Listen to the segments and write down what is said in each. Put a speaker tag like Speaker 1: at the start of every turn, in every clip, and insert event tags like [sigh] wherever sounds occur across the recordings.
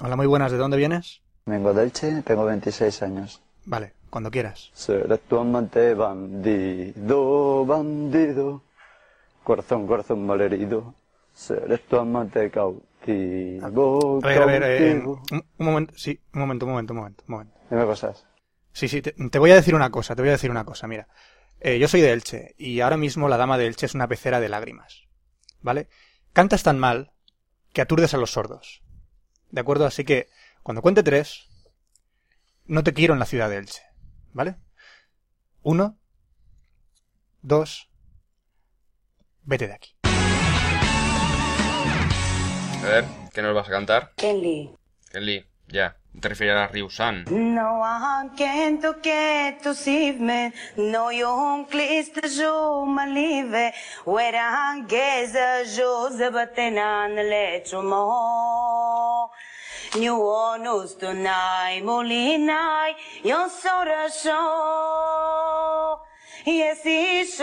Speaker 1: Hola, muy buenas. ¿De dónde vienes?
Speaker 2: Vengo de Elche, tengo 26 años.
Speaker 1: Vale, cuando quieras.
Speaker 2: Seré tu amante bandido, bandido. Corazón, corazón malherido. Seré tu amante cautivo,
Speaker 1: A ver, a ver, eh,
Speaker 2: cautivo.
Speaker 1: un, un momento, sí, un momento, un momento, un momento, un momento.
Speaker 2: Dime cosas.
Speaker 1: Sí, sí, te, te voy a decir una cosa, te voy a decir una cosa, mira. Eh, yo soy de Elche, y ahora mismo la dama de Elche es una pecera de lágrimas. ¿Vale? Cantas tan mal que aturdes a los sordos. ¿De acuerdo? Así que, cuando cuente tres, no te quiero en la ciudad de Elche. ¿Vale? Uno, dos, vete de aquí.
Speaker 3: A ver, ¿qué nos vas a cantar?
Speaker 4: Kelly.
Speaker 3: Kelly, ya. Te refieres a Ryu-san.
Speaker 4: No, I can't get to see me. No, you won't please the show, my leave. Where I guess uh, the show's a button and let you more. New one who's tonight, Molina, you're so the show. Yes, it's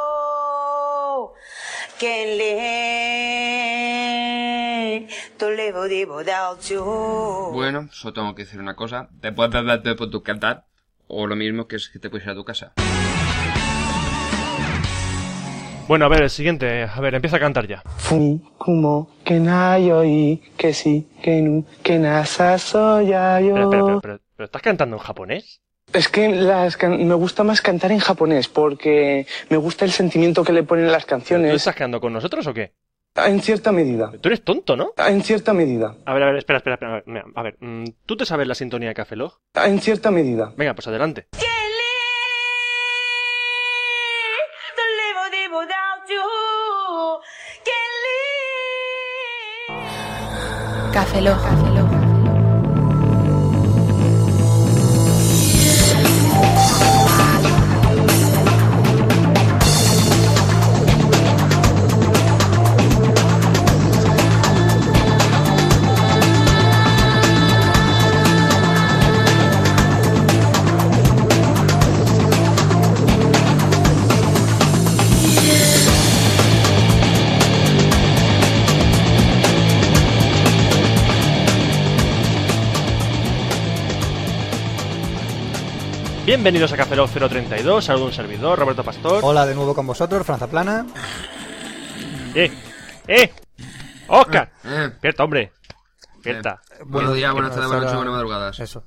Speaker 4: show. Can't live to live without you.
Speaker 3: Bueno, solo tengo que decir una cosa. Te puedes beber de por tu cantar. O lo mismo que es que te puedes ir a tu casa.
Speaker 5: Bueno, a ver, el siguiente. A ver, empieza a cantar ya.
Speaker 6: に雲けないよいけしけぬけなさそうや
Speaker 5: Pero, espera, espera,
Speaker 6: yo
Speaker 5: pero, pero ¿estás cantando en japonés?
Speaker 6: Es que las can- me gusta más cantar en japonés porque me gusta el sentimiento que le ponen las
Speaker 5: ¿Pero ¿Tú
Speaker 6: canciones
Speaker 5: estás quedando con nosotros o qué?
Speaker 6: en cierta medida.
Speaker 5: Tú eres tonto, ¿no?
Speaker 6: En cierta medida.
Speaker 5: A ver, a ver, espera, espera, espera. A ver, mira, a ver, mm, ¿tú te sabes la sintonía de Café Log?
Speaker 6: En cierta medida.
Speaker 5: Venga, pues adelante.
Speaker 4: Can't live to live without you. Can't live.
Speaker 7: Café Lock.
Speaker 5: Bienvenidos a Café Lock 032. Saludo a un servidor, Roberto Pastor.
Speaker 1: Hola de nuevo con vosotros, Franza Plana.
Speaker 5: ¡Eh! ¡Eh! ¡Oscar!
Speaker 3: Eh,
Speaker 5: Despierta, hombre. Despierta.
Speaker 3: eh, buenos días, buenas tardes, buenas noches, buenas madrugadas.
Speaker 1: Eso.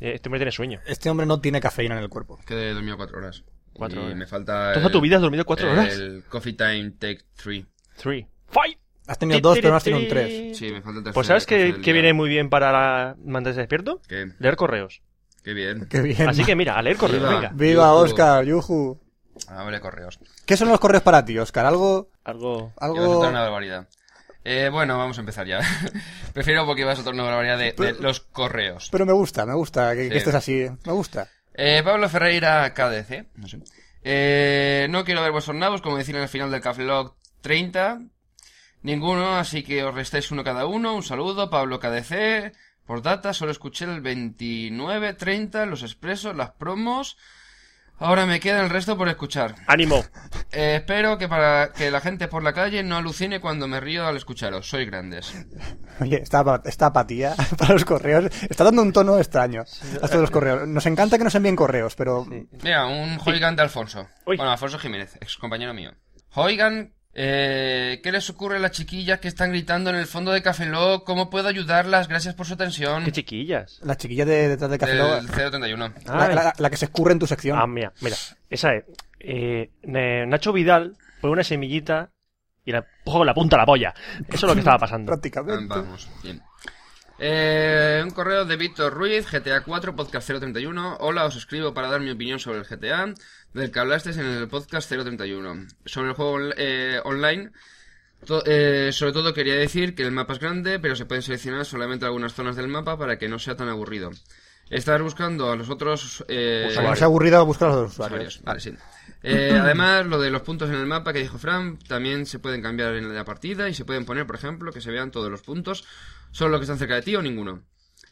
Speaker 5: Eh, Este hombre tiene sueño.
Speaker 1: Este hombre no tiene cafeína en el cuerpo.
Speaker 3: Que he dormido cuatro horas.
Speaker 5: Cuatro
Speaker 3: y
Speaker 5: horas.
Speaker 3: me falta...
Speaker 5: ¿Toda
Speaker 3: el-
Speaker 5: tu vida has dormido cuatro horas?
Speaker 3: El Coffee Time Take 3.
Speaker 5: Three. Fight.
Speaker 1: Has tenido dos, pero no has tenido un tres.
Speaker 3: Sí, me falta el tercer.
Speaker 5: Pues ¿sabes
Speaker 3: café
Speaker 5: qué,
Speaker 3: del
Speaker 5: qué
Speaker 3: día.
Speaker 5: viene muy bien para la- mantenerse despierto?
Speaker 3: ¿Qué?
Speaker 5: Leer correos.
Speaker 3: Qué bien.
Speaker 1: Qué bien.
Speaker 5: Así que mira, a leer correos,
Speaker 3: Viva.
Speaker 5: venga.
Speaker 1: [laughs] ¡Viva
Speaker 3: Yujú.
Speaker 1: Oscar! ¡Yuju!
Speaker 3: Ah, vale, correos.
Speaker 1: ¿Qué son los correos para ti, Oscar? ¿Algo...?
Speaker 5: Algo...
Speaker 3: Iba a
Speaker 1: algo...
Speaker 3: soltar una barbaridad. Eh, bueno, vamos a empezar ya. [laughs] Prefiero porque iba a soltar una barbaridad de, de los correos.
Speaker 1: Pero me gusta, me gusta que,
Speaker 3: Sí.
Speaker 1: que estés así. Me gusta. [laughs]
Speaker 3: Eh, Pablo Ferreira, KDC. No sé. Eh, no quiero ver vuestros nabos, como decían al final del Café Lock 30. Ninguno, así que os restáis uno cada uno. Un saludo, Pablo KDC. Por data, solo escuché el 29, 30, los expresos, las promos. Ahora me queda el resto por escuchar.
Speaker 5: ¡Ánimo!
Speaker 3: Eh, espero que para que la gente por la calle no alucine cuando me río al escucharos. Sois grandes.
Speaker 1: Oye, esta, apa- esta apatía [laughs] para los correos está dando un tono extraño a todos los correos. Nos encanta que nos envíen correos, pero...
Speaker 3: Mira, un Hoigan de Alfonso.
Speaker 5: Uy.
Speaker 3: Bueno, Alfonso Jiménez, ex compañero mío. Hoigan, eh, ¿qué les ocurre a las chiquillas que están gritando en el fondo de Café Lock? ¿Cómo puedo ayudarlas? Gracias por su atención.
Speaker 5: ¡Qué chiquillas!
Speaker 1: La chiquilla de detrás de Café Lock,
Speaker 3: Del 031.
Speaker 1: la,
Speaker 5: Ay.
Speaker 1: la- la que se escurre en tu sección.
Speaker 5: Ah, mira, mira. Esa es. Eh, ne- Nacho Vidal pone una semillita y la pongo la punta a la polla. Eso es lo que estaba pasando.
Speaker 3: Ah,
Speaker 1: Prácticamente.
Speaker 3: Vamos, bien. Eh, un correo de Víctor Ruiz, GTA 4, podcast 031. Hola, os escribo para dar mi opinión sobre el GTA, del que hablasteis en el podcast 031. Sobre el juego on- eh, online, to- eh, sobre todo quería decir que el mapa es grande, pero se pueden seleccionar solamente algunas zonas del mapa para que no sea tan aburrido. Estar buscando a los otros... eh,
Speaker 1: Para que Pues no sea aburrido buscar a los usuarios.
Speaker 3: usuarios, vale, sí. Eh, además, lo de los puntos en el mapa que dijo Fran, también se pueden cambiar en la partida y se pueden poner, por ejemplo, que se vean todos los puntos, solo los que están cerca de ti o ninguno.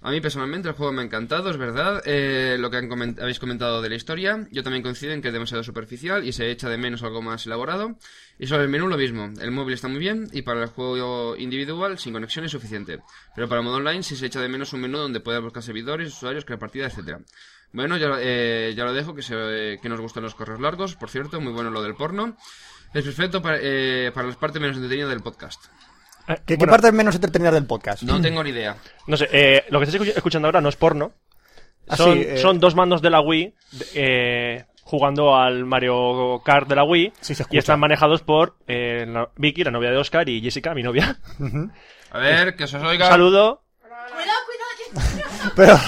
Speaker 3: A mí personalmente el juego me ha encantado, es verdad. eh, lo que han comen- habéis comentado de la historia, yo también coincido en que es demasiado superficial y se echa de menos algo más elaborado. Y sobre el menú lo mismo, el móvil está muy bien y para el juego individual sin conexión es suficiente. Pero para el modo online sí se echa de menos un menú donde puedas buscar servidores, usuarios, crear partida, etcétera. Bueno, ya, eh, ya lo dejo, que, se- eh, que nos gustan los correos largos, por cierto, muy bueno lo del porno. Es perfecto para, eh, para las partes menos entretenidas del podcast.
Speaker 5: Eh,
Speaker 1: ¿Qué, qué
Speaker 5: bueno,
Speaker 1: parte es menos entretenida del podcast?
Speaker 3: No tengo ni idea.
Speaker 5: No sé, eh, lo que estáis escuch- escuchando ahora no es porno.
Speaker 1: Ah,
Speaker 5: Son,
Speaker 1: sí, eh.
Speaker 5: son dos mandos de la Wii de- eh, jugando al Mario Kart de la Wii
Speaker 1: Sí, se escucha.
Speaker 5: y están manejados por eh, la- Vicky, la novia de Oscar, y Jessica, mi novia.
Speaker 1: Ujú.
Speaker 3: A ver, que os oiga.
Speaker 5: Un saludo.
Speaker 1: Pero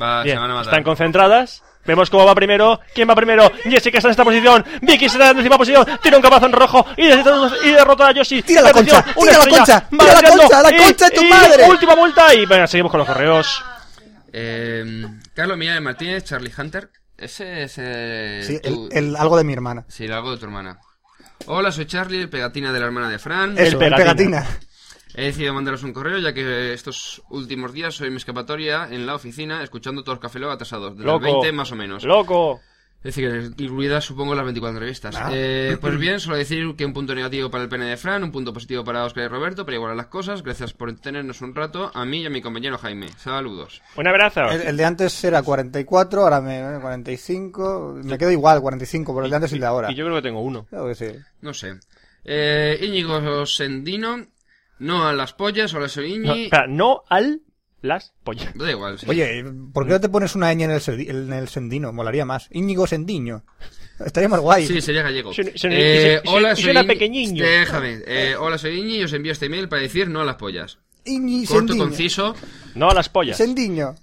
Speaker 3: Va,
Speaker 5: Bien,
Speaker 3: se van a matar.
Speaker 5: están concentradas. Vemos cómo va primero. ¿Quién va primero? Jessica está en esta posición. Vicky está en décima posición. Tiene un capazo en rojo. Y, derrota- y derrota a Yoshi.
Speaker 1: Tira la
Speaker 5: Atención,
Speaker 1: concha,
Speaker 5: una
Speaker 1: tira la
Speaker 5: estrella.
Speaker 1: concha,
Speaker 5: Va
Speaker 1: tira la
Speaker 5: ganando.
Speaker 1: concha, la
Speaker 5: Y-
Speaker 1: concha de tu
Speaker 5: y
Speaker 1: madre.
Speaker 5: Última vuelta y venga, seguimos con los correos.
Speaker 3: Eh, Carlos Miguel Martínez, Charlie Hunter. Ese es eh,
Speaker 1: sí,
Speaker 3: tu-
Speaker 1: el, el algo de mi hermana.
Speaker 3: sí, el algo de tu hermana. Hola, soy Charlie, el pegatina de la hermana de Fran.
Speaker 1: Eso, el
Speaker 5: pegatina.
Speaker 1: pegatina.
Speaker 3: He decidido mandaros un correo ya que estos últimos días soy mi escapatoria en la oficina escuchando todos los Café Lock atrasados, de
Speaker 5: Loco.
Speaker 3: las 20 más o menos.
Speaker 5: Loco.
Speaker 3: Es decir, incluidas supongo las 24 entrevistas.
Speaker 1: Ah.
Speaker 3: Eh,
Speaker 1: [clears throat]
Speaker 3: pues bien, solo decir que un punto negativo para el pene de Fran, un punto positivo para Oscar y Roberto, para igualar las cosas. Gracias por tenernos un rato a mí y a mi compañero Jaime. Saludos.
Speaker 5: Un abrazo.
Speaker 1: El, el de antes era 44, ahora me eh, 45. Me quedo igual, 45, por el de antes y el de ahora.
Speaker 5: Y yo creo que tengo uno.
Speaker 1: Claro que sí.
Speaker 3: No sé. Eh, Íñigo Sendino, no a las pollas, hola soy
Speaker 5: No,
Speaker 3: Íñi.
Speaker 5: espera, no al las pollas.
Speaker 3: Da igual, sí.
Speaker 1: Oye, ¿por qué no te pones una ñ en el, sedi- en el sendino? Molaría más. Íñigo Sendiño. Estaría más guay.
Speaker 3: Sí, sería gallego.
Speaker 5: Suena- suena-
Speaker 3: Eh,
Speaker 5: suena-
Speaker 3: hola, soy
Speaker 5: suena
Speaker 3: Íñi-
Speaker 5: pequeñiño.
Speaker 3: Déjame. Eh, hola, soy Íñi y os envío este email para decir no a las pollas.
Speaker 1: Íñigo
Speaker 3: Corto,
Speaker 1: Sendiño.
Speaker 3: conciso.
Speaker 5: No a las pollas.
Speaker 1: Sendiño.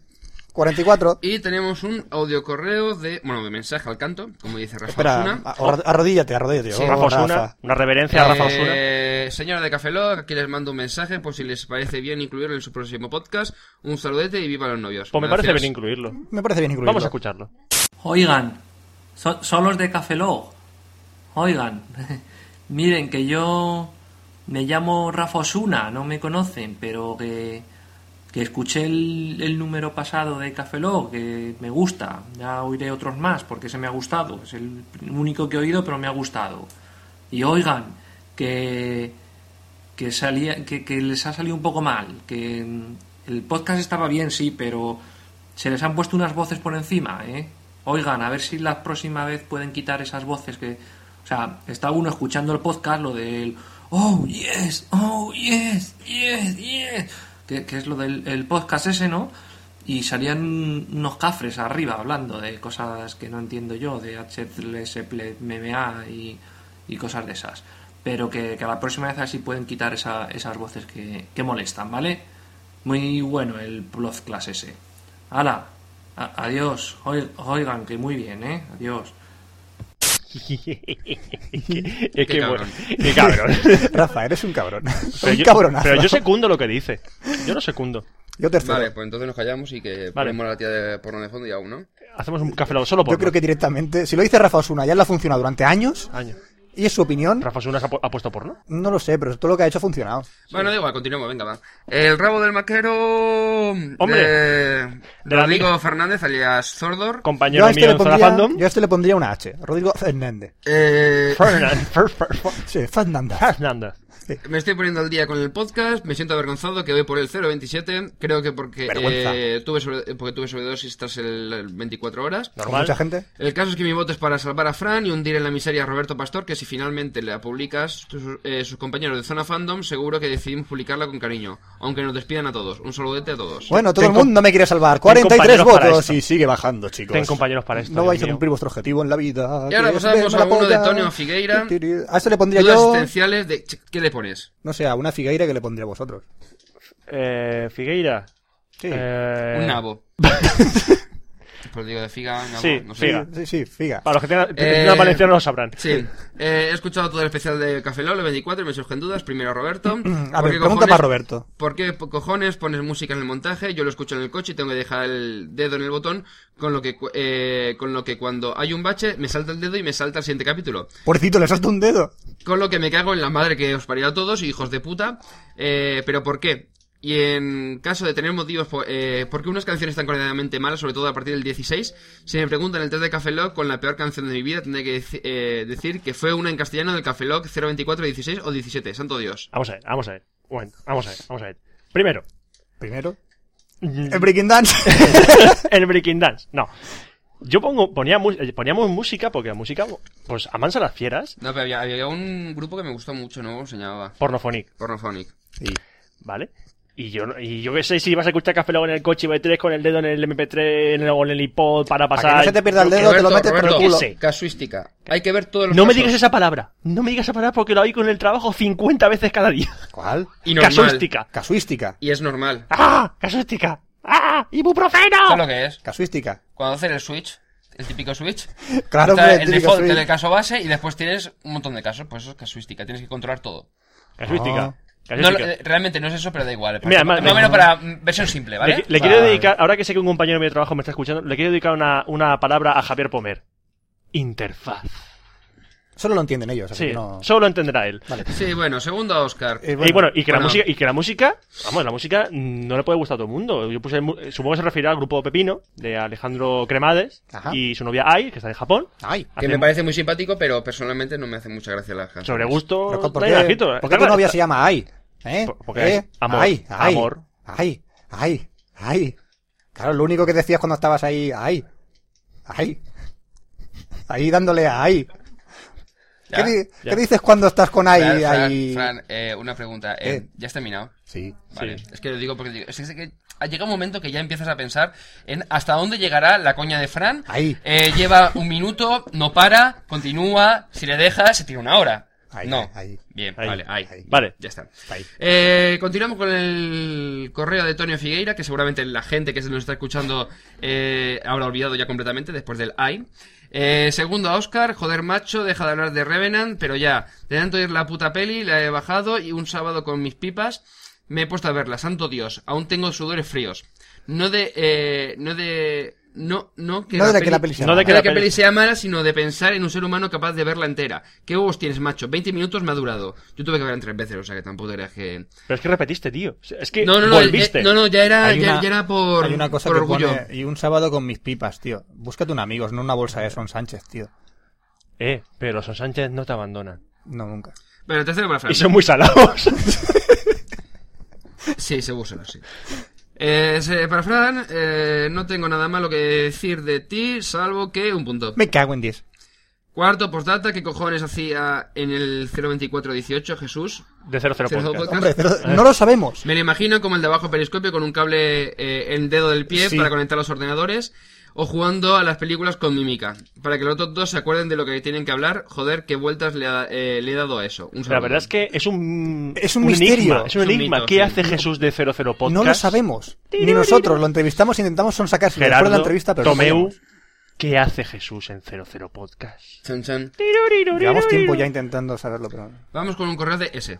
Speaker 1: 44.
Speaker 3: Y tenemos un audio correo de... Bueno, de mensaje al canto, como dice Rafa
Speaker 1: Espera,
Speaker 3: Osuna.
Speaker 1: arro- arrodíllate, arrodíllate.
Speaker 3: Sí,
Speaker 1: Oh,
Speaker 5: Rafa Osuna,
Speaker 1: Rafa.
Speaker 5: Una reverencia a Rafa Osuna.
Speaker 3: Eh, señora de Café Lock, aquí les mando un mensaje por si les parece bien incluirlo en su próximo podcast. Un saludete y viva los novios.
Speaker 5: Pues me parece
Speaker 3: Gracias.
Speaker 5: bien incluirlo.
Speaker 1: Me parece bien incluirlo.
Speaker 5: Vamos a escucharlo. [laughs]
Speaker 8: Oigan, so- son los de Café Log. Oigan, [laughs] miren que yo me llamo Rafa Osuna, no me conocen, pero que, que escuché el, el número pasado de Café Log, que me gusta. Ya oiré otros más porque se me ha gustado. Es el único que he oído, pero me ha gustado. Y oigan, que, que, salía, que, que les ha salido un poco mal, que mm, el podcast estaba bien, sí, pero se les han puesto unas voces por encima, ¿eh? Oigan, a ver si la próxima vez pueden quitar esas voces que... O sea, está uno escuchando el podcast, lo del... Oh, yes, oh, yes, yes, yes. Que, que es lo del el podcast ese, ¿no? Y salían unos cafres arriba hablando de cosas que no entiendo yo, de HLS, ple- MMA y, y cosas de esas. Pero que, que a la próxima vez así pueden quitar esa- esas voces que, que molestan, ¿vale? Muy bueno el podcast ese. Hala, a- adiós. Oi- Oigan, que muy bien, ¿eh? Adiós.
Speaker 5: es
Speaker 3: Qué
Speaker 5: que
Speaker 3: cabrón.
Speaker 5: bueno, qué cabrón.
Speaker 1: [laughs] Rafa, eres un cabrón. un
Speaker 5: yo,
Speaker 1: cabronazo.
Speaker 5: pero yo secundo lo que dice. Yo lo secundo.
Speaker 1: Yo tercero.
Speaker 3: Vale, pues entonces nos callamos y que
Speaker 5: Vale.
Speaker 3: ponemos a la tía de porno de fondo y aún, ¿no?
Speaker 5: Hacemos un café Lock solo por
Speaker 1: Yo creo que directamente, si lo dice Rafa Osuna, ya la ha funcionado durante años
Speaker 5: año.
Speaker 1: y es su opinión.
Speaker 5: Rafa Sunas ha, pu- ha puesto porno.
Speaker 1: No lo sé, pero todo lo que ha hecho ha funcionado.
Speaker 3: Bueno, da igual, continuamos, venga, va. El rabo del maquero.
Speaker 5: Hombre.
Speaker 3: De,
Speaker 5: De la
Speaker 3: Rodrigo
Speaker 5: amiga.
Speaker 3: Fernández, alias Zordor.
Speaker 5: Compañero mío en Zona Fandom.
Speaker 1: yo a este le pondría una H. Rodrigo Fernández.
Speaker 3: Eh,
Speaker 5: Fernan- [laughs] Fer- Fer- Fer-
Speaker 1: Sí, Fernández.
Speaker 5: Fernández.
Speaker 3: me estoy poniendo al día con el podcast. Me siento avergonzado que voy por el 027. Creo que porque,
Speaker 1: Vergüenza.
Speaker 3: eh, tuve, sobre, porque tuve sobredosis tras el, el 24 horas.
Speaker 1: Con
Speaker 5: Normal.
Speaker 1: mucha gente.
Speaker 3: El caso es que mi voto es para salvar a Fran y hundir en la miseria a Roberto Pastor, que si finalmente la publicas, tus- eh, sus compañeros de Zona Fandom seguro que decidimos publicarla con cariño, aunque nos despidan a todos. Un saludete a todos.
Speaker 1: Bueno, todo
Speaker 5: Ten
Speaker 1: el mundo me quiere salvar.
Speaker 5: compañeros
Speaker 1: 43
Speaker 5: para
Speaker 1: votos
Speaker 5: esto.
Speaker 1: y sigue bajando, chicos.
Speaker 5: Ten compañeros para esto.
Speaker 1: no
Speaker 5: Dios
Speaker 1: vais a
Speaker 5: mío.
Speaker 1: cumplir vuestro objetivo en la vida.
Speaker 3: Y ahora
Speaker 1: que es
Speaker 3: pasamos
Speaker 1: ver
Speaker 3: a uno
Speaker 1: la
Speaker 3: de
Speaker 1: polla.
Speaker 3: Antonio Figueira.
Speaker 1: A este le pondría
Speaker 3: Dudas
Speaker 1: yo,
Speaker 3: existenciales de... Ch, ¿Qué le pones?
Speaker 1: no sé, a una figueira que le pondría a vosotros.
Speaker 5: Eh, Figueira.
Speaker 1: Sí.
Speaker 5: Eh,
Speaker 3: Un
Speaker 5: [laughs]
Speaker 3: nabo. Pues digo de figa, nabo,
Speaker 5: Sí,
Speaker 3: no sé.
Speaker 1: Sí,
Speaker 5: figa.
Speaker 1: Sí, sí, figa.
Speaker 5: Para los que tengan
Speaker 3: Eh,
Speaker 5: una valenciana no lo sabrán.
Speaker 3: Sí, Eh, he escuchado todo el especial de Café Lolo 24 y me surgen dudas. Primero Roberto.
Speaker 1: [clears throat] A
Speaker 3: ¿Por
Speaker 1: ver,
Speaker 3: qué
Speaker 1: pregunta para
Speaker 3: cojones-
Speaker 1: Roberto.
Speaker 3: ¿Por qué po- cojones pones música en el montaje? Yo lo escucho en el coche y tengo que dejar el dedo en el botón, con lo que, cu- eh, con lo que cuando hay un bache me salta el dedo y me salta el siguiente capítulo.
Speaker 1: Pobrecito, le salta un dedo.
Speaker 3: Con lo que me cago en la madre que os parió a todos, hijos de puta. Eh, ¿Pero por qué? Y en caso de tener motivos por, eh, por qué unas canciones están claramente malas, sobre todo a partir del 16, si me preguntan el test de Café Lock con la peor canción de mi vida, tendré que deci- eh, decir que fue una en castellano del Café Lock 024, 16 o 17. Santo Dios.
Speaker 5: Vamos a ver, vamos a ver. Un momento, vamos a ver, vamos a ver. Primero, [laughs]
Speaker 1: Primero.
Speaker 5: mm,
Speaker 1: El Breaking Dance.
Speaker 3: [laughs]
Speaker 5: el Breaking Dance. No. Yo pongo, ponía, mu- eh, poníamos música porque la música, pues amansa las fieras,
Speaker 3: No, pero había, había un grupo que me gustó mucho, no lo señalaba.
Speaker 5: pornofonic,
Speaker 3: Pornophonic.
Speaker 1: Sí.
Speaker 5: ¿vale? Y yo, no- y yo qué sé si vas a escuchar Café Lock en el coche y metes con el dedo en el MP3 en el, o en el iPod para
Speaker 1: Para que no
Speaker 5: pasar.
Speaker 1: se te pierda el dedo, te lo metes por el
Speaker 5: Roberto,
Speaker 1: culo.
Speaker 5: ¿qué sé?
Speaker 3: Casuística. Hay que ver todos los
Speaker 5: No me
Speaker 3: casos.
Speaker 5: digas esa palabra. No me digas esa palabra porque lo oigo en el trabajo 50 veces cada día.
Speaker 1: ¿Cuál?
Speaker 3: Y normal.
Speaker 5: Casuística.
Speaker 1: Casuística.
Speaker 3: Y es normal.
Speaker 5: ¡Ah! ¡Casuística! ¡Ah!
Speaker 3: ¿Sabes
Speaker 5: ¡Ibuprofeno!
Speaker 3: lo que es?
Speaker 1: Casuística.
Speaker 3: Cuando haces el switch, el típico switch,
Speaker 1: Claro,
Speaker 3: está
Speaker 1: hombre,
Speaker 3: el
Speaker 1: típico
Speaker 3: default
Speaker 1: switch.
Speaker 3: del caso base y después tienes un montón de casos. Pues eso es casuística. Tienes que controlar todo.
Speaker 5: Casuística.
Speaker 1: Ah.
Speaker 3: No,
Speaker 5: Casuística.
Speaker 3: eh, realmente no es eso, pero da igual.
Speaker 5: Mira,
Speaker 3: más
Speaker 5: más-
Speaker 3: o menos para mm, versión simple, ¿vale?
Speaker 5: Le, le quiero
Speaker 1: Vale.
Speaker 5: dedicar, ahora que sé que un compañero de mi trabajo me está escuchando, le quiero dedicar una, una palabra a Javier Pomer. Interfaz.
Speaker 1: Solo lo entienden ellos, así
Speaker 5: Sí,
Speaker 1: que no.
Speaker 5: solo lo entenderá él.
Speaker 1: Vale.
Speaker 3: Sí, bueno, segundo Oscar.
Speaker 1: Eh,
Speaker 5: y bueno, y que,
Speaker 3: bueno.
Speaker 5: La música, y que la música, vamos, la música mm, no le puede gustar a todo el mundo. Yo puse, mu- eh, supongo que se referirá al grupo Pepino, de Alejandro Cremades,
Speaker 1: Ajá.
Speaker 5: y su novia Ai, que está en Japón.
Speaker 1: Ay.
Speaker 3: Que
Speaker 5: Hacen-
Speaker 3: me parece muy simpático, pero personalmente no me hace mucha gracia la canción.
Speaker 5: Sobre gusto,
Speaker 1: Pero, ¿Por
Speaker 5: da
Speaker 1: qué,
Speaker 5: igualcito.
Speaker 1: por qué
Speaker 5: Está
Speaker 1: tu
Speaker 5: eh. claro,
Speaker 1: novia
Speaker 5: está-
Speaker 1: se llama Ay? ¿Eh?
Speaker 5: Por- porque
Speaker 1: ¿Eh?
Speaker 5: es amor,
Speaker 1: Ay, ay,
Speaker 5: amor.
Speaker 1: Ay, ay, ay. Claro, lo único que decías cuando estabas ahí, ay. Ay. Ahí dándole a ay.
Speaker 3: ¿Ya?
Speaker 1: ¿Qué, di-
Speaker 5: ya.
Speaker 1: qué dices cuando estás con ay?
Speaker 3: Fran, Fran,
Speaker 1: ay?
Speaker 3: Fran, eh, una pregunta. eh,
Speaker 1: Eh.
Speaker 3: ¿Ya has terminado?
Speaker 1: Sí.
Speaker 3: Vale. Es que lo digo porque digo, es que- es que llega un momento que ya empiezas a pensar en hasta dónde llegará la coña de Fran.
Speaker 1: Ahí.
Speaker 3: Eh, lleva un minuto, no para, continúa, si le dejas, se tira una hora.
Speaker 1: Ahí,
Speaker 3: no.
Speaker 1: ahí.
Speaker 3: Bien,
Speaker 5: Ahí.
Speaker 3: vale, ahí.
Speaker 1: Ahí.
Speaker 5: Vale.
Speaker 3: Ya está.
Speaker 1: Ahí.
Speaker 3: Eh, continuamos con el correo de Tonio Figueira, que seguramente la gente que se nos está escuchando eh, habrá olvidado ya completamente después del ay. Eh, segundo a Oscar, joder macho, deja de hablar de Revenant, pero ya, de tanto ir la puta peli, la he bajado y un sábado con mis pipas me he puesto a verla, santo Dios, aún tengo sudores fríos. No de, eh, no de, no, no que
Speaker 1: No de la que la peli sea
Speaker 5: No de
Speaker 1: mala.
Speaker 5: que
Speaker 3: no
Speaker 5: la
Speaker 3: de que
Speaker 5: peli-
Speaker 3: peli sea mala, sino de pensar en un ser humano capaz de verla entera. ¿Qué huevos tienes, macho? 20 minutos me ha durado. Yo tuve que verla en tres veces, o sea que tampoco creas que...
Speaker 5: Pero es que repetiste, tío. Es que
Speaker 3: No, no, no,
Speaker 5: volviste.
Speaker 3: eh, no, no, ya era,
Speaker 1: Hay
Speaker 3: ya,
Speaker 1: una-
Speaker 3: ya era por,
Speaker 1: hay una cosa
Speaker 3: por
Speaker 1: que
Speaker 3: orgullo.
Speaker 1: pone, y un sábado con mis pipas, tío. Búscate un amigo, no una bolsa de Son Sánchez, tío.
Speaker 5: Eh, pero los Sánchez no te abandonan.
Speaker 1: No, nunca.
Speaker 3: Pero el tercero para Fran.
Speaker 5: Y son muy
Speaker 3: [laughs]
Speaker 5: salados.
Speaker 3: Sí, se usa, sí. Eh, se- para Fran, eh, no tengo nada malo que decir de ti, salvo que un punto.
Speaker 1: Me cago en 10.
Speaker 3: Cuarto postdata, ¿qué cojones hacía en el 02418 Jesús?
Speaker 5: De 00
Speaker 3: Cero
Speaker 5: podcast.
Speaker 3: podcast.
Speaker 1: Hombre, pero no lo sabemos.
Speaker 3: Me lo imagino como el de abajo periscopio con un cable eh, en dedo del pie
Speaker 1: Sí.
Speaker 3: para conectar los ordenadores o jugando a las películas con mímica. Para que los otros dos se acuerden de lo que tienen que hablar, joder, qué vueltas le, ha- eh, le he dado a eso. Un
Speaker 5: La
Speaker 3: saludo.
Speaker 5: verdad es que es un.
Speaker 1: Es un misterio.
Speaker 5: enigma, es un
Speaker 3: Es un
Speaker 5: enigma.
Speaker 3: mito,
Speaker 5: ¿Qué
Speaker 3: sí.
Speaker 5: hace Jesús de 00 Podcast?
Speaker 1: No lo sabemos. Ni nosotros lo entrevistamos, intentamos son sacar después
Speaker 5: Gerardo,
Speaker 1: de la entrevista, pero no
Speaker 5: Tomeu.
Speaker 1: sabemos.
Speaker 5: ¿Qué hace Jesús en 00 Podcast?
Speaker 3: Chan, chan.
Speaker 1: Llevamos tiempo ya intentando saberlo, pero.
Speaker 3: Vamos con un correo de S.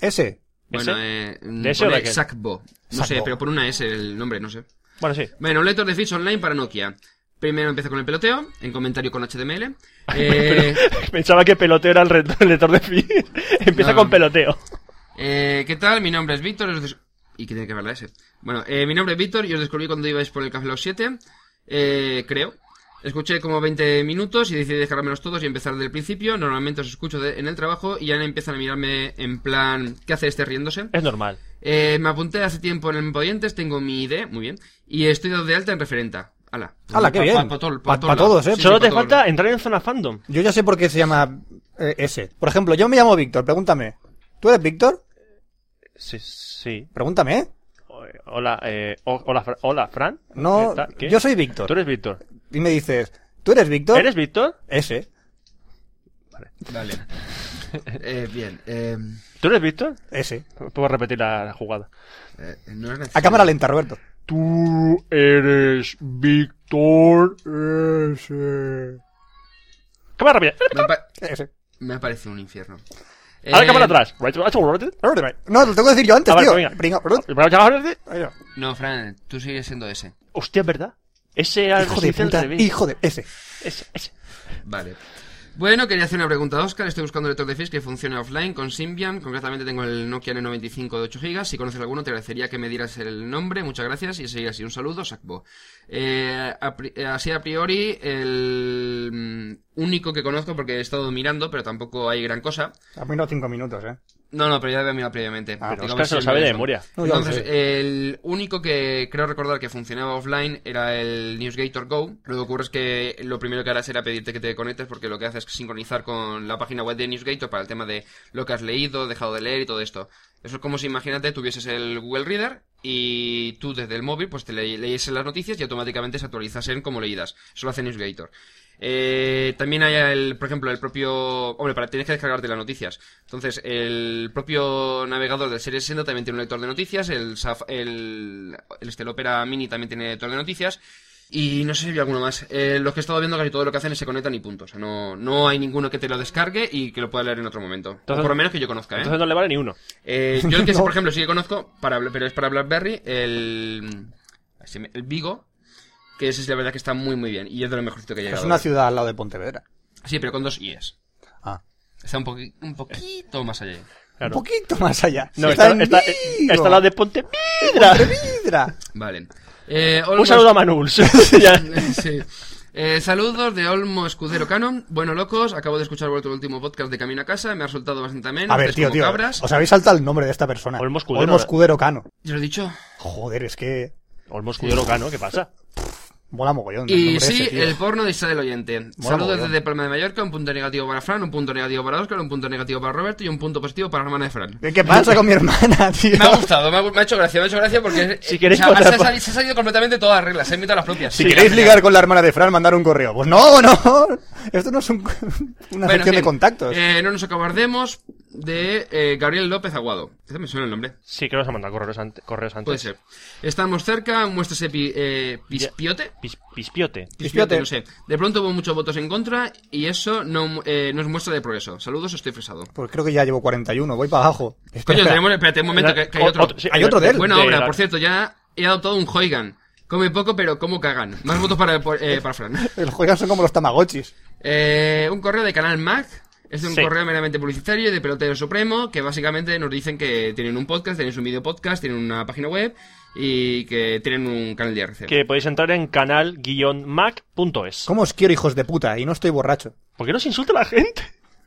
Speaker 1: Ese.
Speaker 3: Bueno, eh,
Speaker 5: S o
Speaker 3: pone
Speaker 5: de qué?
Speaker 3: Sackbo. No sé,
Speaker 1: Sackbo.
Speaker 3: pero pone una S el nombre, no sé.
Speaker 5: Bueno, sí. [laughs]
Speaker 3: Bueno, un lector de feeds online para Nokia. Primero empieza con el peloteo, en comentario con
Speaker 5: [laughs]
Speaker 3: HTML. Eh,
Speaker 5: Pensaba que peloteo era el re- el lector de [laughs] feed. Empieza
Speaker 3: No.
Speaker 5: con peloteo.
Speaker 3: Eh, ¿Qué tal? Mi nombre es Víctor. os des- ¿Y qué tiene que ver la S? Bueno, eh, mi nombre es Víctor y os descubrí cuando ibais por el Café Lock 7. eh, creo. Escuché como 20 minutos y decidí dejármelos todos y empezar del principio. Normalmente os escucho de- en el trabajo y ya empiezan a mirarme en plan, ¿qué hace este riéndose?
Speaker 5: Es normal.
Speaker 3: Eh, me apunté hace tiempo en el Mempodientes, tengo mi ID, muy bien. Y estoy dado de alta en referenta. Ala.
Speaker 1: Hala, qué
Speaker 3: Pa-
Speaker 1: bien.
Speaker 3: pa- pa tol-
Speaker 1: Pa-
Speaker 3: pa tol
Speaker 1: pa
Speaker 3: lado.
Speaker 1: todos, ¿eh?
Speaker 3: Sí, sí,
Speaker 5: Solo
Speaker 3: pa
Speaker 5: te
Speaker 3: tol.
Speaker 5: falta entrar en zona fandom.
Speaker 1: Yo ya sé por qué se llama eh, ese. Por ejemplo, yo me llamo Víctor, pregúntame. ¿Tú eres Víctor?
Speaker 5: Sí, sí.
Speaker 1: Pregúntame, ¿eh?
Speaker 5: O- eh, Hola, eh, o- hola, Fra- hola, Fran.
Speaker 1: No,
Speaker 5: ¿Qué tal? ¿Qué?
Speaker 1: yo soy Víctor.
Speaker 5: Tú eres Víctor.
Speaker 1: Y me dices, ¿tú eres Víctor?
Speaker 5: ¿Eres Víctor?
Speaker 1: Ese.
Speaker 3: Vale. Eh, bien. Eh,
Speaker 5: ¿Tú eres Víctor?
Speaker 1: Ese.
Speaker 5: Puedo repetir la la jugada.
Speaker 3: eh, no es
Speaker 1: A
Speaker 3: necesario.
Speaker 1: cámara lenta, Roberto.
Speaker 5: Tú eres Víctor S. Cámara rápida.
Speaker 3: Me pa-
Speaker 1: Ese.
Speaker 3: Me ha parecido un infierno.
Speaker 5: Ahora
Speaker 3: Eh,
Speaker 5: cámara atrás. Right, right, right, right.
Speaker 1: No, lo tengo que decir yo antes,
Speaker 5: A ver,
Speaker 1: tío.
Speaker 5: venga.
Speaker 1: Venga, perdón. Ay, no.
Speaker 3: No, Fran, tú sigues siendo ese.
Speaker 5: Hostia, es verdad. Ese era el
Speaker 1: Hijo de
Speaker 5: Resistencia
Speaker 1: puta,
Speaker 5: al revés. ¿Eh?
Speaker 1: hijo de... Ese.
Speaker 5: Ese, ese.
Speaker 3: Vale. Bueno, quería hacer una pregunta a Oscar. Estoy buscando un lector de fichas que funcione offline con Symbian. Concretamente tengo el Nokia N95 de 8 GB. Si conoces alguno, te agradecería que me dieras el nombre. Muchas gracias y seguir así. Un saludo, Sacbo. Eh, a pri- eh, así a priori, el mm, único que conozco porque he estado mirando, pero tampoco hay gran cosa.
Speaker 1: A mí no cinco minutos, ¿eh?
Speaker 3: No, no, pero ya lo había mirado previamente.
Speaker 1: Ah,
Speaker 3: Digo, a
Speaker 5: Oscar
Speaker 3: ver
Speaker 5: se lo
Speaker 3: si
Speaker 5: sabe de
Speaker 3: esto.
Speaker 5: memoria.
Speaker 1: No, ya lo
Speaker 3: Entonces,
Speaker 1: sé.
Speaker 3: el único que creo recordar que funcionaba offline era el Newsgator Go. Lo que ocurre es que lo primero que harás será pedirte que te conectes porque lo que hace es sincronizar con la página web de Newsgator para el tema de lo que has leído, dejado de leer y todo esto. Eso es como si, imagínate, tuvieses el Google Reader y tú desde el móvil pues te le- leyes las noticias y automáticamente se actualizasen como leídas. Eso lo hace Newsgator. Eh, también hay el, por ejemplo, el propio. Hombre, para, tienes que descargarte las noticias. Entonces, el propio navegador del Series 60 también tiene un lector de noticias. El, Saf- el, el Estel Opera Mini también tiene lector de noticias. Y no sé si había alguno más. Eh, los que he estado viendo casi todo lo que hacen es se conectan y punto. O sea, no, no hay ninguno que te lo descargue y que lo pueda leer en otro momento. O
Speaker 5: Entonces-
Speaker 3: por lo menos que yo conozca, ¿eh?
Speaker 5: Entonces no le vale ni uno.
Speaker 3: Eh, yo el que,
Speaker 1: No.
Speaker 3: por ejemplo, sí que conozco, para, Bla- pero es para BlackBerry, el, se me- el Vigo, que ese es la verdad que está muy, muy bien. Y es de lo mejorcito que he llegado.
Speaker 1: Es
Speaker 3: a
Speaker 1: una
Speaker 3: ver.
Speaker 1: ciudad al lado de Pontevedra.
Speaker 3: Sí, pero con dos IES.
Speaker 1: Ah.
Speaker 3: Está un, poqui- un poquito más allá.
Speaker 5: Claro.
Speaker 1: Un poquito más allá.
Speaker 5: No,
Speaker 1: está, en
Speaker 5: está,
Speaker 1: Vigo.
Speaker 5: está, está la de Pontevedra.
Speaker 1: Pontevedra.
Speaker 3: Vale. Eh,
Speaker 5: Un
Speaker 3: Olmos-
Speaker 5: saludo
Speaker 1: [laughs]
Speaker 5: a Manuls. [laughs] Ya.
Speaker 3: Sí. Eh, saludos de Olmo Escudero Cano. Bueno, locos, acabo de escuchar vuestro último podcast de Camino a Casa. Me ha resultado bastante ameno.
Speaker 1: A ver,
Speaker 3: Estáis
Speaker 1: tío,
Speaker 3: como
Speaker 1: tío.
Speaker 3: cabras.
Speaker 1: Os habéis saltado el nombre de esta persona.
Speaker 5: Olmo Escudero,
Speaker 1: Olmo Escudero Cano.
Speaker 3: Yo lo he dicho.
Speaker 1: Joder, es que
Speaker 5: Olmos Cudero Cano, ¿qué pasa?
Speaker 1: mola mogollón. el
Speaker 3: Y
Speaker 1: nombre
Speaker 3: sí,
Speaker 1: ese, tío.
Speaker 3: el porno de Isabel Oyente. Saludos
Speaker 1: mogollón.
Speaker 3: desde Palma de Mallorca, un punto negativo para Fran, un punto negativo para Oscar, un punto negativo para Roberto y un punto positivo para la hermana de Fran.
Speaker 1: ¿Qué pasa con mi hermana, [laughs] tío?
Speaker 3: Me ha gustado, me ha, gu- me ha hecho gracia, me ha hecho
Speaker 1: [laughs]
Speaker 3: gracia porque
Speaker 5: Si queréis
Speaker 3: o sea, se, ha
Speaker 5: contar-
Speaker 3: sali- se ha salido completamente todas las reglas, se han inventado las propias.
Speaker 1: Si queréis ligar con la hermana de Fran, mandar un correo. Pues no, no. Esto no es un- una
Speaker 3: Bueno, en
Speaker 1: sección de
Speaker 3: fin,
Speaker 1: contactos.
Speaker 3: eh, no nos acobardemos de eh, Gabriel López Aguado. Este me suena el nombre.
Speaker 5: Sí, creo que nos ha mandado correos, ante- correos antes.
Speaker 3: Puede ser. Estamos cerca, muestras epi- eh,
Speaker 5: Ya.
Speaker 3: pispiote.
Speaker 5: Pis- pispiote.
Speaker 1: Pispiote.
Speaker 3: Pispiote, no sé. De pronto hubo muchos votos en contra y eso no, mu- eh, no es muestra de progreso. Saludos, estoy fresado.
Speaker 1: Pues creo que ya llevo 41, voy para abajo.
Speaker 3: Coño,
Speaker 1: Espera.
Speaker 3: tenemos, espérate un momento, que, que hay otro.
Speaker 5: sí,
Speaker 1: Hay otro de él.
Speaker 3: Buena
Speaker 5: de
Speaker 3: obra,
Speaker 5: la-
Speaker 3: por cierto, ya he adoptado un Hoigan. Come poco, pero como cagan. Más votos para, por- eh, para Fran.
Speaker 1: Los juegos son como los tamagotchis.
Speaker 3: Eh, un correo de Canal Mac. Es un
Speaker 5: Sí.
Speaker 3: correo meramente publicitario de Pelotero Supremo, que básicamente nos dicen que tienen un podcast, tienen un video podcast, tienen una página web y que tienen un canal de IRC.
Speaker 5: Que podéis entrar en canal-mac.es.
Speaker 1: ¿Cómo os quiero, hijos de puta? Y no estoy borracho.
Speaker 5: ¿Por qué nos insulta la gente?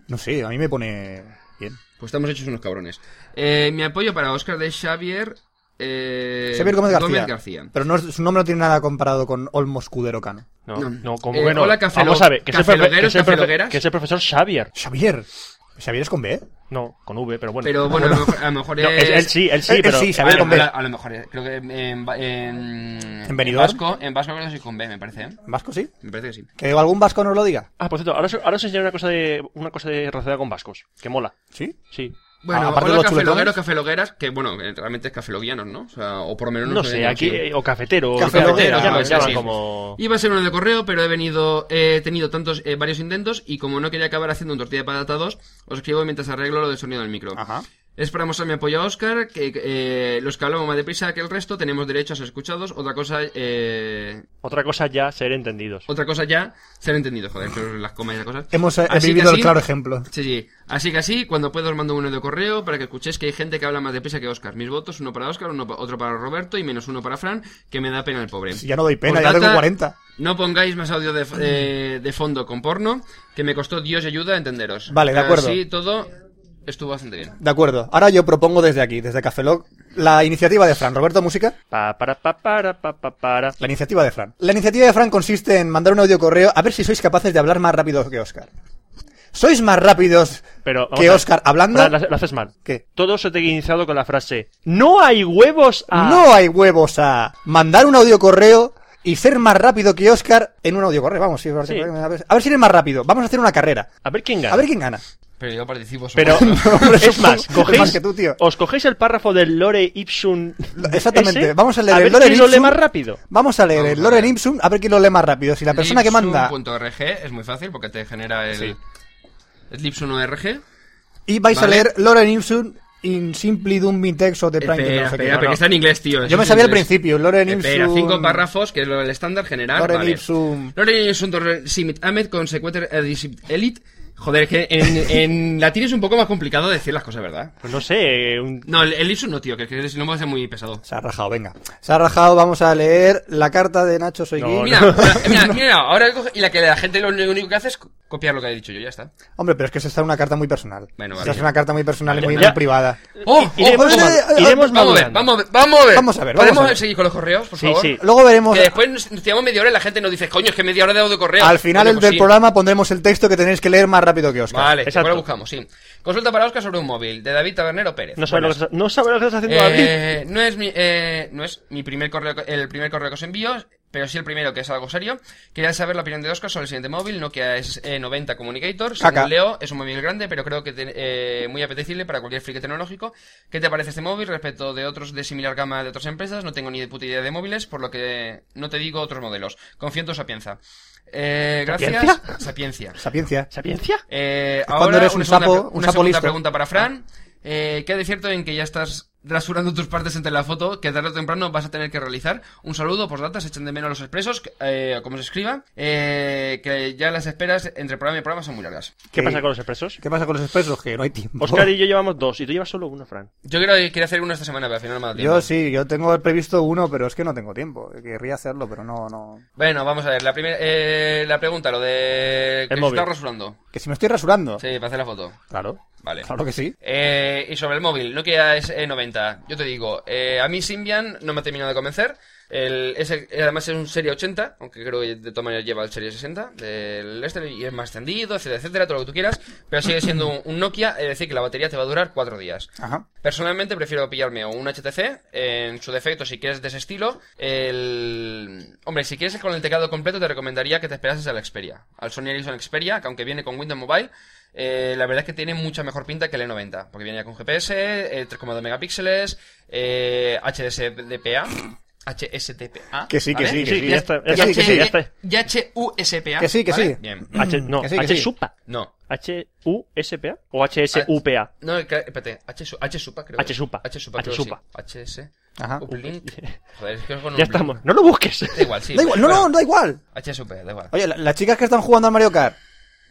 Speaker 1: No sé, a mí me pone bien.
Speaker 3: Pues estamos hechos unos cabrones. Eh, mi apoyo para Oscar de Xavier... Eh,
Speaker 1: Xavier Gómez García.
Speaker 3: García.
Speaker 1: Pero no, es- su nombre no tiene nada comparado con Olmo Escudero Cano.
Speaker 5: No, no, como
Speaker 3: Eh,
Speaker 5: bueno.
Speaker 3: hola, cafelo-
Speaker 5: Vamos a ver, que es, el profe- que,
Speaker 3: cafelogueros,
Speaker 5: es el profe-
Speaker 3: cafelogueras.
Speaker 5: que es el profesor Xavier.
Speaker 1: Xavier. ¿Xavier es con B? ¿eh?
Speaker 5: No, con V, pero bueno.
Speaker 3: Pero bueno, a lo mejor, a lo mejor
Speaker 5: No,
Speaker 3: es...
Speaker 5: es- él sí, él sí,
Speaker 1: Él- él
Speaker 5: pero.
Speaker 1: sí,
Speaker 3: A,
Speaker 1: Xavier
Speaker 3: lo-
Speaker 1: con B.
Speaker 3: a lo- a lo mejor, eh, creo que en... va- En, en
Speaker 1: Benidorm?
Speaker 3: Vasco, en Vasco creo que sí con B, me parece. ¿eh?
Speaker 1: ¿En ¿Vasco sí?
Speaker 3: Me parece que sí.
Speaker 1: ¿Que algún vasco nos lo diga?
Speaker 5: Ah, por cierto, ahora, os- ahora os enseñaré una cosa de una cosa de relacionada con vascos, que mola.
Speaker 1: ¿Sí?
Speaker 5: Sí.
Speaker 1: Ah,
Speaker 3: Bueno,
Speaker 1: aparte de
Speaker 3: hola
Speaker 1: los
Speaker 3: cafelogueros,
Speaker 1: chuletones.
Speaker 3: cafelogueras, que bueno, eh, realmente es cafeloguianos, ¿no? O sea, o por lo menos
Speaker 5: No
Speaker 3: se
Speaker 5: sé,
Speaker 3: llaman
Speaker 5: aquí
Speaker 3: así.
Speaker 5: eh, o cafetero,
Speaker 1: Cafeloguero,
Speaker 5: cafetero, ya
Speaker 1: ah,
Speaker 5: me
Speaker 1: sí,
Speaker 5: llaman
Speaker 1: sí.
Speaker 5: como
Speaker 3: Iba a ser uno de correo, pero he venido, he tenido tantos, eh, varios intentos y como no quería acabar haciendo un tortilla de patata 2, os escribo mientras arreglo lo del sonido del micro.
Speaker 1: Ajá.
Speaker 3: Es para mostrar mi apoyo a Oscar, que eh, los que hablamos más deprisa que el resto tenemos derecho a ser escuchados, otra cosa, eh,
Speaker 5: otra cosa ya ser entendidos.
Speaker 3: otra cosa ya, se han entendido, joder, pero las comas y esas cosas.
Speaker 1: Hemos eh,
Speaker 3: Así que
Speaker 1: vivido el
Speaker 3: así-
Speaker 1: claro ejemplo.
Speaker 3: Sí, sí. Así que así, cuando pueda os mando uno de correo para que escuchéis que hay gente que habla más deprisa que Oscar. Mis votos, uno para Oscar, uno pa- otro para Roberto y menos uno para Fran, que me da pena el pobre.
Speaker 1: Si Pues ya no doy pena, ya
Speaker 3: Postdata,
Speaker 1: tengo 40.
Speaker 3: No pongáis más audio de, eh, de- de fondo con porno, que me costó Dios y ayuda entenderos.
Speaker 1: Vale, de acuerdo.
Speaker 3: Sí, todo estuvo bastante bien.
Speaker 1: De acuerdo. Ahora yo propongo desde aquí, desde Cafelog, la iniciativa de Fran. Roberto, música.
Speaker 5: Pa para pa para pa pa para.
Speaker 1: La iniciativa de Fran. La iniciativa de Fran consiste en mandar un audio correo a ver si sois capaces de hablar más rápido que Oscar. ¿Sois más rápidos
Speaker 5: Pero vamos
Speaker 1: que
Speaker 5: a ver.
Speaker 1: Oscar hablando?
Speaker 5: Fran, lo, lo haces mal.
Speaker 1: ¿Qué?
Speaker 5: Todo se te ha iniciado con la frase No hay huevos a
Speaker 1: No hay huevos a mandar un audio correo y ser más rápido que Oscar en un audio correo. Vamos, sí, a ver si-
Speaker 5: Sí.
Speaker 1: a ver a ver si eres más rápido. Vamos a hacer una carrera.
Speaker 5: A ver quién gana.
Speaker 1: A ver quién gana.
Speaker 5: ¿Eh?
Speaker 3: Pero yo participo solo.
Speaker 1: [laughs]
Speaker 5: Pero
Speaker 1: hombre,
Speaker 5: es
Speaker 1: supongo
Speaker 5: más,
Speaker 1: que
Speaker 5: cogéis,
Speaker 1: más que tú, tío.
Speaker 5: os cogéis el párrafo del Lore Ipsum.
Speaker 1: Exactamente.
Speaker 5: ese,
Speaker 1: Vamos a leer el
Speaker 5: ver
Speaker 1: Lore
Speaker 5: quién lo lee
Speaker 1: Ipsum.
Speaker 5: más rápido.
Speaker 1: Vamos a leer
Speaker 3: Vamos
Speaker 1: el
Speaker 3: a
Speaker 1: Lore
Speaker 3: ver.
Speaker 1: Ipsum, a ver quién lo lee más rápido. Si la persona que manda...
Speaker 3: Lipsum.org es muy fácil porque te genera el...
Speaker 5: Sí.
Speaker 3: Es Lipsum.org.
Speaker 1: Y vais
Speaker 3: Vale.
Speaker 1: a leer Lore Ipsum in Simply Doom Mi Text o The Prime.
Speaker 3: Espera,
Speaker 1: no sé qué.
Speaker 3: espera, porque
Speaker 5: no.
Speaker 3: está en inglés, tío.
Speaker 1: Yo
Speaker 3: Eso
Speaker 1: me
Speaker 3: es
Speaker 1: sabía al
Speaker 3: inglés.
Speaker 1: principio. Lore Ipsum...
Speaker 3: Espera, cinco párrafos, que es lo del estándar general.
Speaker 1: Loren
Speaker 3: vale.
Speaker 1: Ipsum.
Speaker 3: Loren Ipsum Torre- Simit Ahmed con Sequester eh, Elite Joder, es que en, en latín es un poco más complicado decir las cosas, ¿verdad?
Speaker 5: Pues no sé, un...
Speaker 3: No, el, el ipsum no, tío, que, que si no va a ser muy pesado.
Speaker 1: Se ha rajado, venga. Se ha rajado, vamos a leer la carta de Nacho Soy
Speaker 5: No,
Speaker 1: Geek.
Speaker 3: Mira, ahora-
Speaker 1: [laughs]
Speaker 3: mira, mira, ahora coge- y la que la gente lo único que hace es co- copiar lo que ha dicho yo, ya está.
Speaker 1: Hombre, pero es que eso está en una carta muy personal.
Speaker 3: Bueno,
Speaker 1: Esa
Speaker 3: vale.
Speaker 1: es una carta muy personal y muy
Speaker 5: ya.
Speaker 1: bien privada.
Speaker 3: ¡Oh! oh,
Speaker 5: iremos,
Speaker 1: vamos a
Speaker 5: mad-
Speaker 1: ver, eh,
Speaker 3: vamos
Speaker 5: iremos
Speaker 3: a ver,
Speaker 5: madurando.
Speaker 3: vamos a ver, vamos a ver.
Speaker 1: Vamos a ver, vamos
Speaker 3: ¿Podemos
Speaker 1: a ver.
Speaker 3: seguir con los correos, por
Speaker 5: Sí,
Speaker 3: favor?
Speaker 5: sí.
Speaker 1: Luego veremos.
Speaker 3: Que después nos nos tiramos media hora y la gente nos dice, coño, es que media hora de audio correo.
Speaker 1: Al final
Speaker 3: Coño,
Speaker 1: del
Speaker 3: pues sí.
Speaker 1: programa pondremos el texto que tenéis que leer más rápido que Oscar.
Speaker 3: Vale,
Speaker 5: Exacto.
Speaker 3: ahora buscamos, sí. Consulta para Oscar sobre un móvil, de David Tabernero Pérez.
Speaker 5: No sabe, lo que,
Speaker 3: Buenas.
Speaker 5: está- no sabe lo que estás haciendo David.
Speaker 3: Eh, no es mi eh, no es mi primer correo que- el primer correo que os envío pero sí el primero que es algo serio quería saber la opinión de Oscar sobre el siguiente móvil Nokia es eh, 90 Communicator según
Speaker 1: Caca.
Speaker 3: Leo es un móvil grande pero creo que te- eh, muy apetecible para cualquier friki tecnológico ¿qué te parece este móvil respecto de otros de similar gama de otras empresas? no tengo ni de puta idea de móviles por lo que no te digo otros modelos confío en tu sapienza Eh, gracias
Speaker 5: ¿Sapiencia?
Speaker 3: sapiencia
Speaker 1: Sapiencia.
Speaker 5: ¿Sapiencia?
Speaker 3: eh,
Speaker 1: cuando
Speaker 3: ahora
Speaker 1: eres
Speaker 3: una
Speaker 1: un
Speaker 3: segunda,
Speaker 1: sapo-
Speaker 3: pre-
Speaker 1: un
Speaker 3: una
Speaker 1: sapo
Speaker 3: segunda
Speaker 1: listo. Ah.
Speaker 3: pregunta para Fran. Eh, ¿Qué de cierto en que ya estás rasurando tus partes entre la foto que tarde o temprano vas a tener que realizar? Un saludo, por datas, echen de menos los expresos, eh, como se escriba, eh, que ya las esperas entre programa y programa son muy largas.
Speaker 5: ¿Qué
Speaker 1: Eh,
Speaker 5: pasa con los expresos?
Speaker 1: ¿Qué pasa con los expresos? Que no hay tiempo.
Speaker 5: Oscar y yo llevamos dos y tú llevas solo uno, Fran.
Speaker 3: Yo quiero, quería hacer uno esta semana, pero al final no me ha dado
Speaker 1: [laughs]
Speaker 3: tiempo.
Speaker 1: Yo sí, yo tengo previsto uno, pero es que no tengo tiempo. Querría hacerlo, pero no, no.
Speaker 3: Bueno, vamos a ver, la, primera eh, la pregunta, lo de... que se
Speaker 5: móvil.
Speaker 3: está rasurando.
Speaker 1: Que si me estoy rasurando.
Speaker 3: Sí, para hacer la foto.
Speaker 1: Claro.
Speaker 3: Vale.
Speaker 1: Claro que sí.
Speaker 3: Eh, y sobre el móvil, Nokia es 90 Yo te digo, eh, a mí Symbian no me ha terminado de convencer. El, ese, eh, además es un Serie 80, aunque creo que de todas maneras lleva el Serie 60 del este y es más tendido, etcétera, etcétera, todo lo que tú quieras. Pero sigue siendo un, un Nokia, es decir, que la batería te va a durar cuatro días.
Speaker 1: Ajá.
Speaker 3: Personalmente prefiero pillarme o un HTC, en su defecto si quieres de ese estilo. El... Hombre, si quieres con el teclado completo te recomendaría que te esperases al Xperia, al Sony Ericsson Xperia, que aunque viene con Windows Mobile, eh, la verdad es que tiene mucha mejor pinta que el E90, porque viene ya con GPS, eh, 3,2 megapíxeles, eh, HSDPA. HSTPA.
Speaker 1: Que sí, que sí, que sí,
Speaker 5: ya está, ya
Speaker 3: Y
Speaker 5: está,
Speaker 1: que sí,
Speaker 5: ya está.
Speaker 3: Y HUSPA.
Speaker 1: Que sí, que
Speaker 3: ¿vale?
Speaker 1: sí.
Speaker 3: Bien.
Speaker 5: H, no,
Speaker 1: Que sí, que sí. Ah.
Speaker 5: H-SUPA.
Speaker 3: No,
Speaker 5: H-U-S-P-A o H-S-U-P-A.
Speaker 3: No, que- espérate, H-Supa, H-Supa, creo. que es.
Speaker 5: H-Supa.
Speaker 3: H-Supa, creo que
Speaker 5: H-Supa.
Speaker 3: sí. H-S.
Speaker 1: Ajá.
Speaker 3: Uplink. Joder, es que es con un
Speaker 5: Ya
Speaker 3: Uplink.
Speaker 5: estamos. No lo busques. [laughs]
Speaker 3: Da igual, sí.
Speaker 1: da igual, no, no, da igual.
Speaker 3: H-Supa, da igual.
Speaker 1: Oye, la- las chicas que están jugando al Mario Kart.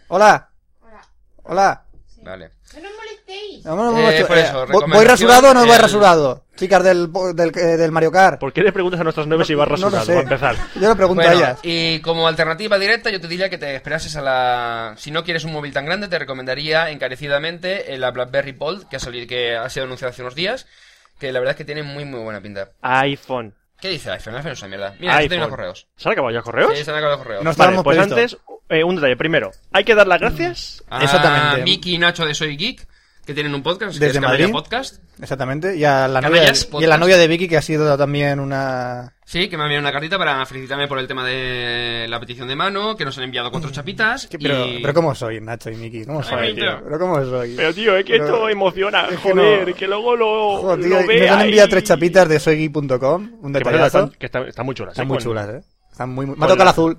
Speaker 1: Hola. Hola.
Speaker 3: Vale.
Speaker 1: No, no, no,
Speaker 3: Eh,
Speaker 1: macho,
Speaker 3: por
Speaker 1: eh,
Speaker 3: eso,
Speaker 1: ¿vo- ¿Voy
Speaker 3: recomendación
Speaker 1: rasurado o no voy
Speaker 3: del-
Speaker 1: rasurado? Chicas del, del, eh, del Mario Kart.
Speaker 5: ¿Por qué le preguntas a nuestras nueve si vas
Speaker 1: No
Speaker 5: rasurado?
Speaker 1: lo sé.
Speaker 5: Para empezar.
Speaker 1: Yo le pregunto a
Speaker 3: Bueno,
Speaker 1: ellas.
Speaker 3: y como alternativa directa, yo te diría que te esperases a la. Si no quieres un móvil tan grande, te recomendaría encarecidamente eh, la BlackBerry Bold, que ha, salido, que ha sido anunciada hace unos días. Que la verdad es que tiene muy, muy buena pinta.
Speaker 5: iPhone.
Speaker 3: ¿Qué dice iPhone? iPhone es una mierda. Mira,
Speaker 1: este
Speaker 3: aquí
Speaker 5: iPhone.
Speaker 3: tengo los correos.
Speaker 5: ¿Se han acabado ya correos?
Speaker 3: Sí, se han acabado los correos.
Speaker 1: No
Speaker 5: Vale,
Speaker 1: estábamos
Speaker 5: pues
Speaker 1: previstos.
Speaker 5: antes, eh, un detalle. Primero, hay que dar las gracias.
Speaker 1: Mm.
Speaker 3: Ah,
Speaker 1: Exactamente.
Speaker 3: Miki y Nacho de Soy Geek, que tienen un podcast. que
Speaker 1: Desde
Speaker 3: es Canalla
Speaker 1: Madrid.
Speaker 3: Podcast.
Speaker 1: Exactamente. Y a la novia,
Speaker 3: Canallas,
Speaker 1: de- y a la
Speaker 3: podcast.
Speaker 1: novia de Vicky, que ha sido también una.
Speaker 3: Sí, que me han enviado una cartita para felicitarme por el tema de la petición de mano, que nos han enviado cuatro chapitas.
Speaker 1: ¿Qué- Pero,
Speaker 3: y...
Speaker 1: pero ¿cómo soy, Nacho y Miki? ¿Cómo soy,
Speaker 3: Ay,
Speaker 1: tío?
Speaker 3: tío.
Speaker 1: ¿Pero cómo soy?
Speaker 5: Pero tío, es que
Speaker 1: Pero-
Speaker 5: esto emociona,
Speaker 1: es que
Speaker 5: joder,
Speaker 1: no.
Speaker 5: que luego lo,
Speaker 1: Joder, tío,
Speaker 5: lo
Speaker 1: nos han
Speaker 5: veáis.
Speaker 1: enviado tres chapitas de soygui.com, un
Speaker 5: Que, por cierto,
Speaker 1: detallazo.
Speaker 5: están- que está, está muy chula. Ah,
Speaker 1: Están muy chulas, eh. Están muy, muy... Me ha
Speaker 5: Con
Speaker 1: tocado el
Speaker 5: la-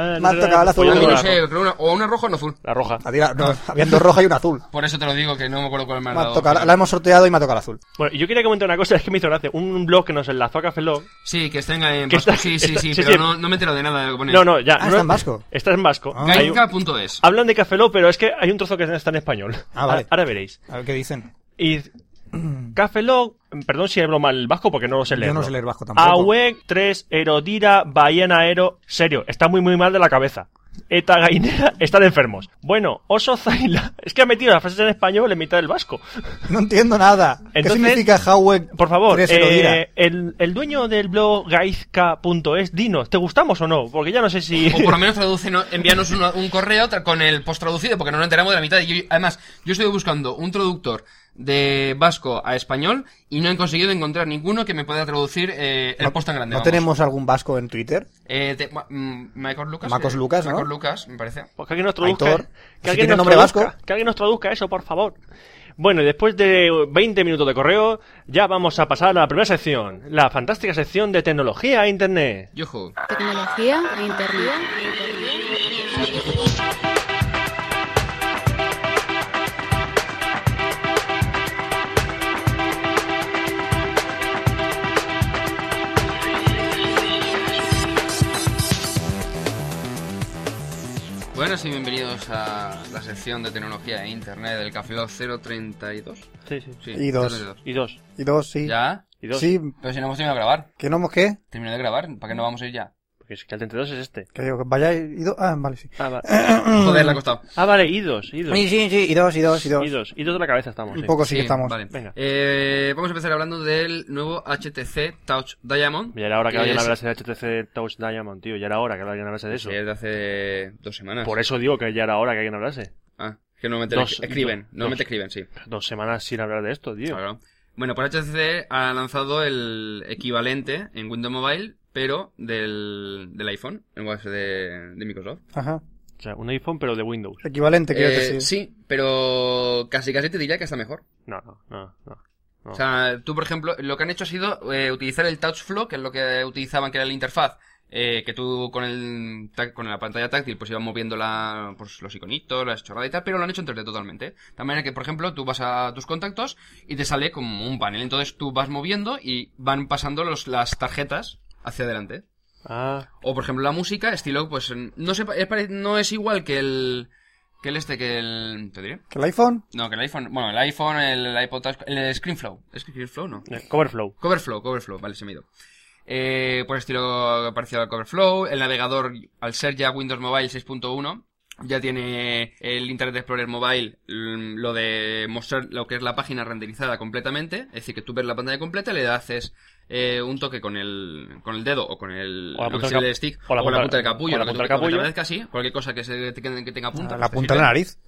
Speaker 1: azul. Me ha tocado el azul.
Speaker 3: Yo
Speaker 5: Pues
Speaker 3: no
Speaker 5: la,
Speaker 3: sé, creo una- o una roja o una azul.
Speaker 5: la roja.
Speaker 1: A tirar- no, había dos rojas y un azul.
Speaker 3: Por eso te lo digo, que no me acuerdo cuál me ha
Speaker 1: Me ha
Speaker 3: dado.
Speaker 1: tocado- la hemos sorteado y me ha tocado el azul.
Speaker 5: Bueno, y yo quería comentar una cosa, es que me hizo gracia. Un blog que nos enlazó a Café Lock.
Speaker 3: Sí, que estén en
Speaker 5: Que
Speaker 3: vasco.
Speaker 5: está-
Speaker 3: sí, sí,
Speaker 5: está-
Speaker 3: sí,
Speaker 5: sí,
Speaker 3: pero
Speaker 5: sí.
Speaker 3: No, no me entero de nada de lo que pone.
Speaker 5: No, no, ya.
Speaker 1: Ah,
Speaker 5: no-
Speaker 1: está en vasco.
Speaker 5: Está en vasco.
Speaker 1: Ah.
Speaker 5: Hay un-
Speaker 3: Gaika.es.
Speaker 5: Hablan de Café Lock, pero es que hay un trozo que está en español.
Speaker 1: Ah, vale.
Speaker 5: Ahora- [laughs] Ahora veréis.
Speaker 1: A ver qué dicen. [clears throat]
Speaker 5: Y Café Lock, perdón si hablo mal vasco porque no lo sé
Speaker 1: Yo
Speaker 5: leer.
Speaker 1: no sé leer
Speaker 5: Ah,
Speaker 1: vasco tampoco.
Speaker 5: Auek 3 Erodira Baiana Aero. Serio, está muy muy mal de la cabeza. Eta Gainera están enfermos. Bueno, Oso Zaila. [laughs] Es que ha metido las frases en español en mitad del vasco. [laughs]
Speaker 1: No entiendo nada. ¿Qué
Speaker 5: Entonces,
Speaker 1: significa Howek?
Speaker 5: Por favor,
Speaker 1: tres Elodira?
Speaker 5: eh, el, el dueño del blog gaizka.es, dinos, ¿te gustamos o no? Porque ya no sé si.
Speaker 3: O por lo menos traduce, no- envíanos una- un correo tra- con el post traducido, porque no nos enteramos de la mitad. Y yo- además, yo estoy buscando un traductor de vasco a español y no he conseguido encontrar ninguno que me pueda traducir eh, el post tan grande.
Speaker 1: ¿No
Speaker 3: vamos.
Speaker 1: tenemos algún vasco en Twitter?
Speaker 3: Eh, te- ma- mm, Michael Lucas.
Speaker 1: Marcos
Speaker 3: eh,
Speaker 1: Lucas, ¿no?
Speaker 3: Marcos Lucas, me parece.
Speaker 5: Pues que alguien nos traduzca.
Speaker 1: Aitor. Si
Speaker 5: que, alguien
Speaker 1: tiene
Speaker 5: nos
Speaker 1: nombre
Speaker 5: traduzca
Speaker 1: vasco.
Speaker 5: que alguien nos traduzca eso, por favor. Bueno, y después de 20 minutos de correo, ya vamos a pasar a la primera sección, la fantástica sección de tecnología e internet.
Speaker 3: Yuhu.
Speaker 7: Tecnología e internet.
Speaker 3: Buenas y bienvenidos a la sección de tecnología e internet del Café Lock 032.
Speaker 5: Sí, sí.
Speaker 3: Sí,
Speaker 1: Y dos.
Speaker 3: 032.
Speaker 5: Y dos.
Speaker 1: Y dos, sí.
Speaker 3: ¿Ya?
Speaker 5: Y dos.
Speaker 1: Sí,
Speaker 3: Pero si no hemos terminado de grabar.
Speaker 1: que no hemos qué.
Speaker 3: Terminé de grabar, ¿para qué no vamos a ir ya?
Speaker 5: Porque es que el 32 es este.
Speaker 1: Que digo, vaya y dos. Ah, vale, sí.
Speaker 5: Ah, vale.
Speaker 1: Mm. [clears throat]
Speaker 3: Joder, la ha costado.
Speaker 5: Ah, vale, y dos. Y dos.
Speaker 1: Sí, sí, sí, y dos, y dos, y dos.
Speaker 5: Y dos. Y dos de la cabeza estamos.
Speaker 1: Un
Speaker 5: sí.
Speaker 1: poco Pues sí, que estamos.
Speaker 3: Vale.
Speaker 5: Venga.
Speaker 3: Eh, vamos a empezar hablando del nuevo HTC Touch Diamond.
Speaker 5: Ya era hora que
Speaker 3: que
Speaker 5: vayan a
Speaker 3: es-
Speaker 5: hablarse de HTC Touch Diamond, tío. Ya era hora que vayan a hablarse de eso.
Speaker 3: Sí, es de hace dos semanas.
Speaker 5: Por eso digo que ya era hora que alguien hablase.
Speaker 3: Ah, que normalmente
Speaker 5: Dos-
Speaker 3: escriben.
Speaker 5: dos-
Speaker 3: normalmente
Speaker 5: dos.
Speaker 3: escriben, sí.
Speaker 5: Dos semanas sin hablar de esto, tío.
Speaker 3: Claro. Bueno, pues HTC ha lanzado el equivalente en Windows Mobile, pero del, del iPhone, en OS de, de Microsoft.
Speaker 1: Ajá.
Speaker 5: O sea, un iPhone pero de Windows.
Speaker 1: Equivalente, quiero
Speaker 3: Eh,
Speaker 1: decir.
Speaker 3: sí, pero casi casi te diría que está mejor.
Speaker 5: No, no, no, no.
Speaker 3: O sea, tú, por ejemplo, lo que han hecho ha sido eh, utilizar el Touch Flow, que es lo que utilizaban, que era la interfaz, eh, que tú con el tac- con la pantalla táctil pues ibas moviendo la, pues, los iconitos, las chorradas y tal, pero lo han hecho en 3D totalmente. ¿eh? De manera que, por ejemplo, tú vas a tus contactos y te sale como un panel. Entonces tú vas moviendo y van pasando los, las tarjetas hacia adelante. ¿eh?
Speaker 5: Ah,
Speaker 3: O, por ejemplo, la música, estilo, pues, no, se, pa- es pare- no es igual que el... Que el este, que el... ¿Te diré?
Speaker 1: ¿Que el iPhone?
Speaker 3: No, que el iPhone... Bueno, el iPhone, el iPod Touch... El ScreenFlow. ¿Es ScreenFlow? No.
Speaker 5: eh, Coverflow.
Speaker 3: Coverflow, Coverflow, vale, se me ha ido. Eh, por estilo parecido al Coverflow, el navegador, al ser ya Windows Mobile 6.1, ya tiene el Internet Explorer Mobile mm, lo de mostrar lo que es la página renderizada completamente, es decir, que tú ves la pantalla completa, le haces eh, un toque con el, con el dedo o con el,
Speaker 5: O la
Speaker 3: lo
Speaker 5: punta
Speaker 3: que sea
Speaker 5: del
Speaker 3: el
Speaker 5: cap-
Speaker 3: stick
Speaker 5: o la punta-
Speaker 3: del capullo,
Speaker 5: o la
Speaker 3: lo que tú- lo
Speaker 5: punta del
Speaker 3: que te
Speaker 5: capullo.
Speaker 3: apetezca, sí, cualquier cosa que, se, que, que tenga punta.
Speaker 1: Ah, la
Speaker 3: pues te
Speaker 1: punta de la
Speaker 3: sirve.
Speaker 1: nariz.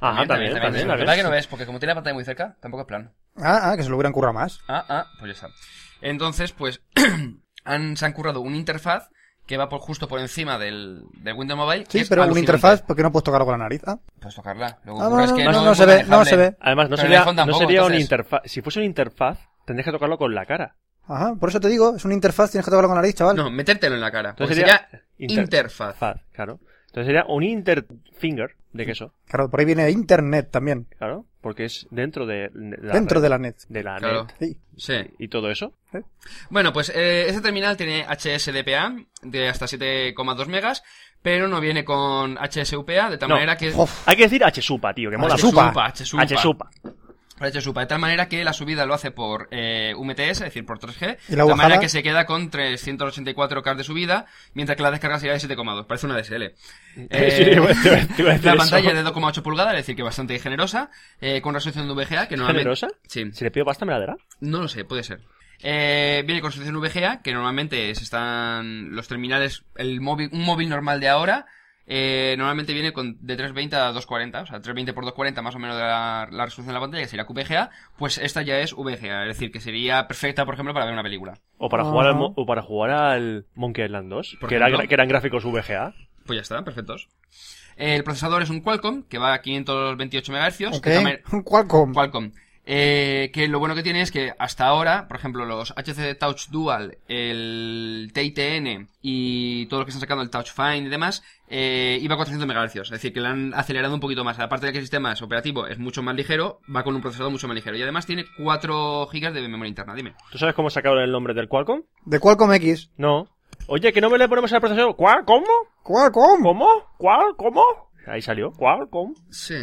Speaker 5: Ah, también, también, también,
Speaker 3: La
Speaker 5: la
Speaker 3: verdad
Speaker 5: ves.
Speaker 3: que no ves, porque como tiene la pantalla muy cerca, tampoco es plano.
Speaker 1: Ah, ah, que se lo hubieran currado más.
Speaker 3: Ah, ah, pues ya está. Entonces, pues, [clears throat] han, se han currado una interfaz que va por justo por encima del, del Windows Mobile.
Speaker 1: Sí,
Speaker 3: que es
Speaker 1: pero una
Speaker 3: alucinante.
Speaker 1: interfaz, ¿por qué no puedes tocarlo con la nariz? Ah,
Speaker 3: Puedes tocarla. Lo que
Speaker 1: Ah,
Speaker 3: ocurre
Speaker 1: no,
Speaker 3: es que
Speaker 1: no,
Speaker 3: no,
Speaker 1: no
Speaker 3: es
Speaker 1: se
Speaker 3: muy
Speaker 1: ve, no
Speaker 3: manejable.
Speaker 1: se ve.
Speaker 5: Además, no
Speaker 3: Pero el
Speaker 5: sería,
Speaker 3: iPhone
Speaker 5: no
Speaker 3: tampoco,
Speaker 5: sería una
Speaker 3: entonces.
Speaker 5: interfaz. Si fuese una interfaz, tendrías que tocarlo con la cara.
Speaker 1: Ajá, por eso te digo, es una interfaz, tienes que tocarlo con la nariz, chaval.
Speaker 3: No, metértelo en la cara. Porque
Speaker 5: Entonces
Speaker 3: sería,
Speaker 5: inter-
Speaker 3: interfaz.
Speaker 5: faz, claro. Entonces sería un interfinger de queso,
Speaker 1: Claro, por ahí viene internet también.
Speaker 5: claro. Porque es dentro de, de la
Speaker 1: dentro
Speaker 5: red,
Speaker 1: de la net.
Speaker 5: de la
Speaker 3: Claro.
Speaker 5: net
Speaker 1: Sí.
Speaker 3: Sí.
Speaker 5: y todo eso.
Speaker 3: Bueno, pues eh, este terminal tiene HSDPA de hasta 7,2 megas, pero no viene con HSUPA, de tal
Speaker 5: No.
Speaker 3: manera que...
Speaker 1: Uf,
Speaker 5: Hay que decir HSUPA, tío, que mola.
Speaker 1: HSUPA.
Speaker 3: HSUPA.
Speaker 5: HSUPA.
Speaker 3: Lo ha hecho Supa, de tal manera que la subida lo hace por eh, UMTS, es decir, por 3G,
Speaker 1: ¿Y la
Speaker 3: de tal
Speaker 1: bajada?
Speaker 3: manera que se queda con 384K de subida, mientras que la descarga sería de 7,2, parece una DSL. Eh,
Speaker 5: [laughs] Sí, te iba a- te iba a decir
Speaker 3: la
Speaker 5: eso.
Speaker 3: pantalla es de 2,8 pulgadas, es decir, que bastante generosa, eh, con resolución de VGA, que normalmente...
Speaker 5: ¿Generosa?
Speaker 3: Sí,
Speaker 5: Si le pido pasta, me la dará.
Speaker 3: no lo sé, puede ser. Eh, viene con resolución VGA, que normalmente se están los terminales, el móvil, un móvil normal de ahora, eh, normalmente viene con de 320 a 240, o sea, 320 por 240 más o menos de la, la resolución de la pantalla, que sería QVGA, pues esta ya es VGA, es decir, que sería perfecta, por ejemplo, para ver una película.
Speaker 5: O para,
Speaker 1: Ah.
Speaker 5: jugar al, mo- o para jugar al Monkey Island 2,
Speaker 3: Por
Speaker 5: que, era,
Speaker 3: ejemplo.
Speaker 5: gra- que eran gráficos VGA.
Speaker 3: Pues ya está, perfectos. El procesador es un Qualcomm, que va a 528 MHz, que
Speaker 1: ok.
Speaker 3: también-
Speaker 1: Un [laughs] Qualcomm.
Speaker 3: Qualcomm. Eh, que lo bueno que tiene es que hasta ahora, por ejemplo, los HC Touch Dual, el TITN y todo lo que están sacando, el Touch Find y demás, eh, iba a 400 MHz. Es decir, que lo han acelerado un poquito más. Aparte de que el sistema es operativo es mucho más ligero, va con un procesador mucho más ligero. Y además tiene 4 GB de memoria interna. Dime.
Speaker 5: ¿Tú sabes cómo sacaron el nombre del Qualcomm?
Speaker 1: De Qualcomm X.
Speaker 5: No. Oye, que no me le ponemos al procesador. ¿Cuál? ¿Cómo?
Speaker 1: Qualcomm.
Speaker 5: ¿Cómo? ¿Cuál? ¿Cómo? Ahí salió. ¿Cuál? ¿Cómo?
Speaker 3: Sí,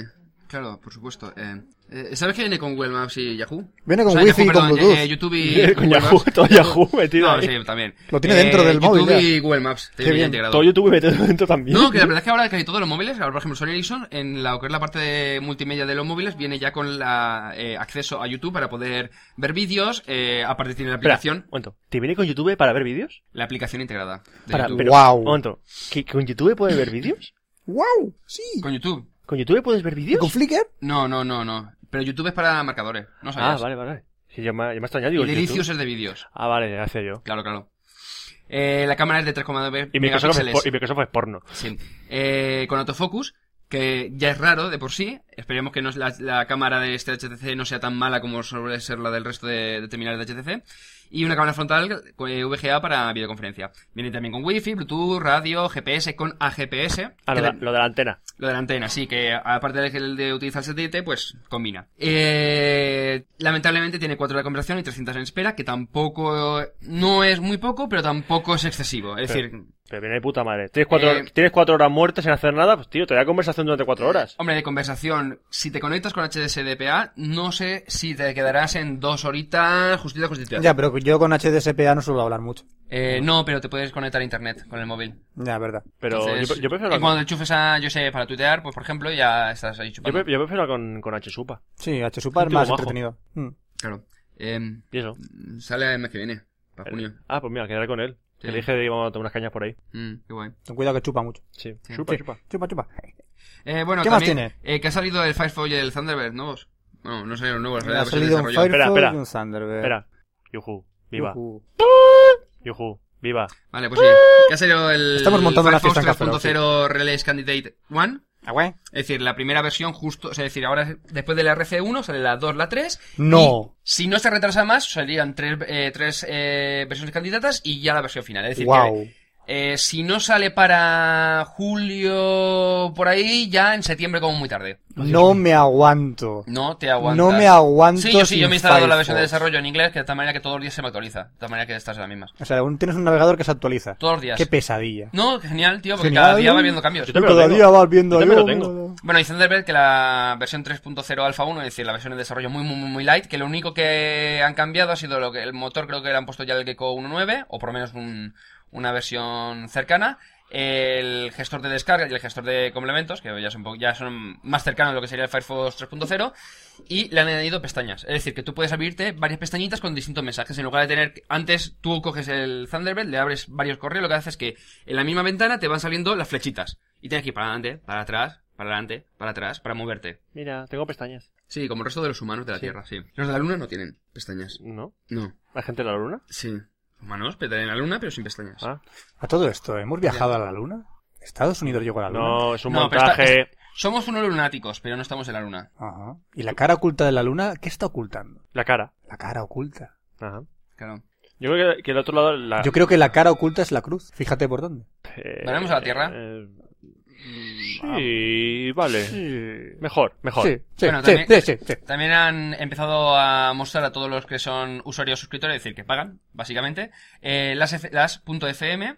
Speaker 3: claro, por supuesto. Eh, eh, ¿Sabes que viene con Google Maps y Yahoo?
Speaker 1: Viene con
Speaker 3: O sea,
Speaker 1: Wi-Fi
Speaker 3: Yahoo,
Speaker 1: y con
Speaker 3: perdón,
Speaker 1: Bluetooth.
Speaker 3: eh, YouTube
Speaker 5: [laughs]
Speaker 3: y.
Speaker 5: Con
Speaker 3: Google
Speaker 5: Yahoo,
Speaker 3: Maps.
Speaker 5: todo Yahoo metido
Speaker 3: No,
Speaker 5: ahí.
Speaker 3: sí, también. Eh,
Speaker 1: Lo tiene dentro del móvil
Speaker 3: YouTube
Speaker 1: ya.
Speaker 3: y Google Maps.
Speaker 1: Qué
Speaker 3: Tiene
Speaker 1: bien.
Speaker 3: integrado.
Speaker 5: Todo YouTube metido dentro también.
Speaker 3: No, que la verdad es que ahora casi todos los móviles, ahora por ejemplo Sony Ericsson, en la, lo que es la parte de multimedia de los móviles, viene ya con la eh, acceso a YouTube para poder ver vídeos, eh, aparte tiene la
Speaker 5: Espera,
Speaker 3: aplicación,
Speaker 5: un momento. ¿Te viene con YouTube para ver vídeos?
Speaker 3: la aplicación integrada de
Speaker 5: Para,
Speaker 3: YouTube.
Speaker 5: pero,
Speaker 1: Guau.
Speaker 5: Un momento. ¿Que, que ¿Con YouTube puedes ver vídeos?
Speaker 1: ¡Wow! Sí.
Speaker 3: ¿Con YouTube?
Speaker 5: ¿Con YouTube puedes ver vídeos?
Speaker 1: ¿Con Flickr?
Speaker 3: No, no, no, no. Pero YouTube es para marcadores, no
Speaker 5: Ah,
Speaker 3: sabías.
Speaker 5: vale, vale. Sí, yo me, yo me he extrañado,
Speaker 3: Y
Speaker 5: digo,
Speaker 3: Delicious
Speaker 5: YouTube.
Speaker 3: es de vídeos.
Speaker 5: Ah, vale, gracias yo.
Speaker 3: Claro, claro. Eh, la cámara es de 3,9
Speaker 5: Y Microsoft, es
Speaker 3: megapíxeles.
Speaker 5: por- y Microsoft es porno.
Speaker 3: Sí. Eh, con autofocus, que ya es raro de por sí, Esperemos que no, la, la cámara de este HTC no sea tan mala como suele ser la del resto de, de terminales de HTC. Y una cámara frontal eh, VGA para videoconferencia. Viene también con Wi-Fi, Bluetooth, radio, GPS, con AGPS.
Speaker 5: Ah,
Speaker 3: que
Speaker 5: lo, de,
Speaker 3: la-
Speaker 5: lo de la antena.
Speaker 3: lo de la antena, sí, que aparte de, el de utilizar satélite, pues combina. Eh, lamentablemente tiene 4 de conversación y 300 en espera, que tampoco no es muy poco, pero tampoco es excesivo. Es
Speaker 5: Pero-
Speaker 3: decir,
Speaker 5: Pero viene de puta madre. ¿Tienes cuatro,
Speaker 3: Eh.
Speaker 5: tienes cuatro horas muertas sin hacer nada? Pues tío, te da conversación durante cuatro horas.
Speaker 3: hombre, de conversación, si te conectas con HDSDPA, no sé si te quedarás en dos horitas justita, justita.
Speaker 1: Ya, pero yo con HDSPA no suelo hablar mucho.
Speaker 3: Eh, no, pero te puedes conectar a internet con el móvil.
Speaker 1: Ya, verdad.
Speaker 5: Pero
Speaker 3: Entonces,
Speaker 5: yo, yo prefiero
Speaker 3: y cuando
Speaker 5: hablar,
Speaker 3: te enchufes a, yo sé, para tuitear, pues por ejemplo, ya estás ahí
Speaker 5: yo,
Speaker 3: chupando.
Speaker 5: pre- yo prefiero con, con H-Supa.
Speaker 1: Sí, HSUPA es
Speaker 5: Antiguo
Speaker 1: más
Speaker 5: bajo.
Speaker 1: entretenido. Mm.
Speaker 3: Claro. Em,
Speaker 5: Y eso.
Speaker 3: sale el mes que viene, para junio.
Speaker 5: Ah, pues mira, quedaré con él.
Speaker 3: Sí.
Speaker 5: Que Le dije que íbamos a tomar unas cañas por ahí.
Speaker 3: Mm, qué guay.
Speaker 1: Ten cuidado que chupa mucho.
Speaker 5: Sí.
Speaker 3: Sí.
Speaker 5: Chupa,
Speaker 1: Sí.
Speaker 5: chupa.
Speaker 1: Chupa, chupa.
Speaker 3: Eh, bueno,
Speaker 1: ¿Qué más
Speaker 3: también, eh, que ha salido el Firefox y el Thunderbird nuevos. Bueno, no salieron nuevos, en
Speaker 1: Ha
Speaker 3: realidad, pues, pero se
Speaker 1: salido un
Speaker 3: desarrollaron.
Speaker 1: Firefox
Speaker 5: espera.
Speaker 1: y un Thunderbird.
Speaker 5: Espera. Yuhu. Viva.
Speaker 1: Yujú.
Speaker 5: Yuhu. Viva.
Speaker 3: Vale, pues sí. Que ha salido el
Speaker 1: Estamos montando una
Speaker 3: Firefox
Speaker 1: fiesta en Café Lock,
Speaker 3: 3.0 Release Candidate 1.
Speaker 1: Ah, güey.
Speaker 3: Es decir, la primera versión justo, o sea, es decir, ahora después de la RC1 sale la 2, la 3.
Speaker 1: No.
Speaker 3: y si no se retrasa más, salían tres, eh, tres eh, versiones candidatas y ya la versión final. Es decir,
Speaker 1: Wow.
Speaker 3: que, eh, si no sale para julio por ahí, ya en septiembre como muy tarde.
Speaker 1: No me aguanto.
Speaker 3: No te aguantas.
Speaker 1: No me aguanto
Speaker 3: Sí, yo sí, yo
Speaker 1: sin
Speaker 3: me he instalado la versión de
Speaker 1: Firefox.
Speaker 3: desarrollo en inglés, que de tal manera que todos los días se me actualiza. De tal manera que estás en las mismas.
Speaker 1: O sea, aún tienes un navegador que se actualiza.
Speaker 3: Todos los días.
Speaker 1: Qué pesadilla.
Speaker 3: No, genial, tío, porque
Speaker 1: Genial.
Speaker 3: cada día va viendo cambios.
Speaker 5: Yo también lo
Speaker 1: Todavía
Speaker 5: tengo.
Speaker 1: vas viendo
Speaker 5: Yo
Speaker 1: ahí,
Speaker 5: también lo
Speaker 1: oh,
Speaker 5: tengo.
Speaker 3: Bueno, y Thunderbird que la versión 3.0 alfa 1, es decir, la versión de desarrollo muy, muy, muy, muy light, que lo único que han cambiado ha sido lo que el motor, creo que le han puesto ya el Gecko 1.9, o por lo menos un- una versión cercana, el gestor de descarga y el gestor de complementos, que ya son, un po- ya son más cercanos a lo que sería el Firefox 3.0, y le han añadido pestañas. Es decir, que tú puedes abrirte varias pestañitas con distintos mensajes. En lugar de tener, antes tú coges el Thunderbird, le abres varios correos, lo que hace es que en la misma ventana te van saliendo las flechitas. Y tienes que ir para adelante, para atrás, para adelante, para atrás, para moverte.
Speaker 5: Mira, tengo pestañas.
Speaker 3: Sí, como el resto de los humanos de la Tierra, sí. Los de la Luna no tienen pestañas.
Speaker 5: ¿No?
Speaker 3: No.
Speaker 5: ¿La gente de la luna?
Speaker 3: Sí. Humanos, pero en la Luna, pero sin pestañas.
Speaker 5: Ah.
Speaker 1: A todo esto, ¿hemos viajado a la luna? ¿Estados Unidos llegó a la luna?
Speaker 5: No, es un
Speaker 3: No, pero
Speaker 5: montaje.
Speaker 3: Somos unos lunáticos, pero no estamos en la Luna.
Speaker 1: Ajá. ¿Y la cara oculta de la luna? ¿Qué está ocultando?
Speaker 5: La cara.
Speaker 1: La cara oculta.
Speaker 5: Ajá.
Speaker 3: Claro.
Speaker 5: Yo creo que, que el otro lado. La,
Speaker 1: Yo creo que la cara oculta es la cruz. Fíjate por dónde.
Speaker 5: eh,
Speaker 3: ¿Volvemos a la Tierra?
Speaker 5: eh, sí, vale. Mejor, mejor.
Speaker 1: Sí, sí,
Speaker 3: Bueno,
Speaker 1: sí,
Speaker 3: también-
Speaker 1: sí, sí, sí.
Speaker 3: También han empezado a mostrar a todos los que son usuarios suscriptores, es decir, que pagan, básicamente, eh, las, F- las punto .fm,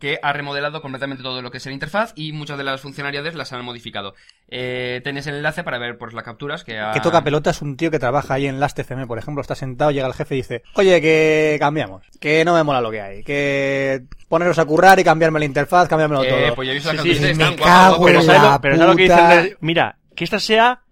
Speaker 3: que ha remodelado completamente todo lo que es la interfaz y muchas de las funcionalidades las han modificado. Eh, tenéis el enlace para ver pues, las capturas que ha...
Speaker 1: Que toca pelotas un tío que trabaja ahí en Last FM, por ejemplo, está sentado, llega el jefe y dice, oye, que cambiamos, que no me mola lo que hay, que poneros a currar y cambiarme la interfaz, cambiármelo
Speaker 3: Eh,
Speaker 1: todo.
Speaker 3: pues yo he visto las
Speaker 5: Sí, sí,
Speaker 3: capturas y
Speaker 1: me
Speaker 3: están
Speaker 1: cago
Speaker 3: guapo,
Speaker 1: en
Speaker 5: Pero
Speaker 1: Con
Speaker 5: ¿sabes
Speaker 1: la
Speaker 5: lo- pero ¿sabes lo que
Speaker 1: puta-
Speaker 5: dicen? Mira, que esta sea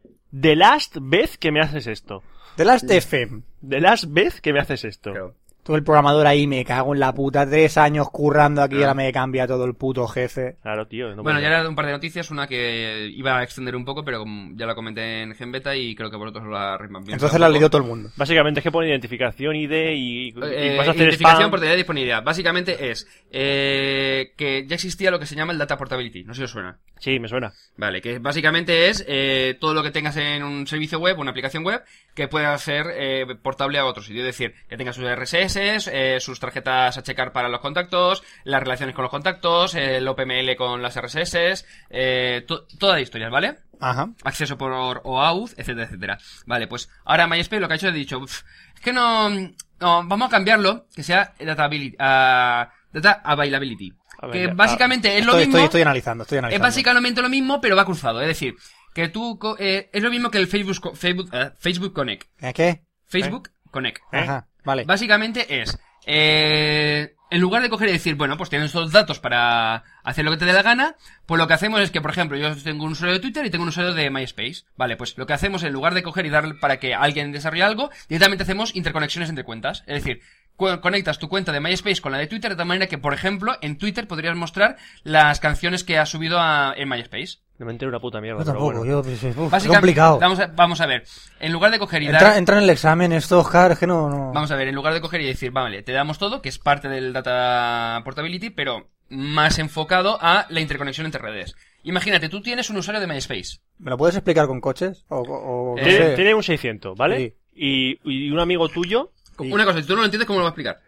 Speaker 5: the last vez que me haces esto.
Speaker 1: De Last FM,
Speaker 5: The last vez que me haces esto.
Speaker 3: Claro.
Speaker 1: todo el programador ahí, me cago en la puta, tres años currando aquí y
Speaker 3: Claro.
Speaker 1: ahora me cambia todo el puto jefe.
Speaker 5: Claro, tío. no
Speaker 3: bueno,
Speaker 5: puedo.
Speaker 3: ya era un par de noticias, una que iba a extender un poco, pero como ya la comenté en Genbeta y creo que vosotros la bien.
Speaker 1: Entonces la ha leído todo el mundo.
Speaker 5: Básicamente es que pone identificación, ID y, y
Speaker 3: Eh,
Speaker 5: vas a hacer
Speaker 3: identificación
Speaker 5: spam.
Speaker 3: por tener disponibilidad. Básicamente es eh, que ya existía lo que se llama el data portability. No sé si os suena.
Speaker 5: Sí, me suena.
Speaker 3: Vale, que básicamente es eh, todo lo que tengas en un servicio web, una aplicación web, que pueda ser eh, portable a otro sitio. Es decir, que tenga sus RSS, eh, sus tarjetas a checar para los contactos, las relaciones con los contactos, eh, el OPML con las RSS, eh, to- todas las historias, ¿vale?
Speaker 1: Ajá.
Speaker 3: acceso por OAuth, etcétera, etcétera. Vale, pues ahora MySpace lo que ha hecho es dicho, "Uf, es que no, no, vamos a cambiarlo, que sea data, abili- ah, data availability.
Speaker 5: A ver,
Speaker 3: Que
Speaker 5: ya, ah,
Speaker 3: básicamente es lo
Speaker 1: Estoy,
Speaker 3: mismo,
Speaker 1: estoy, estoy analizando, estoy
Speaker 3: es
Speaker 1: analizando.
Speaker 3: básicamente lo mismo, pero va cruzado. Es decir, que tú, co- eh, es lo mismo que el Facebook, co- Facebook, eh, Facebook Connect.
Speaker 1: ¿Eh, ¿Qué?
Speaker 3: Facebook Connect.
Speaker 1: Ajá, vale.
Speaker 3: Básicamente es, eh, en lugar de coger y decir, bueno, pues tienes estos datos para hacer lo que te dé la gana, pues lo que hacemos es que, por ejemplo, yo tengo un usuario de Twitter y tengo un usuario de MySpace. Vale, pues lo que hacemos en lugar de coger y dar para que alguien desarrolle algo, directamente hacemos interconexiones entre cuentas. Es decir, cu- conectas tu cuenta de MySpace con la de Twitter de tal manera que, por ejemplo, en Twitter podrías mostrar las canciones que has subido a- en MySpace.
Speaker 5: No me entero una puta mierda.
Speaker 1: Yo
Speaker 5: pero
Speaker 1: tampoco,
Speaker 5: bueno.
Speaker 1: yo, pues, uf, qué
Speaker 3: Básicamente,
Speaker 1: complicado.
Speaker 3: Vamos a, vamos a ver. En lugar de coger y dar...
Speaker 1: Entra, entra en el examen esto, Oscar, que no... no.
Speaker 3: Vamos a ver, en lugar de coger y decir, vale, te damos todo, que es parte del Data Portability, pero más enfocado a la interconexión entre redes. Imagínate, tú tienes un usuario de MySpace.
Speaker 1: ¿Me lo puedes explicar con coches? O, o- o no
Speaker 3: Eh,
Speaker 5: Tiene,
Speaker 1: sé.
Speaker 5: tiene un 600, ¿vale?
Speaker 1: Sí.
Speaker 5: Y, y un amigo tuyo...
Speaker 1: Sí.
Speaker 3: Una cosa, si tú no lo entiendes, ¿cómo lo vas a explicar?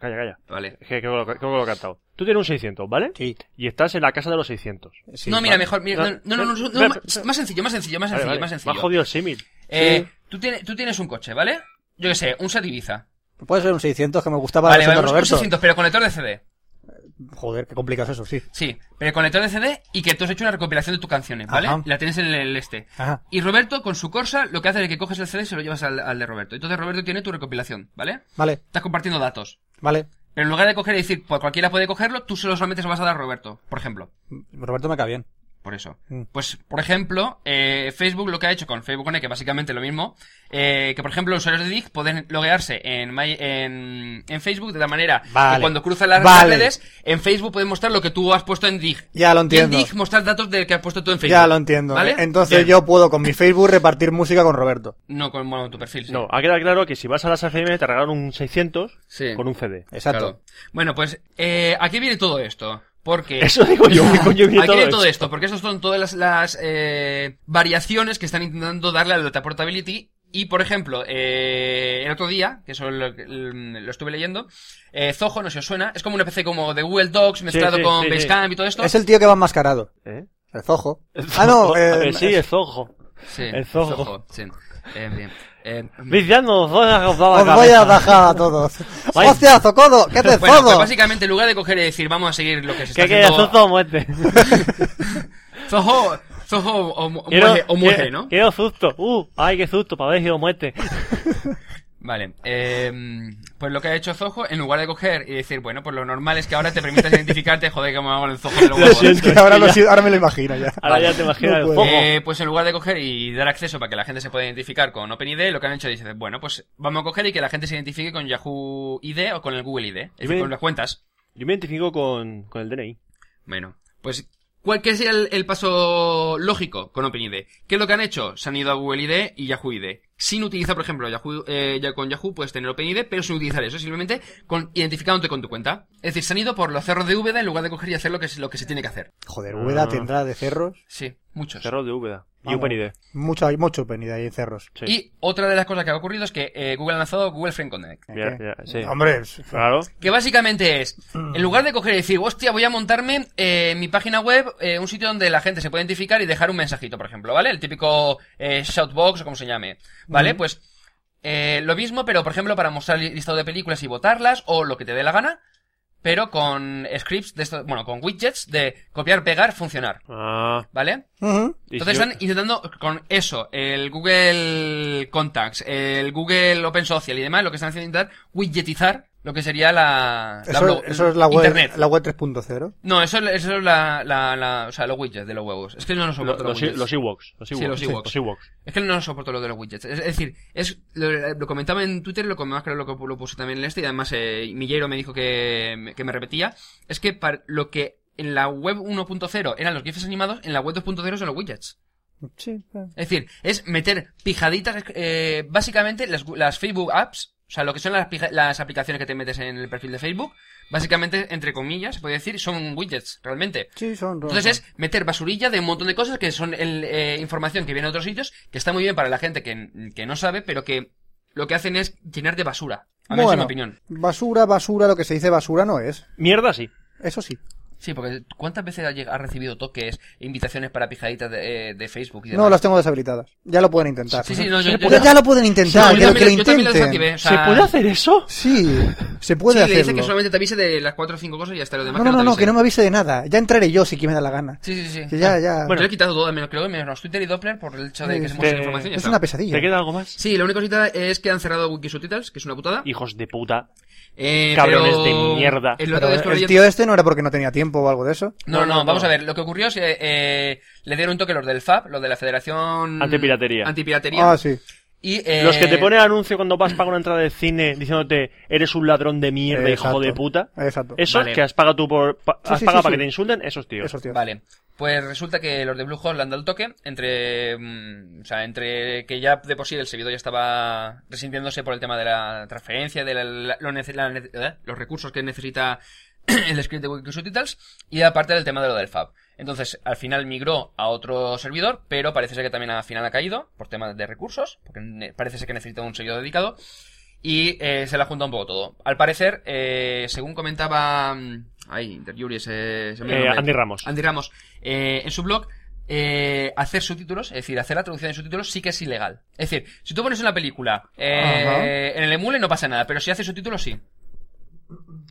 Speaker 5: Calla, calla.
Speaker 3: Vale.
Speaker 5: Que, que lo- que lo he cantado. Tú tienes un 600, ¿vale?
Speaker 1: Sí,
Speaker 5: Y estás en la casa de los 600.
Speaker 1: sí,
Speaker 3: no, mira,
Speaker 1: vale.
Speaker 3: mejor. Mira, no, no, no, no, no,
Speaker 5: Vale,
Speaker 3: más, más sencillo, más sencillo, más
Speaker 5: Vale,
Speaker 3: sencillo,
Speaker 5: vale.
Speaker 3: más
Speaker 5: Me ha
Speaker 3: sencillo.
Speaker 5: jodido el símil.
Speaker 3: Eh,
Speaker 1: Sí.
Speaker 3: tú, tienes, tú tienes un coche, ¿vale? Yo qué sé, un Seat Ibiza.
Speaker 1: Puede ser un 600 que me gustaba
Speaker 3: Vale,
Speaker 1: la
Speaker 3: vale,
Speaker 1: versión
Speaker 3: un,
Speaker 1: de
Speaker 3: un
Speaker 1: Roberto.
Speaker 3: 600, pero conector de CD.
Speaker 1: Joder, qué complicado es eso, sí.
Speaker 3: Sí, pero conector de CD y que tú has hecho una recopilación de tus canciones, ¿vale?
Speaker 1: Ajá.
Speaker 3: La tienes en el, el este.
Speaker 1: Ajá.
Speaker 3: Y Roberto, con su Corsa, lo que hace es que coges el CD y se lo llevas al, al de Roberto. Entonces Roberto tiene tu recopilación, ¿vale?
Speaker 1: Vale,
Speaker 3: Estás compartiendo datos.
Speaker 1: vale.
Speaker 3: Pero en lugar de coger y decir, pues cualquiera puede cogerlo, tú solo solamente se lo vas a dar a Roberto, por ejemplo.
Speaker 1: Roberto me cae bien.
Speaker 3: Por eso.
Speaker 1: Mm.
Speaker 3: Pues, por ejemplo, eh, Facebook lo que ha hecho con Facebook Connect, que básicamente lo mismo, eh, que por ejemplo los usuarios de DIC pueden loguearse en, My- en, en Facebook de la manera
Speaker 1: Vale.
Speaker 3: que cuando cruzan las
Speaker 1: Vale.
Speaker 3: redes, en Facebook pueden mostrar lo que tú has puesto en DIC.
Speaker 1: Ya lo
Speaker 3: Y en
Speaker 1: entiendo.
Speaker 3: DIC mostrar datos de que has puesto tú en Facebook.
Speaker 1: Ya lo entiendo.
Speaker 3: ¿Vale?
Speaker 1: Entonces
Speaker 3: Bien.
Speaker 1: yo puedo con mi Facebook repartir música con Roberto.
Speaker 3: No con bueno, tu perfil. sí.
Speaker 5: No, ha quedado claro que si vas a las FM te regalan un 600
Speaker 3: Sí.
Speaker 5: con un CD.
Speaker 1: Exacto.
Speaker 3: Claro. Bueno, pues eh, aquí viene todo esto. Porque...
Speaker 5: Eso [laughs] digo yo, ¿qué coño viene
Speaker 3: Aquí
Speaker 5: todo
Speaker 3: viene todo
Speaker 5: esto?
Speaker 3: esto, porque estas son todas las, las, eh, variaciones que están intentando darle a la data portability. Y, por ejemplo, eh, el otro día, que eso lo, lo estuve leyendo, eh, Zoho, no sé si os suena, es como una especie como de Google Docs mezclado
Speaker 5: sí,
Speaker 3: con
Speaker 5: sí, sí.
Speaker 3: Basecamp y todo esto.
Speaker 1: Es el tío que va enmascarado.
Speaker 5: ¿Eh?
Speaker 1: El zojo.
Speaker 5: El
Speaker 1: Ah, no.
Speaker 5: [laughs] zojo.
Speaker 1: eh,
Speaker 5: A ver, sí,
Speaker 1: es-
Speaker 5: el zojo.
Speaker 3: Sí,
Speaker 5: el Zoho.
Speaker 3: sí. Eh, bien. Eh,
Speaker 5: Viciando, os voy a cortar
Speaker 1: Os
Speaker 5: la
Speaker 1: voy a
Speaker 5: cabeza.
Speaker 1: bajar a todos.
Speaker 5: Vaya.
Speaker 1: ¡Hostia, Zocodo! ¡Qué te
Speaker 3: [laughs] bueno, pues
Speaker 1: zodo!
Speaker 3: básicamente en lugar de coger y decir vamos a seguir lo que se está
Speaker 5: Que queda
Speaker 3: haciendo...
Speaker 5: susto o muerte.
Speaker 3: Zoho, Zoho o, mu- o
Speaker 5: Quiero-
Speaker 3: muere, o muere,
Speaker 5: quiero-
Speaker 3: ¿no?
Speaker 5: Quiero susto. Uh, ay, qué susto, para haber sido muerte.
Speaker 3: Vale, eh, pues lo que ha hecho Zoho, en lugar de coger y decir, bueno, pues lo normal es que ahora te
Speaker 1: [laughs]
Speaker 3: permitas identificarte, joder, que me hago el Zoho de los
Speaker 5: Lo
Speaker 3: huevos.
Speaker 5: siento.
Speaker 1: Es que
Speaker 5: es
Speaker 1: ahora, [laughs]
Speaker 5: que
Speaker 1: lo
Speaker 5: ya-
Speaker 1: si- ahora me lo imagino ya.
Speaker 5: Ahora ya te imaginas
Speaker 1: No
Speaker 5: el
Speaker 1: puedo.
Speaker 5: zojo.
Speaker 3: Eh, pues en lugar de coger y dar acceso para que la gente se pueda identificar con OpenID, lo que han hecho es, bueno, pues vamos a coger y que la gente se identifique con Yahoo ID o con el Google ID, es decir,
Speaker 5: bien.
Speaker 3: con las cuentas.
Speaker 5: Yo me identifico con, con el DNI.
Speaker 3: Bueno, pues, ¿cuál que sería el, el paso lógico con OpenID? ¿Qué es lo que han hecho? Se han ido a Google ID y Yahoo ID. Sin utilizar, por ejemplo, Yahoo, eh, ya con Yahoo puedes tener OpenID, pero sin utilizar eso, simplemente con, identificándote con tu cuenta. Es decir, se han ido por los cerros de VDA en lugar de coger y hacer lo que, es- lo que se tiene que hacer.
Speaker 1: Joder, Úbeda
Speaker 5: Ah.
Speaker 1: tendrá de cerros.
Speaker 3: Sí, muchos.
Speaker 5: Cerro de Úbeda. Y
Speaker 1: Vamos.
Speaker 5: OpenID.
Speaker 1: Mucho, hay mucho penida ahí en cerros.
Speaker 5: Sí.
Speaker 3: Y otra de las cosas que ha ocurrido es que eh, Google ha lanzado Google Friend Connect.
Speaker 5: Ya, ya, sí.
Speaker 1: Hombre, es-
Speaker 5: Claro.
Speaker 3: Que básicamente es, en lugar de coger y decir, hostia, voy a montarme eh, mi página web, eh, un sitio donde la gente se puede identificar y dejar un mensajito, por ejemplo, ¿vale? El típico eh, shoutbox o como se llame, ¿vale? Pues eh, lo mismo, pero por ejemplo para mostrar el listado de películas y votarlas o lo que te dé la gana, pero con scripts de esto, bueno, con widgets de copiar, pegar, funcionar,
Speaker 5: Ah,
Speaker 3: ¿vale?
Speaker 1: Ujú.
Speaker 5: y
Speaker 3: Entonces
Speaker 5: si yo-
Speaker 3: están intentando con eso, el Google Contacts, el Google Open Social y demás, lo que están haciendo es intentar widgetizar lo que sería la, la
Speaker 1: Eso,
Speaker 3: blog-
Speaker 1: eso es la web,
Speaker 3: Internet.
Speaker 1: la web 3.0.
Speaker 3: No, eso, eso es la, la, la, o sea, los widgets de los huevos. Es que no lo
Speaker 5: lo-
Speaker 3: soporto los,
Speaker 5: Los, i-
Speaker 3: widgets.
Speaker 5: los Ewoks. Los
Speaker 3: Sí,
Speaker 5: Ewoks.
Speaker 3: los Ewoks.
Speaker 5: Los Ewoks.
Speaker 3: Es que no lo soporto lo de los widgets. Es, es decir, es lo, lo comentaba en Twitter, lo comentaba creo lo que lo puse también en el este y además eh, Millero me dijo que, me- que me repetía. Es que par- lo que en la web 1.0 eran los GIFs animados, en la web 2.0 son los widgets.
Speaker 1: Sí, claro.
Speaker 3: Es decir, es meter pijaditas, eh, básicamente las, las Facebook apps, o sea, lo que son las, pija- las aplicaciones que te metes en el perfil de Facebook, básicamente, entre comillas, se puede decir, son widgets, realmente.
Speaker 1: sí son
Speaker 3: Entonces es meter basurilla de un montón de cosas que son el, eh, información que viene de otros sitios, que está muy bien para la gente que, que no sabe, pero que lo que hacen es llenar de basura. A mí esa es mi
Speaker 1: Bueno,
Speaker 3: opinión.
Speaker 1: basura, basura, lo que se dice basura no es.
Speaker 5: Mierda, sí.
Speaker 1: Eso sí.
Speaker 3: Sí, porque ¿cuántas veces ha, lleg- ha recibido toques, invitaciones para pijaditas de, eh, de Facebook y demás?
Speaker 1: No, las tengo deshabilitadas. Ya lo pueden intentar.
Speaker 3: Sí, sí, no, yo-
Speaker 1: Se
Speaker 3: yo-
Speaker 1: puede- ya lo pueden intentar,
Speaker 3: yo
Speaker 1: que lo que lo
Speaker 3: también- yo también las
Speaker 1: intenten.
Speaker 3: desactivé, o sea-
Speaker 5: ¿Se puede hacer eso?
Speaker 1: Sí, se puede
Speaker 3: sí, le dice que
Speaker 1: hacerlo.
Speaker 3: solamente te avise de las cuatro o cinco cosas y hasta lo demás.
Speaker 1: No, no, no, no,
Speaker 3: te avise.
Speaker 1: que no me avise de nada. Ya entraré yo si que me da la gana.
Speaker 3: Sí, sí, sí.
Speaker 1: Que ya, ya.
Speaker 3: [laughs] Bueno,
Speaker 5: Bueno.
Speaker 3: yo he quitado todo, menos, creo que menos Twitter y Doppler por el hecho de que se
Speaker 1: Sí,
Speaker 3: muestra
Speaker 5: sí.
Speaker 3: información. y ya
Speaker 1: es
Speaker 3: está.
Speaker 1: una pesadilla.
Speaker 5: ¿Te queda algo más?
Speaker 3: Sí, la única cosita es que han cerrado Wikisubtitles, que es una putada.
Speaker 5: Hijos de puta.
Speaker 3: Eh,
Speaker 5: cabrones
Speaker 3: pero-
Speaker 5: de mierda.
Speaker 3: el
Speaker 1: Pero
Speaker 3: otro día estuve
Speaker 1: el
Speaker 3: leyendo-
Speaker 1: tío este no era porque no tenía tiempo o algo de eso.
Speaker 3: No, no,
Speaker 5: No, no,
Speaker 3: vamos
Speaker 5: no.
Speaker 3: a ver. Lo que ocurrió es que eh, le dieron un toque los del FAB, los de la Federación...
Speaker 5: Antipiratería.
Speaker 3: Antipiratería.
Speaker 1: Ah, sí.
Speaker 3: y, eh,
Speaker 5: Los que te ponen anuncio cuando vas para una entrada de cine diciéndote eres un ladrón de mierda, hijo
Speaker 1: Exacto.
Speaker 5: de puta.
Speaker 1: Exacto.
Speaker 5: Esos
Speaker 3: Vale.
Speaker 5: que has pagado tú por, pa-
Speaker 1: Sí,
Speaker 5: has
Speaker 1: sí,
Speaker 5: pagado
Speaker 1: sí,
Speaker 5: para
Speaker 1: sí.
Speaker 5: que te insulten, esos tíos.
Speaker 1: Esos tíos.
Speaker 3: Vale. Pues resulta que los de Blue Hole le han dado el toque entre... mm, o sea, entre que ya de por sí el servidor ya estaba resintiéndose por el tema de la transferencia, de la- la- lo nece- la [clears throat] nece- eh, los recursos que necesita el script de Wikisubtitles y aparte del tema de lo del FAB. Entonces, al final migró a otro servidor, pero parece ser que también al final ha caído por tema de recursos, porque ne- parece ser que necesita un servidor dedicado. Y eh, se la junta un poco todo. Al parecer, eh, según comentaba. mm, Ay, Interjuries, eh, se me ha ido el
Speaker 5: Eh,
Speaker 3: nombre.
Speaker 5: Andy Ramos.
Speaker 3: Andy Ramos, eh, en su blog, eh, hacer subtítulos, es decir, hacer la traducción de subtítulos sí que es ilegal. Es decir, si tú pones una película eh, en el emule no pasa nada, pero si haces subtítulos sí.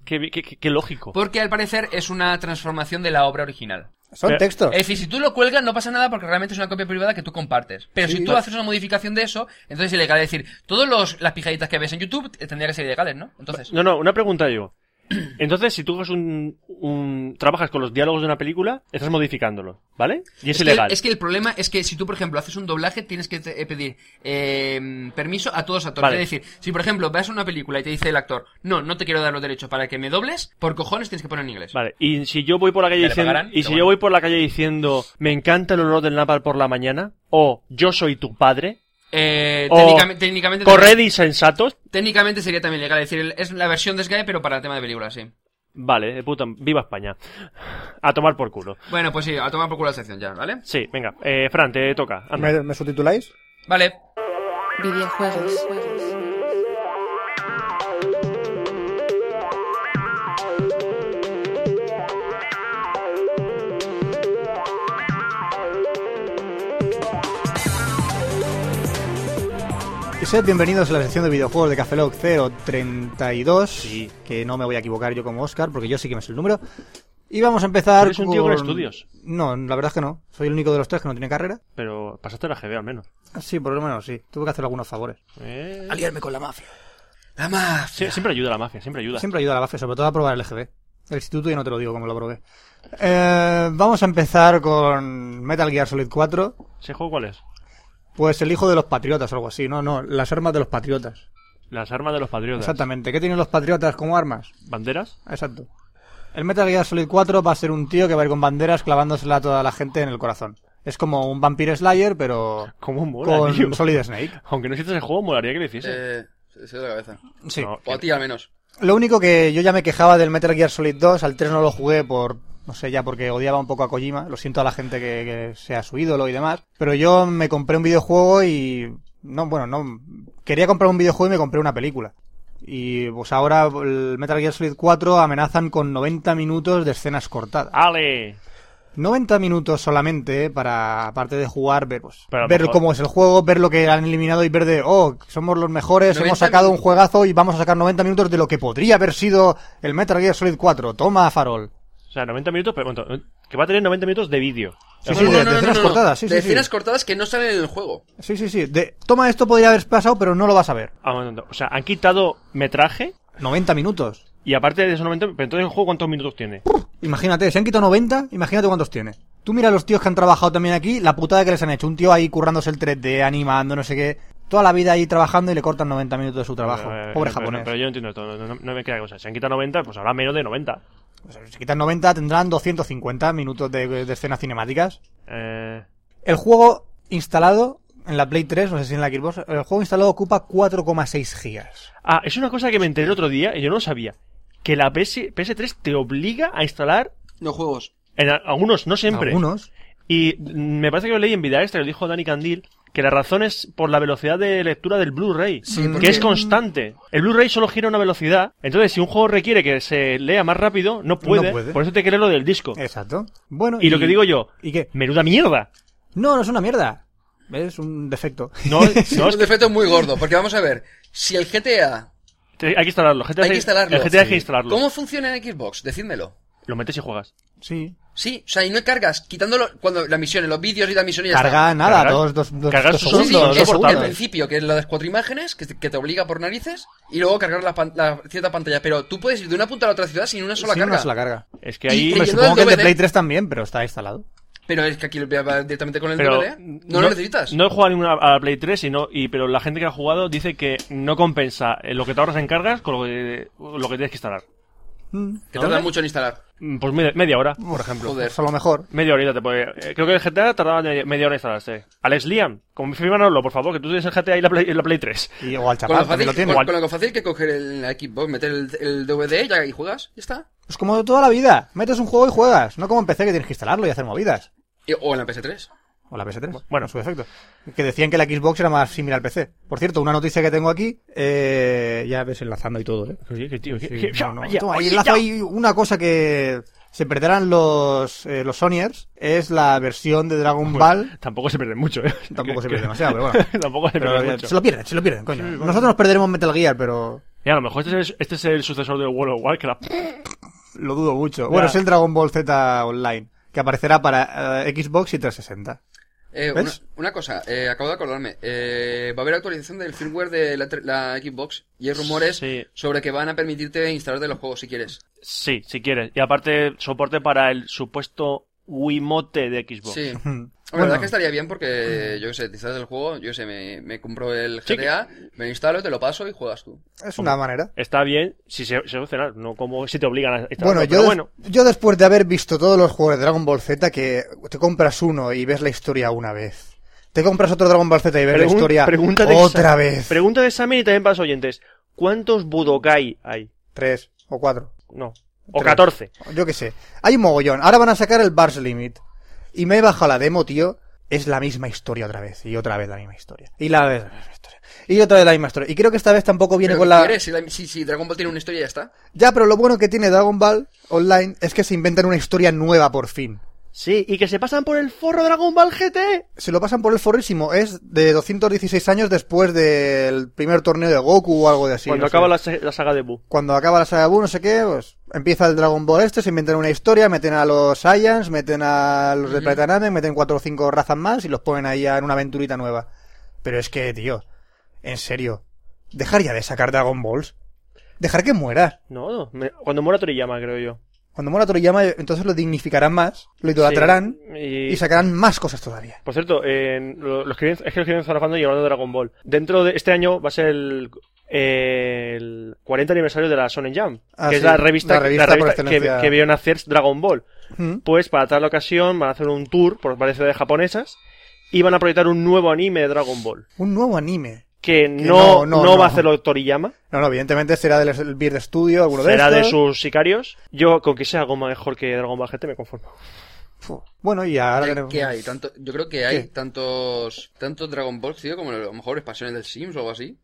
Speaker 5: Qué, bi- qué- qué- qué lógico.
Speaker 3: Porque al parecer es una transformación de la obra original.
Speaker 1: Son
Speaker 5: Pero-
Speaker 1: textos.
Speaker 3: Es decir, si tú lo cuelgas no pasa nada porque realmente es una copia privada que tú compartes. Pero
Speaker 1: Sí.
Speaker 3: si tú haces una modificación de eso, entonces es ilegal. Es decir, todas las pijaditas que ves en YouTube eh, tendrían que ser ilegales, ¿no? Entonces...
Speaker 5: No, no, una pregunta yo. Entonces, si tú haces un, un- trabajas con los diálogos de una película, estás modificándolo, ¿vale? Y es,
Speaker 3: que-
Speaker 5: ilegal.
Speaker 3: es que el problema es que si tú, por ejemplo, haces un doblaje, tienes que te- eh, pedir eh, permiso a todos los actores.
Speaker 5: Vale.
Speaker 3: Es decir, si por ejemplo vas a una película y te dice el actor, no, no te quiero dar los derechos para que me dobles, por cojones tienes que poner en inglés.
Speaker 5: Vale, y si yo voy por la calle
Speaker 3: Me lo
Speaker 5: diciendo,
Speaker 3: pagarán,
Speaker 5: y
Speaker 3: pero
Speaker 5: si
Speaker 3: bueno.
Speaker 5: yo voy por la calle diciendo, me encanta el olor del napal por la mañana, o yo soy tu padre,
Speaker 3: Eh,
Speaker 5: O-
Speaker 3: técnicamente, técnicamente,
Speaker 5: corred insensatos,
Speaker 3: técnicamente sería también legal. Es decir, el- es la versión de Sky, pero para el tema de películas, sí.
Speaker 5: vale, de puta, viva España, a tomar por culo.
Speaker 3: Bueno, pues sí, a tomar por culo la sección ya, ¿vale?
Speaker 5: Sí, venga, eh, Fran, te toca. Anda.
Speaker 1: ¿Me, me subtituláis?
Speaker 3: Vale.
Speaker 7: videojuegos,
Speaker 1: Y sed bienvenidos a la sección de videojuegos de Café Lock 032.
Speaker 5: Sí.
Speaker 1: Que no me voy a equivocar yo como Oscar, porque yo sí que me sé el número. Y vamos a empezar.
Speaker 5: Eres un tío con estudios.
Speaker 1: No, la verdad es que no. Soy el único de los tres que no tiene carrera.
Speaker 5: Pero pasaste la GB al menos.
Speaker 1: Ah, Sí, por lo menos sí. Tuve que hacer algunos favores.
Speaker 5: Eh,
Speaker 1: Aliarme con la mafia.
Speaker 3: La más.
Speaker 5: sí, siempre ayuda la mafia, siempre ayuda.
Speaker 1: Siempre ayuda a la mafia, sobre todo a probar el EGB. El instituto ya no te lo digo como lo probé. Eh, vamos a empezar con Metal Gear Solid 4.
Speaker 5: ¿Ese juego cuál es?
Speaker 1: Pues el hijo de los patriotas o algo así. No, no, las armas de los patriotas.
Speaker 5: Las armas de los patriotas.
Speaker 1: Exactamente. ¿Qué tienen los patriotas como armas?
Speaker 5: ¿Banderas?
Speaker 1: Exacto. El Metal Gear Solid 4 va a ser un tío que va a ir con banderas clavándosela a toda la gente en el corazón. Es como un Vampire Slayer, pero
Speaker 5: ¿Cómo mola,
Speaker 1: con
Speaker 5: tío? [laughs]
Speaker 1: Solid Snake.
Speaker 5: Aunque no hiciese el juego, molaría que lo hiciese.
Speaker 3: Eh, se la cabeza.
Speaker 1: Sí.
Speaker 5: No,
Speaker 3: O
Speaker 5: que-
Speaker 3: a ti al menos.
Speaker 1: Lo único que yo ya me quejaba del Metal Gear Solid 2, al 3 no lo jugué por, no sé, ya porque odiaba un poco a Kojima, lo siento a la gente que, que sea su ídolo y demás, pero yo me compré un videojuego y, no, bueno, no, quería comprar un videojuego y me compré una película. Y pues ahora el Metal Gear Solid 4 amenazan con 90 minutos de escenas cortadas.
Speaker 5: ¡Ale!
Speaker 1: 90 minutos solamente eh, para, aparte de jugar, ver, pues,
Speaker 5: Pero a lo
Speaker 1: ver
Speaker 5: mejor-
Speaker 1: cómo es el juego, ver lo que han eliminado y ver de, oh, somos los mejores,
Speaker 3: 90
Speaker 1: hemos sacado un
Speaker 3: minutos.
Speaker 1: juegazo y vamos a sacar 90 minutos de lo que podría haber sido el Metal Gear Solid 4. Toma, farol.
Speaker 5: O sea, 90 minutos, pero bueno, que va a tener 90 minutos de vídeo.
Speaker 1: Sí, sí, de, de escenas cortadas, sí,
Speaker 3: de
Speaker 1: sí, Mm. sí.
Speaker 3: escenas cortadas que no salen en el juego.
Speaker 1: Sí, sí, sí. De, toma, esto podría haber pasado, pero no lo vas a ver.
Speaker 5: Ah, bueno, O sea, han quitado metraje
Speaker 1: 90 minutos.
Speaker 5: y aparte de esos 90, pero entonces el juego cuántos minutos tiene.
Speaker 1: Imagínate, se han quitado 90, imagínate cuántos tiene. Tú mira los tíos que han trabajado también aquí, la putada que les han hecho. Un tío ahí currándose el 3D, animando, no sé qué. Toda la vida ahí trabajando y le cortan 90 minutos de su trabajo.
Speaker 5: Eh,
Speaker 1: Pobre
Speaker 5: pero-
Speaker 1: japonés.
Speaker 5: Pero yo no entiendo todo, no, no- no me queda cosa. Si han quitado 90, pues habrá menos de 90.
Speaker 1: O sea, si quitan 90 tendrán 250 minutos de, de escenas cinemáticas.
Speaker 5: Eh,
Speaker 1: El juego instalado en la Play 3, no sé si en la Xbox, el juego instalado ocupa 4,6 gigas.
Speaker 5: Ah, es una cosa que me enteré el otro día y yo no lo sabía. Que la PS, PS3 te obliga a instalar,
Speaker 3: No juegos.
Speaker 5: en a- algunos, no siempre.
Speaker 1: Algunos.
Speaker 5: Y mm, me parece que lo leí en Vida Extra, lo dijo Dani Candil, que la razón es por la velocidad de lectura del Blu-ray,
Speaker 3: Sí,
Speaker 5: que
Speaker 3: porque-
Speaker 5: es constante. El Blu-ray solo gira a una velocidad, entonces si un juego requiere que se lea más rápido, no puede.
Speaker 1: puede.
Speaker 5: Por eso te crees lo del disco.
Speaker 1: Exacto. Bueno,
Speaker 5: Y lo que digo yo,
Speaker 1: ¿Y qué?
Speaker 5: menuda mierda.
Speaker 1: No, no es una mierda. Es un defecto. [laughs]
Speaker 5: No, no,
Speaker 3: Es un defecto muy gordo, porque vamos a ver, si el GTA
Speaker 5: te- hay que instalarlo. GTA
Speaker 3: hay que instalarlo,
Speaker 5: El GTA hay que instalarlo.
Speaker 3: ¿cómo funciona en Xbox? Decídmelo.
Speaker 5: Lo metes y juegas.
Speaker 1: Sí.
Speaker 3: Sí, o sea, y no cargas, quitándolo cuando la misión, en los vídeos y la misión y ya
Speaker 1: Carga
Speaker 3: está.
Speaker 1: nada,
Speaker 5: Cargar-
Speaker 1: dos, dos, dos,
Speaker 5: cargar
Speaker 1: dos
Speaker 5: sus
Speaker 3: Sí,
Speaker 1: segundos,
Speaker 3: sí,
Speaker 5: son
Speaker 1: dos
Speaker 3: es el
Speaker 5: soportables.
Speaker 1: segundos.
Speaker 3: principio, que es lo de las cuatro imágenes, que te, que te obliga por narices, y luego cargar la, pan- la cierta pantalla. Pero tú puedes ir de una punta a la otra ciudad sin una sola
Speaker 1: Sí,
Speaker 3: carga.
Speaker 1: una sola carga.
Speaker 5: Es que
Speaker 3: Y-
Speaker 5: ahí...
Speaker 3: y-
Speaker 1: Hombre,
Speaker 3: yendo
Speaker 1: supongo
Speaker 3: al
Speaker 1: que el de
Speaker 3: DVD.
Speaker 1: Play 3 también, pero está instalado.
Speaker 3: Pero es que aquí lo va directamente con el
Speaker 5: pero
Speaker 3: DVD. No, lo necesitas.
Speaker 5: No he jugado ninguna a la Play 3, y no- y, pero la gente que ha jugado dice que no compensa eh, lo que te ahorras en cargas con lo que, lo que tienes que instalar.
Speaker 1: Mm,
Speaker 3: que tarda mucho en instalar.
Speaker 5: Mm, Pues media, media hora.
Speaker 1: Por ejemplo,
Speaker 3: Joder.
Speaker 1: pues a lo mejor.
Speaker 5: Media horita te puede... eh, Creo que el GTA tardaba media media hora en instalarse. Alex Liam, confírmanoslo, por favor, que tú tienes el GTA y la Play, y la Play 3.
Speaker 1: Y, o al
Speaker 3: Con lo,
Speaker 1: chaval también
Speaker 3: fácil,
Speaker 1: lo tiene.
Speaker 3: con- con lo fácil que coger el la Xbox, meter el, el DVD ya, y juegas, ya está.
Speaker 1: Es como toda la vida. Metes un juego y juegas. No como en PC que tienes que instalarlo y hacer movidas.
Speaker 9: Y- O en la PS3.
Speaker 1: O la PS3.
Speaker 5: Bueno.
Speaker 1: en su defecto. Que decían que la Xbox era más similar al PC. Por cierto, una noticia que tengo aquí, eh, ya ves enlazando y todo, ¿eh?
Speaker 5: Oye, que tío, que-
Speaker 1: Sí,
Speaker 5: que-
Speaker 1: no, no.
Speaker 5: ya,
Speaker 1: Toma, ahí
Speaker 5: oye,
Speaker 1: enlazo
Speaker 5: ya.
Speaker 1: ahí una cosa que se perderán los, eh, los Sonyers, es la versión de Dragon Ball.
Speaker 5: Tampoco se pierde mucho, ¿eh?
Speaker 1: [laughs] Tampoco [laughs] se
Speaker 5: Que- [laughs]
Speaker 1: pierde demasiado, pero bueno.
Speaker 5: Tampoco se
Speaker 1: Pero,
Speaker 5: pierde
Speaker 1: eh,
Speaker 5: mucho.
Speaker 1: se lo pierden, se lo pierden, coño. Nosotros nos perderemos Metal Gear, pero
Speaker 5: Y a lo mejor este es, este es el sucesor de World of Warcraft.
Speaker 1: lo dudo mucho. Bueno, es el Dragon Ball Z Online, que aparecerá para eh, Xbox y 360.
Speaker 9: Eh, una,
Speaker 1: ¿Ves?
Speaker 9: una cosa, eh, acabo de acordarme. Eh, va a haber actualización del firmware de la, tre- la Xbox y hay rumores
Speaker 5: Sí.
Speaker 9: sobre que van a permitirte instalarte los juegos si quieres.
Speaker 5: Sí, si quieres. Y aparte, soporte para el supuesto Wiimote de Xbox.
Speaker 9: Sí. La
Speaker 1: Hmm. Bueno,
Speaker 9: verdad que estaría bien porque, yo qué sé, te instalas el juego, yo qué sé, me, me compro el
Speaker 5: Sí,
Speaker 9: GTA, me lo instalo, te lo paso y juegas tú.
Speaker 1: es una manera.
Speaker 5: Está bien si se, se funciona, no como si te obligan a instalarlo,
Speaker 1: Bueno,
Speaker 5: pero
Speaker 1: yo, des-
Speaker 5: bueno.
Speaker 1: yo después de haber visto todos los juegos de Dragon Ball Z, que te compras uno y ves la historia una vez. Te compras otro Dragon Ball Z y ves la
Speaker 5: Pregun-
Speaker 1: historia
Speaker 5: pregunta de
Speaker 1: otra
Speaker 5: examen-
Speaker 1: vez.
Speaker 5: Pregunta de examen y también para los oyentes. ¿Cuántos Budokai hay?
Speaker 1: Tres o cuatro.
Speaker 5: No. O
Speaker 1: Tres.
Speaker 5: 14.
Speaker 1: Yo qué sé. Hay un mogollón. Ahora van a sacar el Bars Limit. Y me he bajado la demo, tío. Es la misma historia otra vez. Y otra vez la misma historia. Y la vez la misma historia. Y otra vez la misma historia. Y creo que esta vez tampoco viene
Speaker 9: Pero
Speaker 1: con
Speaker 9: ¿qué
Speaker 1: la...
Speaker 9: quieres? Si, la- si- si Dragon Ball tiene una historia, ya está.
Speaker 1: Ya, pero lo bueno que tiene Dragon Ball Online es que se inventan una historia nueva por fin.
Speaker 5: Sí, y que se pasan por el forro Dragon Ball GT.
Speaker 1: Se lo pasan por el forrísimo. Es de 216 años después del primer torneo de Goku o algo de así.
Speaker 5: Cuando
Speaker 1: no sé.
Speaker 5: acaba la, se- la saga de Buu.
Speaker 1: Cuando acaba la saga Buu, no sé qué, pues empieza el Dragon Ball este, se inventan una historia, meten a los Saiyans, meten a los de
Speaker 9: Ujú.
Speaker 1: Planeta Namek, meten cuatro o cinco razas más y los ponen ahí en una aventurita nueva. Pero es que, tío, en serio, dejar ya de sacar Dragon Balls. Dejar que muera.
Speaker 5: No, no, me- cuando muera Toriyama, creo yo.
Speaker 1: Cuando muera Toriyama, entonces lo dignificarán más, lo idolatrarán
Speaker 5: Sí,
Speaker 1: y sacarán más cosas todavía.
Speaker 5: Por cierto, eh, lo, lo escribí en- es que lo escribí en Zarafando y hablando de Dragon Ball. Dentro de este año va a ser el, el 40 aniversario de la Shonen Jump,
Speaker 1: Ah,
Speaker 5: que es
Speaker 1: sí,
Speaker 5: la revista,
Speaker 1: la revista por
Speaker 5: que,
Speaker 1: excelencia.
Speaker 5: que vio nacer Dragon Ball.
Speaker 1: ¿Mm?
Speaker 5: Pues para tal ocasión van a hacer un tour por varias ciudades japonesas y van a proyectar un nuevo anime de Dragon Ball.
Speaker 1: Un nuevo anime.
Speaker 5: Que
Speaker 1: no,
Speaker 5: no,
Speaker 1: no,
Speaker 5: no, va a
Speaker 1: no.
Speaker 5: hacerlo Toriyama,
Speaker 1: No, no, evidentemente será del el Beard Studio, alguno
Speaker 5: será
Speaker 1: de
Speaker 5: de
Speaker 1: estos.
Speaker 5: sus sicarios. Yo con que sea algo mejor que Dragon Ball GT me conformo.
Speaker 1: Fu. Bueno, y ahora
Speaker 9: ¿Qué,
Speaker 1: tenemos...
Speaker 9: qué hay? Tanto, yo creo que hay
Speaker 1: ¿Qué?
Speaker 9: tantos tantos Dragon Balls, tío, como a lo mejor expansiones del Sims o algo así.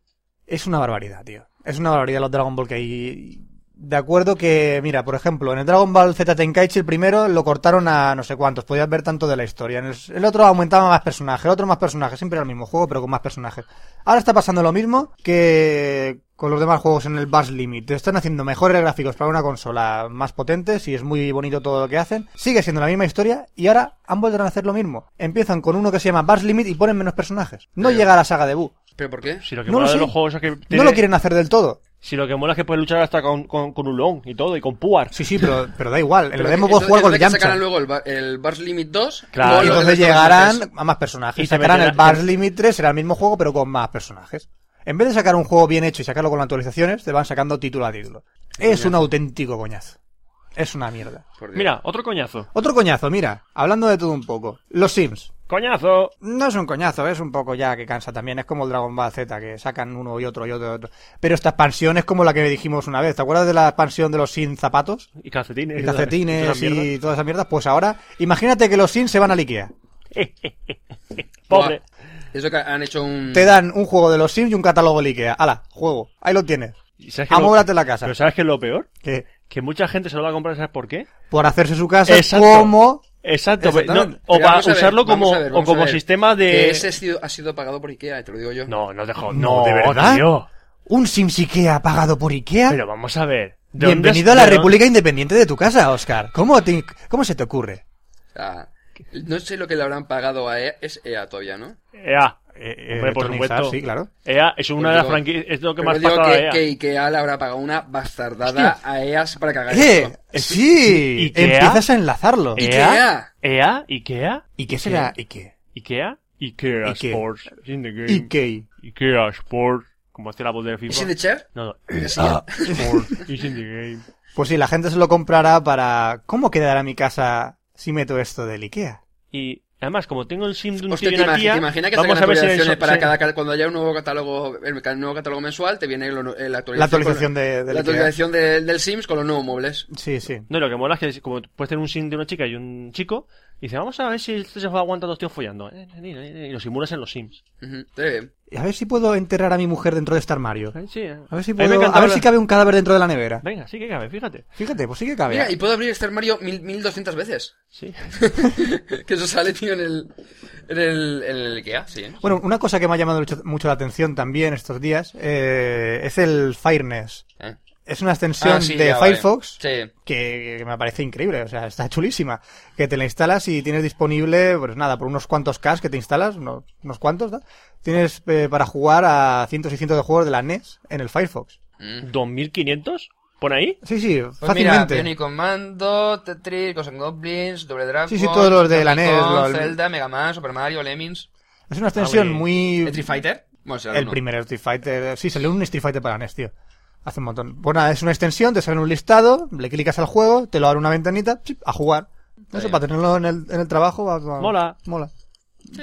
Speaker 1: Es una barbaridad, tío. Es una barbaridad los Dragon Ball que hay. De acuerdo que, mira, por ejemplo, en el Dragon Ball Z Tenkaichi el primero lo cortaron a no sé cuántos, podías ver tanto de la historia. En el, el otro aumentaba más personajes, el otro más personajes, siempre era el mismo juego, pero con más personajes. Ahora está pasando lo mismo que con los demás juegos en el Bars Limit. Están haciendo mejores gráficos para una consola más potentes y es muy bonito todo lo que hacen. Sigue siendo la misma historia y ahora han vuelto a hacer lo mismo. Empiezan con uno que se llama Bars Limit y ponen menos personajes. No
Speaker 9: Pero-
Speaker 1: llega a la saga de Buu.
Speaker 9: ¿Pero por qué?
Speaker 5: Si lo que
Speaker 1: No lo
Speaker 5: mola de
Speaker 1: sé.
Speaker 5: los juegos es que
Speaker 1: No
Speaker 5: tiene-
Speaker 1: lo quieren hacer del todo.
Speaker 5: si lo que mola es que puedes luchar hasta con, con, con Ulon y todo, y con Puar.
Speaker 1: Sí, sí, pero, pero da igual. En
Speaker 9: Pero
Speaker 1: la demo
Speaker 9: que-
Speaker 1: puedo jugar
Speaker 9: entonces-
Speaker 1: con el
Speaker 9: entonces
Speaker 1: Yamcha.
Speaker 9: sacarán luego el, Bar- el Bars Limit 2.
Speaker 5: Claro.
Speaker 9: luego
Speaker 5: Y
Speaker 9: los
Speaker 1: Entonces
Speaker 9: demás
Speaker 1: llegarán
Speaker 9: personajes.
Speaker 1: a más personajes.
Speaker 5: Y se
Speaker 1: sacarán el
Speaker 5: meterán-
Speaker 1: Bars Limit 3, será el mismo juego, pero con más personajes. En vez de sacar un juego bien hecho y sacarlo con actualizaciones, te van sacando título a título. Es un auténtico coñazo. Es una mierda.
Speaker 9: Por Dios.
Speaker 5: Mira, otro coñazo.
Speaker 1: Otro coñazo, mira, hablando de todo un poco. Los Sims.
Speaker 5: ¡Coñazo!
Speaker 1: No es un coñazo, es un poco ya que cansa también. Es como el Dragon Ball Z, que sacan uno y otro y otro y otro. Pero esta expansión es como la que dijimos una vez. ¿Te acuerdas de la expansión de los Sims zapatos?
Speaker 5: Y calcetines.
Speaker 1: y calcetines
Speaker 5: Esa mierda.
Speaker 1: y todas esas mierdas, pues ahora imagínate que los Sims se van al Ikea.
Speaker 5: Pobre.
Speaker 9: Buah, Eso que han hecho un.
Speaker 5: Mm.
Speaker 1: Te dan un juego de los Sims y un catálogo del Ikea. Ala, juego. Ahí lo tienes.
Speaker 5: Y sabes que lo-
Speaker 1: Amóbrate la casa.
Speaker 5: Pero ¿sabes qué es lo peor?
Speaker 1: Que
Speaker 5: Que mucha gente se lo va a comprar, ¿sabes por qué?
Speaker 1: por hacerse su casa
Speaker 5: Exacto.
Speaker 1: como...
Speaker 5: Exacto. pues, no,
Speaker 1: Exactamente.
Speaker 5: o
Speaker 9: Pero
Speaker 5: para
Speaker 9: vamos a ver,
Speaker 5: usarlo
Speaker 9: vamos
Speaker 5: como,
Speaker 9: a ver,
Speaker 5: o
Speaker 9: vamos a
Speaker 5: como
Speaker 9: ver.
Speaker 5: sistema de...
Speaker 9: Que ese ha sido, ha sido pagado por Ikea, te lo digo yo.
Speaker 5: No, no dejo.
Speaker 1: No,
Speaker 5: No,
Speaker 1: ¿de verdad?
Speaker 5: tío.
Speaker 1: Un Sims Ikea pagado por Ikea.
Speaker 5: Pero vamos a ver. ¿de dónde
Speaker 1: Bienvenido a
Speaker 5: has-
Speaker 1: la
Speaker 5: de dónde-
Speaker 1: República Independiente de tu casa, Oscar. ¿Cómo, te- ¿Cómo se te ocurre?
Speaker 9: O sea, no sé lo que le habrán pagado a EA, es EA todavía, ¿no?
Speaker 5: EA. Hombre, por
Speaker 1: Electronic
Speaker 5: supuesto.
Speaker 1: Arts, Sí, claro.
Speaker 5: EA es una
Speaker 9: Pues
Speaker 5: de las
Speaker 9: digo-
Speaker 5: franquicias... Es lo que
Speaker 9: Pero
Speaker 5: más E
Speaker 9: digo
Speaker 5: pagaba
Speaker 9: que,
Speaker 5: EA.
Speaker 9: que Ikea le habrá pagado una bastardada a EA para cagar
Speaker 1: ¡Eh!
Speaker 9: esto.
Speaker 1: Sí,
Speaker 5: ¿Ikea?
Speaker 1: empiezas a enlazarlo.
Speaker 5: Eh.
Speaker 9: ¡Ikea!
Speaker 5: EA, Ikea,
Speaker 1: ¿Y qué será Ikea?
Speaker 5: Ikea, Ikea
Speaker 1: Ikea.
Speaker 5: Sports. It's in the game.
Speaker 1: Ikea.
Speaker 5: Ikea Sports. Como hace la voz de
Speaker 9: ¿Es
Speaker 5: FIFA.
Speaker 9: in the chair?
Speaker 5: No, no.
Speaker 1: Ah.
Speaker 5: Sports. It's in the game.
Speaker 1: Pues sí, la gente se lo comprará para... ¿Cómo quedará mi casa si meto esto del Ikea?
Speaker 5: Y Además, como tengo el sim de un
Speaker 3: Hostia,
Speaker 5: tío
Speaker 3: te,
Speaker 5: y una
Speaker 3: imagi-
Speaker 5: tía,
Speaker 3: te imaginas que
Speaker 5: vamos
Speaker 3: sacan
Speaker 5: a ver si en el
Speaker 3: actualizaciones
Speaker 5: so-
Speaker 3: para
Speaker 5: se-
Speaker 3: cada, ca- cuando haya un nuevo catálogo, el, ca- nuevo catálogo mensual, te viene lo-
Speaker 9: eh,
Speaker 3: el actualización
Speaker 1: La actualización de,
Speaker 3: con-
Speaker 1: de
Speaker 3: la actualización de- del Sims con los nuevos muebles.
Speaker 1: Sí, sí.
Speaker 5: No, lo que mola es que como puedes tener un sim de una chica y un chico, y dice, vamos a ver si esto se va a aguantar dos tíos follando. Eh, eh, eh, Y los simulas en los sims.
Speaker 3: Ujú, está bien.
Speaker 1: Y a ver si puedo enterrar a mi mujer dentro de este armario.
Speaker 5: Eh, sí, eh.
Speaker 1: A ver si
Speaker 5: mí me
Speaker 1: puedo-
Speaker 5: encantaba
Speaker 1: a ver
Speaker 5: la-
Speaker 1: si cabe un cadáver dentro de la nevera.
Speaker 5: Venga, sí que cabe, fíjate.
Speaker 1: Fíjate, pues sí
Speaker 5: Ah,
Speaker 1: que cabe.
Speaker 3: Mira, y puedo abrir este armario mil, 1200 veces.
Speaker 5: Sí.
Speaker 3: [laughs] que eso sale, tío, en el, en el, en el IKEA, sí. ¿eh?
Speaker 1: Bueno, una cosa que me ha llamado mucho- mucho la atención también estos días eh, es el Fireness.
Speaker 3: Eh.
Speaker 1: Es una extensión
Speaker 3: Ah, sí,
Speaker 1: de
Speaker 3: ya, vale.
Speaker 1: Firefox
Speaker 3: Sí.
Speaker 1: que, que me parece increíble, o sea, está chulísima. Que te la instalas y tienes disponible, pues nada, por unos cuantos Ks que te instalas, unos, unos cuantos, ¿no? tienes eh, para jugar a cientos y cientos de juegos de la NES en el Firefox.
Speaker 3: Mm.
Speaker 5: ¿2500? ¿Por ahí?
Speaker 1: Sí, sí,
Speaker 3: Pues mira,
Speaker 1: fácilmente.
Speaker 3: Bionic Commando, Tetris, Ghosts and Goblins, Double Dragon,
Speaker 1: Sí, sí, todos los de la E
Speaker 3: Donkey
Speaker 1: NES,
Speaker 3: Kong,
Speaker 1: los-
Speaker 3: Zelda, Mega Man, Super Mario, Lemmings,
Speaker 1: es
Speaker 5: Ah,
Speaker 1: una extensión
Speaker 5: Hombre,
Speaker 1: muy...
Speaker 3: Street Fighter. Bueno, será
Speaker 1: El
Speaker 3: uno.
Speaker 1: primer Street Fighter. Sí, salió un Street Fighter para NES, tío. Hace un montón. Bueno, nada, es una extensión, te sale un listado, le clicas al juego, te lo abre una ventanita, chip, a jugar. No sé,
Speaker 3: bien.
Speaker 1: para tenerlo en el, en el trabajo. va- va-
Speaker 5: Mola.
Speaker 1: Mola.
Speaker 3: Sí.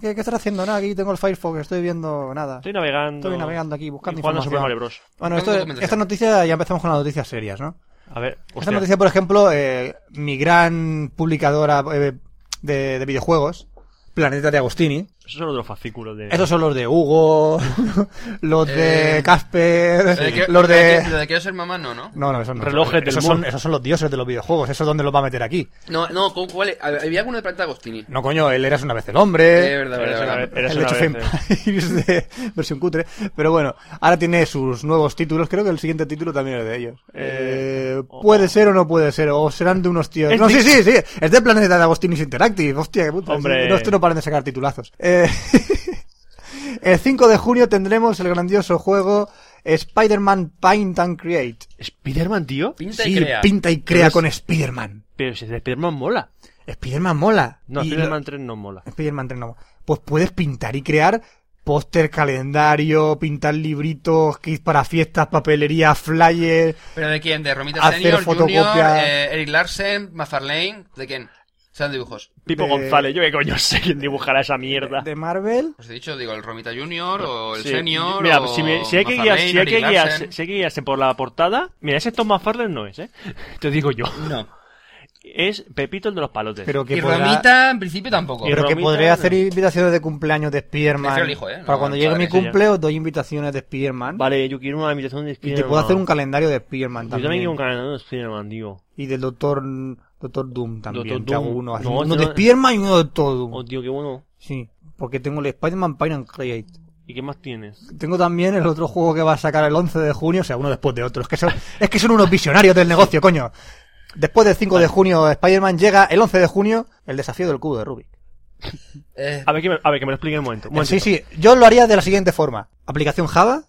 Speaker 1: ¿Qué, qué estás haciendo? Nada, aquí tengo el Firefox, estoy viendo nada.
Speaker 5: Estoy navegando.
Speaker 1: Estoy navegando aquí, buscando
Speaker 5: y jugando a Super
Speaker 1: información.
Speaker 5: Mario Bros.
Speaker 1: Bueno,
Speaker 3: Buscando
Speaker 1: esto,
Speaker 3: documentación.
Speaker 1: esta noticia ya empezamos con las noticias serias, ¿no?
Speaker 5: A ver,
Speaker 1: Esta
Speaker 5: hostia.
Speaker 1: noticia, por ejemplo, eh, mi gran publicadora eh, de, de videojuegos, Planeta de Agostini,
Speaker 5: Esos son los fascículos de...
Speaker 1: esos son los de Hugo, [laughs] los de
Speaker 3: Eh,
Speaker 1: Casper,
Speaker 3: Lo de que-
Speaker 1: los
Speaker 3: lo de que-
Speaker 1: de...
Speaker 3: lo de Quiero ser mamá, no, ¿no?
Speaker 1: No, no, esos no.
Speaker 5: Relojes del
Speaker 1: esos, son,
Speaker 5: mundo.
Speaker 1: esos son los dioses de los videojuegos. ¿Eso dónde los va a meter aquí?
Speaker 3: No, no, ¿cu- ¿cuál es? Había alguno de Planta Agostini.
Speaker 1: No, coño, él eras una vez el
Speaker 3: Eh,
Speaker 1: hombre.
Speaker 3: verdad,
Speaker 5: Eres
Speaker 3: verdad,
Speaker 5: una
Speaker 3: verdad.
Speaker 5: vez- eres
Speaker 1: el
Speaker 5: una
Speaker 1: Age of
Speaker 5: vez, eh.
Speaker 1: Empires de versión cutre. Pero bueno, ahora tiene sus nuevos títulos. Creo que el siguiente título también es de ellos.
Speaker 5: Eh,
Speaker 1: Eh,
Speaker 5: oh.
Speaker 1: puede ser o no puede ser. O serán de unos tíos.
Speaker 5: Es
Speaker 1: No, sí,
Speaker 5: de-
Speaker 1: sí, sí. Es de Planeta de Agostinis Interactive. Hostia, qué puta.
Speaker 5: Hombre.
Speaker 1: No, esto no paran de sacar titulazos. Eh, [laughs] el 5 de junio tendremos el grandioso juego Spider-Man Paint and Create.
Speaker 5: [laughs] ¿Spiderman, tío?
Speaker 3: Pinta
Speaker 1: sí,
Speaker 3: y crea.
Speaker 1: pinta y crea
Speaker 5: Pero es-
Speaker 1: con Spider-Man.
Speaker 5: Pero si de Spiderman mola.
Speaker 1: Spider-Man mola.
Speaker 5: No,
Speaker 1: Y-
Speaker 5: Spiderman 3 no mola.
Speaker 1: Spider-Man 3 no mola. Pues puedes pintar y crear póster, calendario, pintar libritos, kits para fiestas, papelería, flyers.
Speaker 3: ¿Pero de quién? ¿De Romita
Speaker 1: Hacer
Speaker 3: Senior, Junior,
Speaker 1: fotocopia.
Speaker 3: eh, Eric Larsen, Mazarlane? ¿De quién? Sean dibujos.
Speaker 5: Pipo
Speaker 1: De-
Speaker 5: González, yo qué coño sé quién dibujará esa mierda.
Speaker 1: De Marvel.
Speaker 3: Os he dicho, Pues digo, el Romita Junior o el
Speaker 5: Sí.
Speaker 3: Senior
Speaker 5: Mira,
Speaker 3: o
Speaker 5: si, me- si hay que, guiar-
Speaker 3: Mazarlane,
Speaker 5: si hay que
Speaker 3: Eric
Speaker 5: guiarse,
Speaker 3: Larsen.
Speaker 5: si hay que guiarse por la portada, mira, ese Tom Farland no es, ¿eh? [laughs] Te digo yo.
Speaker 3: No.
Speaker 5: Es Pepito el de los palotes.
Speaker 1: Pero que
Speaker 3: Y
Speaker 1: podrá-
Speaker 3: Romita, en principio, tampoco.
Speaker 5: Y
Speaker 1: Pero que
Speaker 5: Romita,
Speaker 1: podré
Speaker 5: no.
Speaker 1: hacer invitaciones de cumpleaños de Spider-Man.
Speaker 3: Prefiero el hijo, ¿eh? No,
Speaker 1: Para cuando llegue mi
Speaker 3: padre, sí,
Speaker 1: cumple os doy invitaciones de Spider-Man.
Speaker 5: Vale, yo quiero una invitación de
Speaker 1: Y
Speaker 5: Spiderman.
Speaker 1: te puedo hacer un calendario de Spider-Man
Speaker 5: Yo
Speaker 1: también.
Speaker 5: también quiero un calendario de Spiderman, tío.
Speaker 1: Y del Doctor, Doctor Doom también.
Speaker 5: Doctor
Speaker 1: te hago
Speaker 5: Doom.
Speaker 1: uno. así.
Speaker 5: No,
Speaker 1: uno
Speaker 5: no-
Speaker 1: de Spider-Man y uno de Doctor Doom.
Speaker 5: Oh, tío, qué bueno.
Speaker 1: Sí. Porque tengo el Spider-Man Pine and Create.
Speaker 5: ¿Y qué más tienes?
Speaker 1: Tengo también el otro juego que va a sacar el 11 de junio, o sea, uno después de otro. Es que son, es que son unos visionarios del negocio, coño. Después del 5 de junio, Spider-Man llega el 11 de junio, el desafío del cubo de Rubik.
Speaker 3: Eh,
Speaker 5: A ver, que me, a ver, que me lo explique un momento. Un
Speaker 1: Sí,
Speaker 5: momentito.
Speaker 1: sí, yo lo haría de la siguiente forma. Aplicación Java,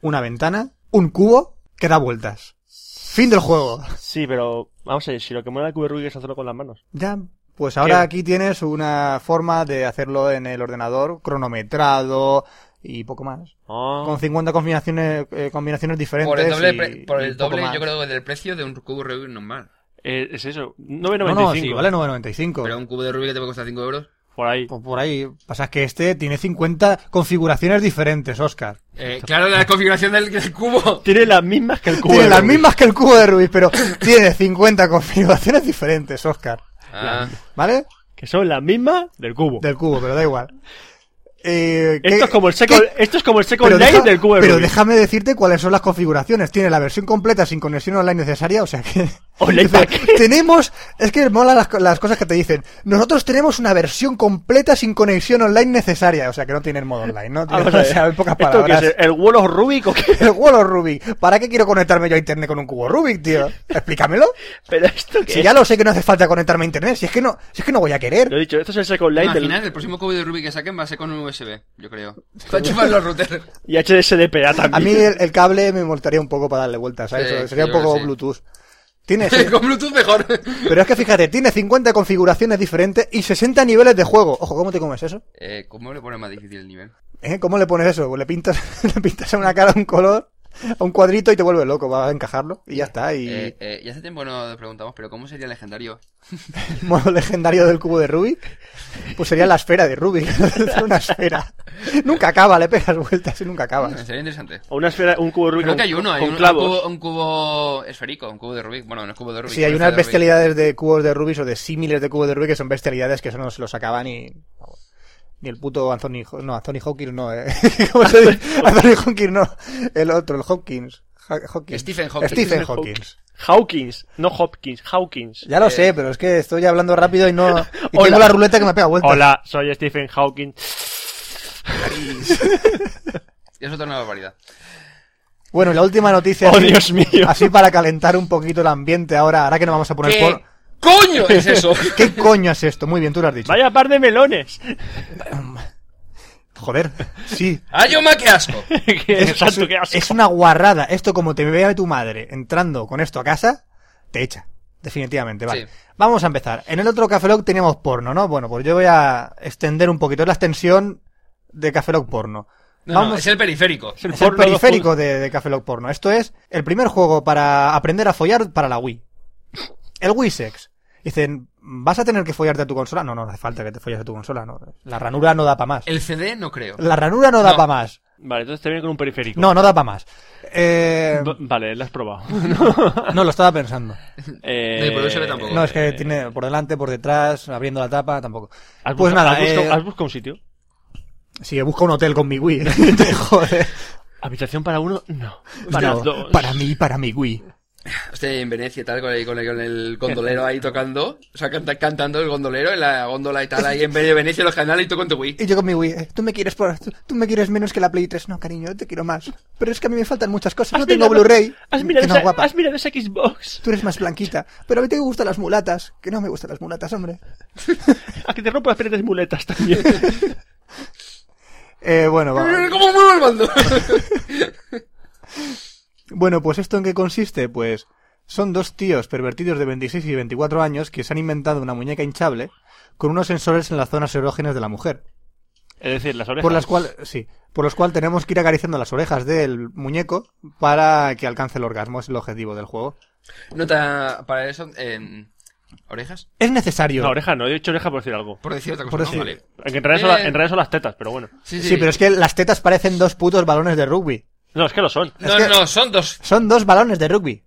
Speaker 1: una ventana, un cubo que da vueltas. Fin del juego.
Speaker 5: Sí, pero vamos a ver, si lo que mola de Cubo Rubik es hacerlo con las manos.
Speaker 1: Ya, pues ahora
Speaker 5: ¿Qué?
Speaker 1: aquí tienes una forma de hacerlo en el ordenador, cronometrado y poco más.
Speaker 5: Ah.
Speaker 1: Con 50 combinaciones, eh, combinaciones diferentes.
Speaker 3: por el doble,
Speaker 1: y-
Speaker 3: pre- por el
Speaker 1: y poco
Speaker 3: doble
Speaker 1: más.
Speaker 3: yo creo, que del precio de un cubo de Rubik normal.
Speaker 5: Eh, es eso,
Speaker 1: No,
Speaker 5: 9.95.
Speaker 1: no, sí, vale 9.95.
Speaker 3: Pero un cubo de Rubik que te va a costar 5 euros.
Speaker 5: Por ahí.
Speaker 1: Pues por ahí. Pasa que este tiene 50 configuraciones diferentes, Oscar.
Speaker 3: Eh, claro, la configuración del, del cubo.
Speaker 5: Tiene las mismas que el cubo.
Speaker 1: tiene
Speaker 5: de
Speaker 1: las
Speaker 5: Rubik.
Speaker 1: mismas que el cubo de Rubik, pero tiene 50 configuraciones diferentes, Oscar.
Speaker 3: Ah,
Speaker 1: ¿Vale?
Speaker 5: Que son las mismas del cubo.
Speaker 1: Del cubo, pero da igual. Eh,
Speaker 5: Esto,
Speaker 1: ¿qué-
Speaker 5: es como el second,
Speaker 1: qué-
Speaker 5: esto es como el second
Speaker 1: Pero,
Speaker 5: life
Speaker 1: deja-
Speaker 5: del cubo de
Speaker 1: pero
Speaker 5: Rubik.
Speaker 1: déjame decirte cuáles son las configuraciones. Tiene la versión completa sin conexión online necesaria, o sea que...
Speaker 5: [laughs] Online
Speaker 1: Dice,
Speaker 5: pack.
Speaker 1: tenemos... Es que mola las, co- las cosas que te dicen. Nosotros tenemos una versión completa sin conexión online necesaria, o sea que no tiene [laughs] el modo online, ¿no?
Speaker 5: Ah, vamos a
Speaker 1: o
Speaker 5: ver.
Speaker 1: sea, en pocas
Speaker 5: ¿Esto qué
Speaker 1: palabras.
Speaker 5: es? ¿El Wall of Rubik o qué? [laughs]
Speaker 1: [laughs] El Wall Rubik. ¿Para qué quiero conectarme yo a internet con un cubo Rubik, tío?
Speaker 5: [laughs]
Speaker 1: Explícamelo.
Speaker 5: Pero esto qué
Speaker 1: Si
Speaker 5: es?
Speaker 1: ya lo sé que no hace falta conectarme a internet, si es que no, si es que no voy a
Speaker 5: Lo he
Speaker 1: querer.
Speaker 5: dicho, esto es el Second Life del...
Speaker 3: imaginas, el próximo cubo de Rubik que saquen va a ser con un USB, yo [laughs] creo. Para chupar los routers.
Speaker 5: Y HDSDPA
Speaker 1: A mí
Speaker 5: también.
Speaker 1: el, el cable me molestaría un poco para darle vueltas, ¿sabes?
Speaker 3: Sí,
Speaker 1: Sería un
Speaker 3: yo creo
Speaker 1: poco
Speaker 3: que sí.
Speaker 1: Bluetooth.
Speaker 5: [laughs]
Speaker 1: Tiene, sí,
Speaker 3: [laughs] con Bluetooth mejor.
Speaker 1: pero es que fíjate, tiene 50 configuraciones diferentes y 60 niveles de juego. Ojo, ¿cómo te comes eso?
Speaker 3: Eh, ¿Cómo le pone más difícil el nivel?
Speaker 1: [laughs] ¿Eh? ¿Cómo le pones eso? ¿Le pintas, le pintas a una cara un color? a un cuadrito y te vuelve loco, vas a encajarlo y ya está. Y
Speaker 3: Eh, eh, ya hace tiempo no nos preguntamos, pero ¿cómo sería legendario?
Speaker 1: el modo legendario del cubo de Rubik, pues sería la esfera de Rubik. [laughs] Es una esfera. Nunca acaba, le pegas vueltas y nunca acaba.
Speaker 3: Sería interesante.
Speaker 5: O una esfera, un cubo Rubik
Speaker 3: Creo
Speaker 5: con,
Speaker 3: que hay uno, hay
Speaker 5: con
Speaker 3: un, un
Speaker 5: clavos.
Speaker 3: cubo, un cubo esférico, un cubo de Rubik. Bueno, no es cubo de Rubik.
Speaker 1: Sí, hay
Speaker 3: pero
Speaker 1: unas
Speaker 3: es de Rubik.
Speaker 1: bestialidades de cubos de Rubik o de símiles de cubos de Rubik que son bestialidades que eso no se los acaba ni. Ni el puto Anthony. Ho- No, Anthony Hawkins no, eh. [laughs] ¿Cómo se dice? Anthony Hawkins no. El otro, el Hawkins. Ha- Hawkins.
Speaker 3: Stephen Hawking.
Speaker 1: Stephen
Speaker 5: Stephen
Speaker 1: Hawkins.
Speaker 5: Hawkins, no Hopkins, Hawkins.
Speaker 1: Ya lo sé, pero es que estoy hablando rápido y no. Y
Speaker 5: Hola.
Speaker 1: tengo la ruleta que me pega vueltas.
Speaker 5: Hola, soy Stephen Hawking.
Speaker 3: Es otra nueva variedad.
Speaker 1: Bueno, y la última noticia.
Speaker 5: Oh,
Speaker 1: así-
Speaker 5: Dios mío.
Speaker 1: Así para calentar un poquito el ambiente ahora, ahora que no vamos a poner
Speaker 9: ¿Qué
Speaker 1: por. [laughs]
Speaker 9: coño es eso?
Speaker 1: ¿Qué coño es esto? Muy bien, tú lo has dicho.
Speaker 5: Vaya par de melones. [laughs]
Speaker 1: Joder, sí.
Speaker 3: ¡Ah,
Speaker 9: Ayoma, qué asco.
Speaker 5: Qué [laughs] santo, qué asco.
Speaker 1: es una guarrada. Esto, como te vea tu madre entrando con esto a casa, te echa. Definitivamente, vale.
Speaker 3: Sí.
Speaker 1: Vamos a empezar. En el otro Café Lock teníamos porno, ¿no? Bueno, pues yo voy a extender un poquito la extensión de Café Lock porno.
Speaker 9: No, no, es el periférico.
Speaker 5: Es el
Speaker 1: Es el
Speaker 5: porno de los
Speaker 1: periférico de, de Café Lock Porno. Esto es el primer juego para aprender a follar para la Wii. El Wii Sex. Dicen, ¿vas a tener que follarte a tu consola? No, no hace falta que te folles a tu consola. No. La ranura no da para más.
Speaker 3: El CD no creo.
Speaker 1: La ranura no da
Speaker 3: No.
Speaker 1: para más.
Speaker 5: Vale, entonces te viene con un periférico.
Speaker 1: No, no da para más. Eh,
Speaker 5: B- Vale, lo has probado.
Speaker 1: [laughs] no, lo estaba pensando.
Speaker 5: Eh,
Speaker 3: No, y por USB tampoco.
Speaker 1: No, es que tiene por delante, por detrás, abriendo la tapa, tampoco.
Speaker 5: ¿Has
Speaker 1: Pues
Speaker 5: busca-
Speaker 1: nada,
Speaker 5: ¿has, busca-
Speaker 1: eh,
Speaker 5: has buscado un sitio?
Speaker 1: si busco un hotel con mi
Speaker 5: [laughs]
Speaker 1: Wii. Joder.
Speaker 5: ¿Habitación para uno? No. Para
Speaker 1: No,
Speaker 5: dos.
Speaker 1: Para mí, para mi Wii.
Speaker 3: Este en Venecia y tal, con el, con el- con el gondolero ahí tocando. O sea, canta- cantando el gondolero en la góndola y tal, ahí en vez de Venecia los canales y tú con tu
Speaker 1: [laughs]
Speaker 3: Wii.
Speaker 1: Y yo con mi Wii, eh, tú me quieres por, tú, tú me quieres menos que la Play 3, no, cariño, yo te quiero más. Pero es que a mí me faltan muchas cosas, no tengo
Speaker 5: mirado-
Speaker 1: Blu-ray.
Speaker 5: ¿Has, mirado
Speaker 1: que no,
Speaker 5: esa-
Speaker 1: guapa.
Speaker 5: has mirado esa Xbox?
Speaker 1: [laughs] Tú eres más blanquita, pero a mí te gustan las mulatas, que no me gustan las mulatas, hombre.
Speaker 5: A que te rompo las piernas de muletas también.
Speaker 1: Eh, bueno,
Speaker 5: [laughs]
Speaker 1: va-
Speaker 3: ¿Cómo muevo el mando? [laughs]
Speaker 1: bueno, pues esto en qué consiste, pues son dos tíos pervertidos de 26 y 24 años que se han inventado una muñeca hinchable con unos sensores en las zonas erógenas de la mujer.
Speaker 5: es decir, las orejas.
Speaker 1: Por las cual, sí, por los cual tenemos que ir acariciando las orejas del muñeco para que alcance el orgasmo, es el objetivo del juego.
Speaker 3: Nota para eso, eh, ¿orejas?
Speaker 1: Es necesario.
Speaker 5: No, oreja no, he dicho oreja por decir algo.
Speaker 3: Por decir otra cosa,
Speaker 1: Por
Speaker 3: ¿no?
Speaker 1: decir-
Speaker 3: Vale.
Speaker 5: En realidad, son, la-
Speaker 3: Eh.
Speaker 5: en realidad son las tetas, pero bueno.
Speaker 1: Sí, pero es que las tetas parecen dos putos balones de rugby.
Speaker 5: No, es que lo son.
Speaker 3: No,
Speaker 1: es que-
Speaker 3: no, son dos.
Speaker 1: Son dos balones de rugby.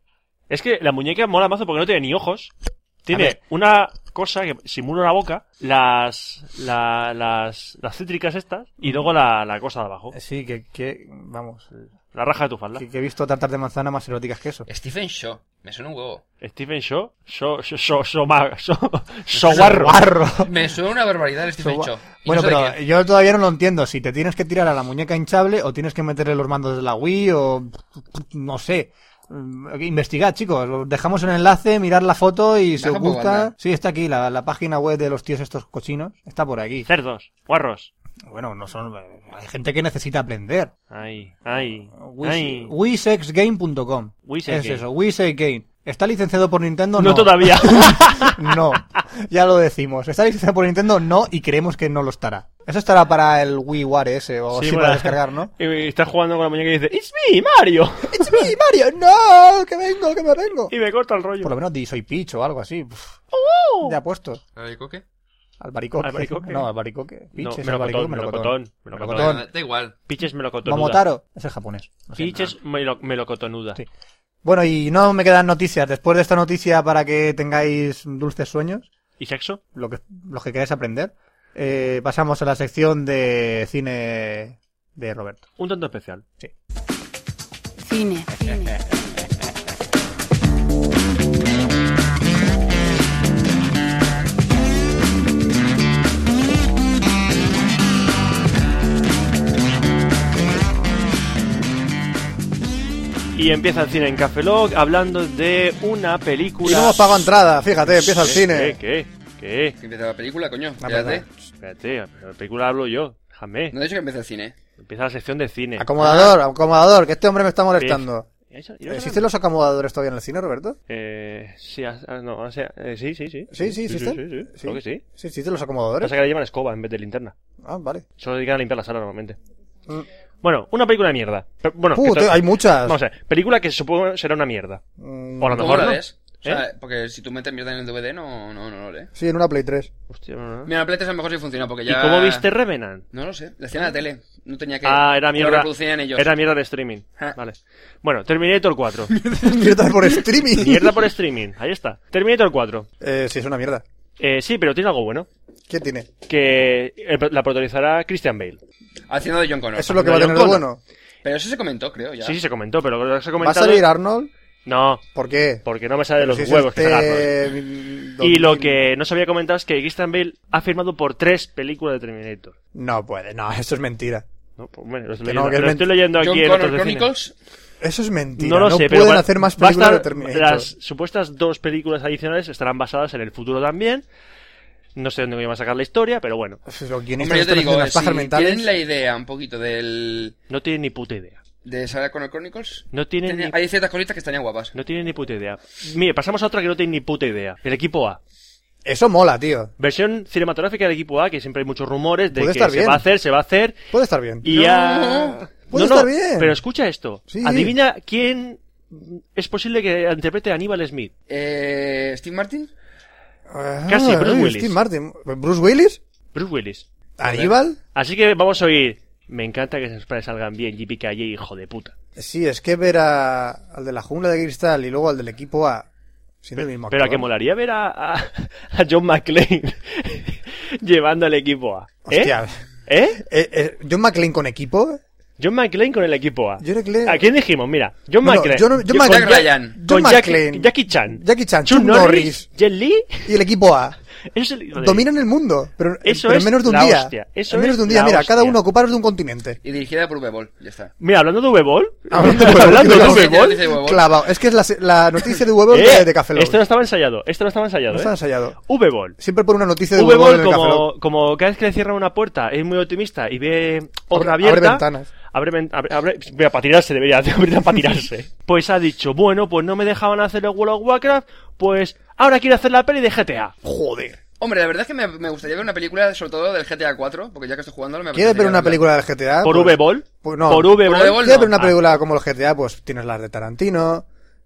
Speaker 5: Es que la muñeca mola mazo porque no tiene ni ojos.
Speaker 1: A
Speaker 5: Tiene
Speaker 1: ver.
Speaker 5: una cosa que simula una boca, las, la- las, las cítricas estas, y luego la, la cosa de abajo.
Speaker 1: Sí, que, que vamos,
Speaker 5: La raja de tu falda.
Speaker 1: que, que he visto tartas de manzana más eróticas que eso.
Speaker 3: Stephen Shaw. Me suena un huevo.
Speaker 5: Stephen Shaw, so, so, so, so, ma- so,
Speaker 1: [laughs]
Speaker 5: so guarro.
Speaker 1: Guarro.
Speaker 3: Me suena una barbaridad el Stephen Shaw. Y
Speaker 1: Bueno,
Speaker 3: no sé de
Speaker 1: pero
Speaker 3: qué.
Speaker 1: yo todavía no lo entiendo. Si te tienes que tirar a la muñeca hinchable o tienes que meterle los mandos de la Wii o no sé. Mm, Investigad, chicos. Dejamos el enlace, mirad la foto y si
Speaker 3: Baja
Speaker 1: os
Speaker 3: un poco,
Speaker 1: gusta.
Speaker 3: anda.
Speaker 1: Sí, está aquí, la, la página web de los tíos estos cochinos. Está por aquí.
Speaker 5: Cerdos, guarros.
Speaker 1: Bueno, no son. eh, Hay gente que necesita aprender.
Speaker 5: Ay, ay,
Speaker 1: Uh,
Speaker 5: ay.
Speaker 1: Wisexgame.com.
Speaker 5: Wixexgame.
Speaker 1: Es eso, Wisexgame. ¿Está licenciado por Nintendo?
Speaker 5: No,
Speaker 1: No, [laughs]
Speaker 5: todavía.
Speaker 1: No, ya lo decimos. ¿Está licenciado por Nintendo? No, y creemos que no lo estará. Eso estará para el WiiWare ese o así
Speaker 5: bueno.
Speaker 1: para descargar, ¿no?
Speaker 5: Y está jugando con la muñeca y dice, ¡It's me, Mario!
Speaker 1: [laughs] ¡It's me, Mario! ¡No! ¡Que vengo, que me vengo!
Speaker 5: Y me corta el
Speaker 1: Por
Speaker 5: rollo.
Speaker 1: lo menos di soy Peach o algo así. Uf, Ya puesto.
Speaker 3: ¿Lo digo qué?
Speaker 1: Oh. Albaricoque.
Speaker 5: Albaricoque.
Speaker 1: No, albaricoque. Peach
Speaker 5: No,
Speaker 1: es albaricoque,
Speaker 5: melocotón, melocotón, melocotón.
Speaker 1: Melocotón.
Speaker 3: Bueno, Da igual.
Speaker 5: Piches melocotonuda.
Speaker 1: Momotaro. Es el japonés. No sé.
Speaker 5: Piches melo- melocotonuda.
Speaker 1: Sí. Bueno, y no me quedan noticias. Después de esta noticia para que tengáis dulces sueños,
Speaker 5: ¿Y sexo?
Speaker 1: lo que, lo que queráis aprender, eh, pasamos a la sección de cine de Roberto.
Speaker 5: Un tanto especial.
Speaker 7: Cine.
Speaker 5: Y empieza el cine en Café Lock hablando de una película.
Speaker 1: Y no hemos pagado entrada, fíjate, empieza el
Speaker 5: ¿Qué,
Speaker 1: cine.
Speaker 5: ¿Qué? ¿Qué? ¿Qué?
Speaker 3: Que empieza la película, coño.
Speaker 1: Ah,
Speaker 3: Espérate.
Speaker 1: perdón.
Speaker 5: Espérate, pero la película hablo yo. Déjame.
Speaker 3: No he dicho que empieza el cine.
Speaker 5: Empieza la sección de
Speaker 1: Ah,
Speaker 5: cine.
Speaker 1: Acomodador,
Speaker 5: Ah.
Speaker 1: acomodador, que este hombre me está molestando.
Speaker 5: ¿Y eso? ¿Y eso?
Speaker 1: Eh, ¿Existen los acomodadores todavía en el cine, Roberto?
Speaker 5: Eh, sí, ah, ah, no, o sea, eh, sí, sí, sí.
Speaker 1: Sí, sí, existen.
Speaker 5: Sí, sí, sí, Creo que sí.
Speaker 1: Sí, existen los
Speaker 5: Pasa
Speaker 1: acomodadores.
Speaker 5: que la llevan escoba en vez de linterna.
Speaker 1: Ah, vale.
Speaker 5: Solo dedican a limpiar la sala normalmente. Bueno, una película de mierda. Pero, bueno,
Speaker 1: Puh,
Speaker 5: que
Speaker 1: te-
Speaker 5: esto-
Speaker 1: Mm. hay muchas.
Speaker 5: Vamos a ver, película que supongo será una mierda.
Speaker 1: Mm,
Speaker 5: O a lo
Speaker 3: ¿Cómo
Speaker 5: mejor
Speaker 3: la
Speaker 5: no.
Speaker 3: lees? O sea,
Speaker 5: ¿Eh?
Speaker 3: porque si tú metes mierda en el DVD, no, no, no lo lees.
Speaker 1: Sí, en una Play 3.
Speaker 5: Hostia, no, no.
Speaker 3: Mira, la Play 3 a lo mejor sí funciona, porque
Speaker 5: ¿Y
Speaker 3: ya...
Speaker 5: cómo viste Revenant?
Speaker 3: No lo sé, la hacían en la tele. No tenía que...
Speaker 5: Ah, era
Speaker 3: Lo
Speaker 5: mierda.
Speaker 3: reproducían ellos.
Speaker 5: Era mierda de streaming.
Speaker 3: Ah.
Speaker 5: Vale. Bueno,
Speaker 3: [laughs]
Speaker 5: Terminator 4.
Speaker 1: [laughs] Mierda por streaming.
Speaker 5: [laughs] mierda por streaming. Ahí está. Terminator 4.
Speaker 1: Eh, sí, es una mierda.
Speaker 5: Eh, sí, pero tiene algo bueno.
Speaker 1: ¿Qué tiene? Eso
Speaker 5: Que eh, la protagonizará Christian Bale.
Speaker 3: Haciendo de John Connor.
Speaker 1: es lo que
Speaker 5: no,
Speaker 1: va a
Speaker 5: yo
Speaker 1: tener de
Speaker 5: no.
Speaker 1: bueno.
Speaker 3: Pero eso se comentó, creo, ya.
Speaker 5: Sí, sí, se comentó, pero lo que se ha
Speaker 1: ¿Va a
Speaker 5: comentado...
Speaker 1: salir Arnold?
Speaker 5: No,
Speaker 1: ¿Por qué?
Speaker 5: porque no me sale de los
Speaker 1: Si es
Speaker 5: huevos que salga Arnold.
Speaker 1: este, mm,
Speaker 5: Y lo
Speaker 1: 2000.
Speaker 5: que no se había comentado es que Christian Bale ha firmado por tres películas de Terminator.
Speaker 1: No puede, no, eso es mentira.
Speaker 5: No, pues bueno, lo estoy
Speaker 1: Que no,
Speaker 5: leyendo,
Speaker 1: que es
Speaker 5: lo estoy
Speaker 1: ment-
Speaker 5: leyendo aquí
Speaker 3: John
Speaker 5: en
Speaker 3: Connor
Speaker 5: otros de cine.
Speaker 3: Chronicles.
Speaker 1: Eso es mentira.
Speaker 5: No lo sé, pero
Speaker 1: pueden
Speaker 5: va-
Speaker 1: hacer más
Speaker 5: va a
Speaker 1: películas de
Speaker 5: estar-
Speaker 1: Terminator.
Speaker 5: Las supuestas dos películas adicionales estarán basadas en el futuro también. No sé dónde voy a sacar la historia, pero bueno,
Speaker 1: Los guionistas
Speaker 3: Hombre, yo te
Speaker 1: están haciendo
Speaker 3: digo, eh,
Speaker 1: unas
Speaker 3: si
Speaker 1: pajas mentales.
Speaker 3: tienen la idea un poquito del...
Speaker 5: no tiene ni puta idea.
Speaker 3: De Sarah Connor Chronicles...
Speaker 5: No tienen
Speaker 3: tenía-
Speaker 5: ni,
Speaker 3: Hay ciertas cositas que estarían guapas.
Speaker 5: no tienen ni puta idea. Mire, pasamos a otra que no tiene ni puta idea. El equipo A.
Speaker 1: Eso mola, tío.
Speaker 5: Versión cinematográfica del equipo A, que siempre hay muchos rumores de
Speaker 1: Puede
Speaker 5: que
Speaker 1: estar
Speaker 5: se
Speaker 1: bien.
Speaker 5: va a hacer, se va a hacer.
Speaker 1: Puede estar bien.
Speaker 5: Y ya.
Speaker 1: Puede estar bien.
Speaker 5: Pero escucha esto.
Speaker 1: Sí.
Speaker 5: Adivina quién es posible que interprete a Aníbal Smith.
Speaker 3: Eh, ¿Steve Martin?
Speaker 1: Ah,
Speaker 5: Casi, Bruce
Speaker 1: ay,
Speaker 5: Willis.
Speaker 1: Steve Martin. ¿Bruce Willis?
Speaker 5: Bruce Willis.
Speaker 1: ¿Aníbal?
Speaker 5: Así que vamos a oír. Me encanta que esos planes salgan bien, JP Calle, hijo de puta.
Speaker 1: Sí, es que ver a, al de la jungla de cristal y luego al del equipo A siendo el mismo
Speaker 5: Pero a
Speaker 1: actor.
Speaker 5: que molaría ver a, a, a John McClane [laughs] llevando al equipo A. ¿Eh?
Speaker 1: Hostia.
Speaker 5: ¿Eh?
Speaker 1: Eh, eh, ¿John McClane con equipo? eh.
Speaker 5: John McClane con el equipo A.
Speaker 1: John McClane-
Speaker 5: ¿A quién dijimos? Mira, John
Speaker 1: No, no,
Speaker 5: McClane.
Speaker 1: John- John
Speaker 5: con
Speaker 1: McClane.
Speaker 5: Jack-
Speaker 3: Ryan.
Speaker 1: John
Speaker 5: con Jack-
Speaker 1: McClane.
Speaker 5: Jackie Chan.
Speaker 1: Jackie Chan,
Speaker 5: Chuck
Speaker 1: Chuck
Speaker 5: Norris.
Speaker 1: Norris.
Speaker 5: Jet Li.
Speaker 1: Y el equipo A.
Speaker 5: Eso es-
Speaker 1: Dominan el mundo, pero,
Speaker 5: Eso
Speaker 1: pero
Speaker 5: es
Speaker 1: en menos de un
Speaker 5: la
Speaker 1: día.
Speaker 5: hostia, eso
Speaker 1: en menos de un
Speaker 5: es
Speaker 1: día,
Speaker 5: la
Speaker 1: mira, cada
Speaker 5: hostia.
Speaker 1: uno ocuparos de un continente.
Speaker 3: Y dirigida por Uwe Boll, ya está.
Speaker 5: Mira, hablando de V-Ball.
Speaker 1: [laughs] Hablando de Uwe Boll,
Speaker 5: Hablando de
Speaker 1: cuidado.
Speaker 5: Uwe Boll.
Speaker 3: Dice Uwe Boll.
Speaker 1: Clavado. Es que es la, se- la noticia de Weber
Speaker 5: [laughs] Eh,
Speaker 1: de, de Café Lock.
Speaker 5: Esto no estaba ensayado. Esto no estaba ensayado.
Speaker 1: No está
Speaker 5: eh.
Speaker 1: ensayado.
Speaker 5: V-Ball.
Speaker 1: Siempre pone una noticia de Weber
Speaker 5: V-Ball,
Speaker 1: en Este el Café Lock.
Speaker 5: como, como cada vez que le cierra una puerta, es muy optimista y ve otra
Speaker 1: Abre-
Speaker 5: abierta.
Speaker 1: abre ventanas.
Speaker 5: Abre, ven- abre, abre- mira, para tirarse debería de abrir
Speaker 1: [laughs]
Speaker 5: para tirarse. pues ha dicho, bueno, pues no me dejaban hacer el World of Warcraft, pues ahora quiero hacer la peli de GTA.
Speaker 1: Joder.
Speaker 3: Hombre, la verdad es que me, me gustaría ver una película, sobre todo del GTA 4, porque ya que estoy jugando, me
Speaker 1: ¿Quieres
Speaker 3: apetece
Speaker 1: ver una
Speaker 3: verla.
Speaker 1: película del GTA?
Speaker 5: ¿Por
Speaker 1: Pues-
Speaker 5: V-Ball?
Speaker 1: Pues no.
Speaker 5: Por
Speaker 3: Por
Speaker 5: V-Ball.
Speaker 3: V-Ball.
Speaker 1: ¿Quieres ver
Speaker 5: no. Ah.
Speaker 1: una película como el GTA? Pues tienes las de Tarantino.